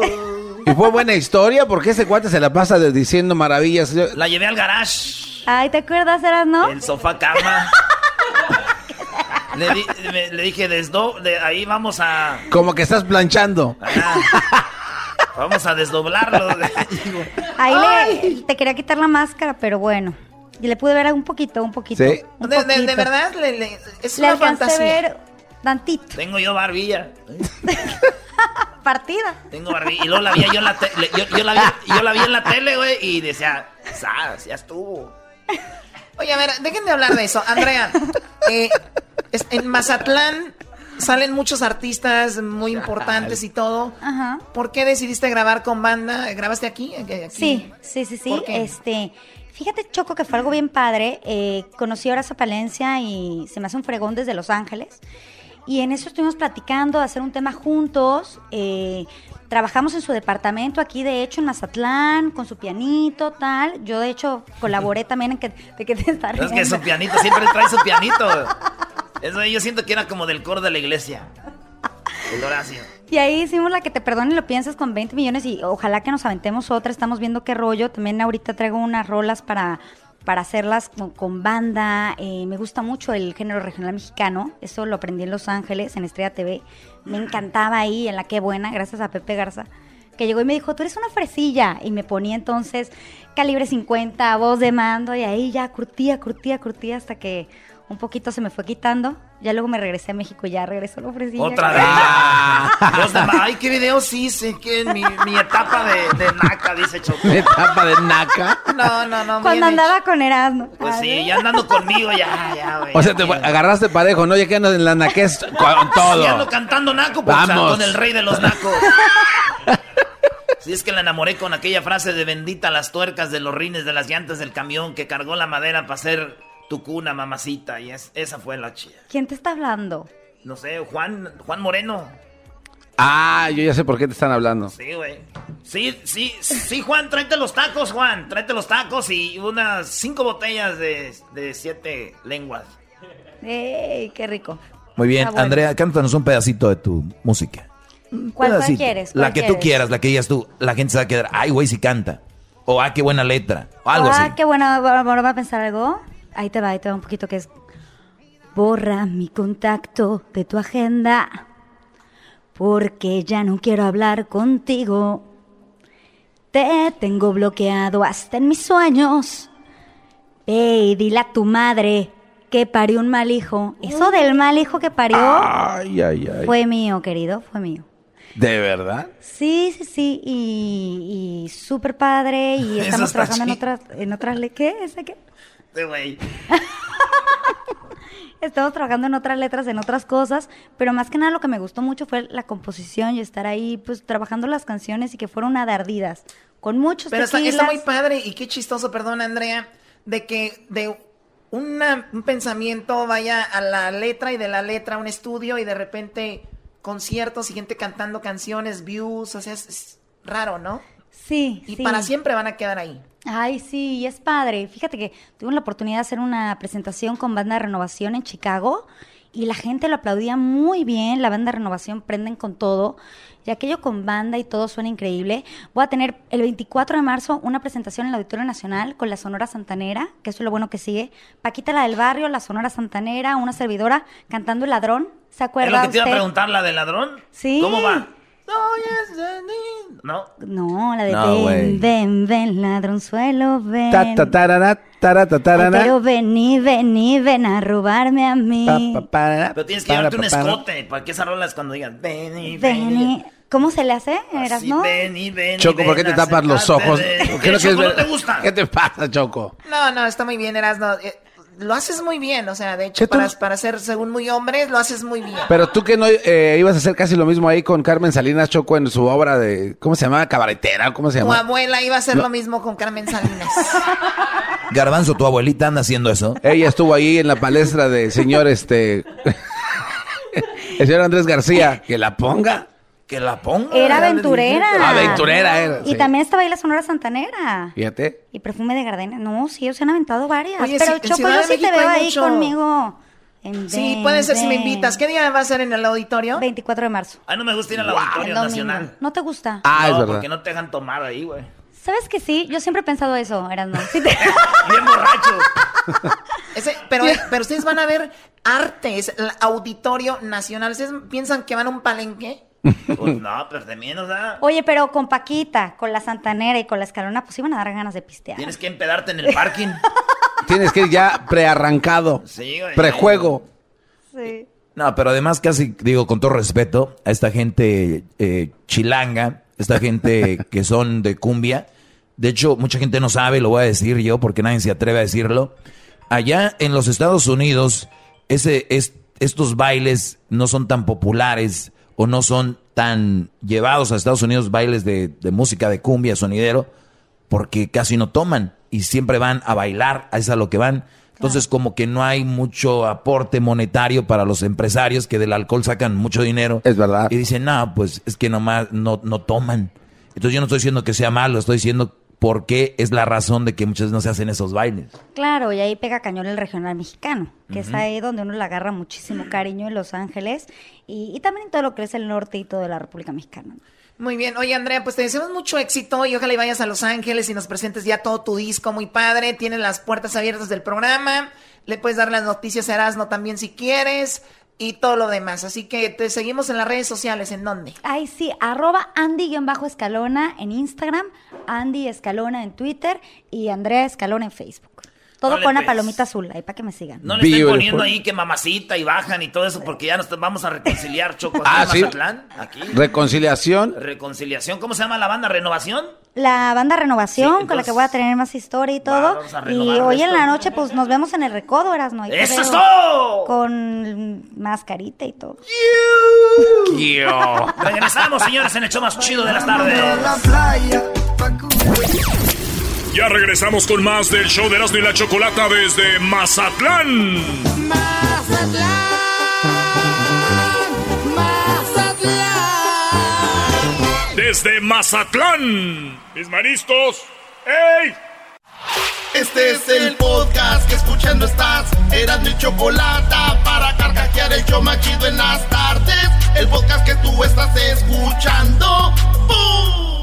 Y fue buena historia porque ese cuate se la pasa de- diciendo maravillas. Yo- La llevé al garage, Ay, ¿te acuerdas, Erasmo? el sofá cama. le, di- me- le dije, desdo, de ahí vamos a, Como que estás planchando. vamos a desdoblarlo. Ahí le, te quería quitar la máscara, pero bueno. Y le pude ver un poquito, un poquito. Sí. un De, de- de poquito. verdad, le, le- es Le una alcancé a fantasía. ver tantito. Tengo yo barbilla. Partida. Tengo barbilla. Y luego la vi yo en la, te- le- yo, yo la, vi, yo la vi en la tele, güey, y decía, "Sas, ya estuvo. Oye, a ver, dejen de hablar de eso. Andrea, eh, es- en Mazatlán salen muchos artistas muy importantes y todo. ¿Por qué decidiste grabar con banda? ¿Grabaste aquí? eh, Aquí. Sí, sí, sí, sí. ¿Por qué? Este, fíjate, Choco, que fue algo bien padre. Eh, conocí ahora a Palencia y se me hace un fregón desde Los Ángeles. Y en eso estuvimos platicando de hacer un tema juntos. eh, trabajamos en su departamento aquí, de hecho, en Mazatlán, con su pianito, tal. Yo, de hecho, colaboré también en que, de que te está Es riendo. que su pianito, siempre trae su pianito. güey. Eso yo siento que era como del coro de la iglesia. El Horacio. Y ahí hicimos la que te perdone, lo piensas con 20 millones y ojalá que nos aventemos otra. Estamos viendo qué rollo. También ahorita traigo unas rolas para para hacerlas con, con banda. Eh, me gusta mucho el género regional mexicano. Eso lo aprendí en Los Ángeles, en Estrella TV. Me encantaba ahí, en la Qué Buena, gracias a Pepe Garza, que llegó y me dijo, tú eres una fresilla. Y me ponía entonces calibre 50, voz de mando, y ahí ya curtía, curtía, curtía hasta que un poquito se me fue quitando. Ya luego me regresé a México y ya regresó la fresilla. Otra vez. Dios de ma- Ay, qué videos hice. Que en mi, mi etapa de, de naca, dice Choco. Etapa de naca. No, no, no. Cuando bien andaba con Erasmo. hecho. Pues sí, ya andando conmigo, ya, ya, güey. O sea, te fue- agarraste parejo, ¿no? Ya que andas en la naquez con Sí, ando todo. cantando naco, pues, o sea, Vamos. con el rey de los nacos. Si es que la enamoré con aquella frase de bendita las tuercas de los rines de las llantas del camión que cargó la madera para hacer tu cuna, mamacita. Y es- esa fue la chida. ¿Quién te está hablando? No sé, Juan, Juan Moreno. Ah, yo ya sé por qué te están hablando. Sí, güey. Sí, sí, sí, Juan, tráete los tacos, Juan. Tráete los tacos y unas cinco botellas de, de siete lenguas. ¡Ey, qué rico! Muy bien, Está bueno. Andrea, cántanos un pedacito de tu música. Un ¿Cuál- cuál pedacito. quieres? Mm, La ¿Cuál que tú quieres? quieras, la que digas tú. La gente se va a quedar, ay, güey, si canta. O, ah, qué buena letra. O algo ah, así. qué bueno, ahora va a pensar algo. Ahí te va, ahí te va un poquito que es... Borra mi contacto de tu agenda porque ya no quiero hablar contigo. Te tengo bloqueado hasta en mis sueños. Ve y dile a tu madre que parió un mal hijo. Eso del mal hijo que parió Ay, ay, ay. fue mío, querido, fue mío. ¿De verdad? Sí, sí, sí, y, y súper padre, y Eso estamos está trabajando en chido. otras, en otras le- ¿qué? ¿Esa qué? Este güey. Estamos trabajando en otras letras, en otras cosas, pero más que nada lo que me gustó mucho fue la composición y estar ahí, pues, trabajando las canciones y que fueron adardidas, con muchos Pero está, tequilas. está muy padre y qué chistoso, perdón Andrea, de que de una- un pensamiento vaya a la letra y de la letra a un estudio y de repente conciertos y gente cantando canciones, views, o sea, es, es raro, ¿no? Sí, Y sí. para siempre van a quedar ahí. Ay, sí, y es padre. Fíjate que tuvimos la oportunidad de hacer una presentación con Banda Renovación en Chicago y la gente lo aplaudía muy bien. La Banda Renovación prenden con todo. Y aquello con banda y todo suena increíble. Voy a tener el 24 de marzo una presentación en el Auditorio Nacional con la Sonora Santanera, que eso es lo bueno que sigue. Paquita la del barrio, la Sonora Santanera, una servidora cantando El Ladrón. ¿Se ¿Es acuerda lo que te iba a usted? preguntar, la del ladrón? Sí. ¿Cómo va? ¿No? No, la de No, ven, güey. ven, ven, ladronzuelo, ven. Ta, ta, tarara, tara, ta, Ay, tarara. pero vení, vení, ven a robarme a mí. Pa, pa, para, Pero tienes que para, llevarte un pa, para. escote para que esas rolas cuando digan ven y ven. y Vení. ¿Cómo se le hace, Así, Erasmo? ven y ven. y Choco, ¿por qué ven, te tapas los acércate ojos? eh, de- ¿Por qué no Choco, quieres ver? no te gusta? ¿Qué te pasa, Choco? No, no, está muy bien, Erasno. Eh, Lo haces muy bien, o sea, de ¿Qué hecho, tú- para, para ser según muy hombres, lo haces muy bien. Pero tú que no eh, ibas a hacer casi lo mismo ahí con Carmen Salinas Choco en su obra de. ¿Cómo se llamaba? Cabaretera, ¿cómo se Tu llamaba? abuela iba a hacer No. lo mismo con Carmen Salinas. Garbanzo, tu abuelita anda haciendo eso. Ella estuvo ahí en la palestra del señor este. el señor Andrés García. Que la ponga. Que la ponga. Era aventurera. Aventurera era, Y sí. también estaba ahí la Sonora Santanera. Fíjate. Y perfume de Gardena. No, sí, ellos se han aventado varias. Oye, pero sí, en Choco, Ciudad yo de sí te México veo hay ahí mucho. conmigo. en Sí, ven, puede ser si me ven. invitas. ¿Qué día va a ser en el auditorio? 24 de marzo. Ay, Ah, no me gusta ir al Guau, el Auditorio domingo. Nacional. ¿No te gusta? Ah. Ah, no, porque no te dejan tomar ahí, güey. ¿Sabes que sí? Yo siempre he pensado eso, Erasmo. Sí te- Bien borracho. Ese- pero, pero ustedes van a ver arte, es el Auditorio Nacional. ¿Ustedes piensan que van a un palenque? Pues no, pero de menos, ¿ah? Oye, pero con Paquita, con la Santanera y con la Escalona, pues iban a dar ganas de pistear. Tienes que empedarte en el parking. Tienes que ir ya prearrancado. Sí, güey. Prejuego. Sí. No, pero además casi, digo, con todo respeto, a esta gente eh, chilanga, esta gente que son de cumbia. De hecho, mucha gente no sabe, lo voy a decir yo, porque nadie se atreve a decirlo. Allá en los Estados Unidos, ese, es, estos bailes no son tan populares o no son tan llevados a Estados Unidos, bailes de, de música, de cumbia, sonidero, porque casi no toman y siempre van a bailar, a es a lo que van. Entonces como que no hay mucho aporte monetario para los empresarios que del alcohol sacan mucho dinero. Es verdad. Y dicen, no, pues es que nomás no, no toman. Entonces yo no estoy diciendo que sea malo, estoy diciendo por qué es la razón de que muchas veces no se hacen esos bailes. Claro, y ahí pega cañón el regional mexicano, que es Ujú. ahí donde uno le agarra muchísimo cariño en Los Ángeles y, y también en todo lo que es el norte y toda la República Mexicana. Muy bien, oye Andrea, pues te deseamos mucho éxito y ojalá y vayas a Los Ángeles y nos presentes ya todo tu disco, muy padre, tienes las puertas abiertas del programa, le puedes dar las noticias a Erasmo también si quieres y todo lo demás, así que te seguimos en las redes sociales, ¿en dónde? Ay, sí, arroba Andy-Escalona en Instagram, Andy Escalona en Twitter y Andrea Escalona en Facebook. Todo Órale, con una pues. palomita azul, ahí para que me sigan. No le estén poniendo ahí que mamacita y bajan y todo eso, porque ya nos vamos a reconciliar, Choco, aquí Ah, en sí. Mazatlán, aquí. Reconciliación. Reconciliación, ¿cómo se llama la banda? ¿Renovación? La banda Renovación, con la que entonces- voy a tener más historia y todo. vamos a y renovar hoy en esto. la noche, pues nos vemos en el Recodo, Erasmo. ahí te ¡Eso veo es todo! Con mm, mascarita y todo. Regresamos, señores, en el show más chido de las tardes. Ya regresamos con más del show de Erasmo y la Chocolata desde Mazatlán. Mm. Desde Mazatlán. Mis mariscos, ¡ey! Este es el podcast que escuchando estás. Eran mi chocolate para carcajear el yo machido en las tardes. El podcast que tú estás escuchando. ¡Bum!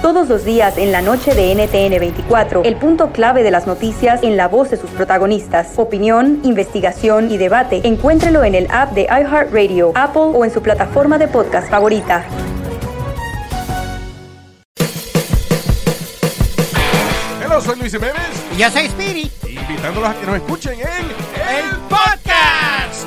Todos los días en la noche de NTN 24, el punto clave de las noticias en la voz de sus protagonistas. Opinión, investigación y debate. Encuéntrelo en el app de iHeartRadio, Apple o en su plataforma de podcast favorita. Hello, soy Luis Jiménez. Y yo soy Spirit. Invitándolos a que nos escuchen en El Podcast.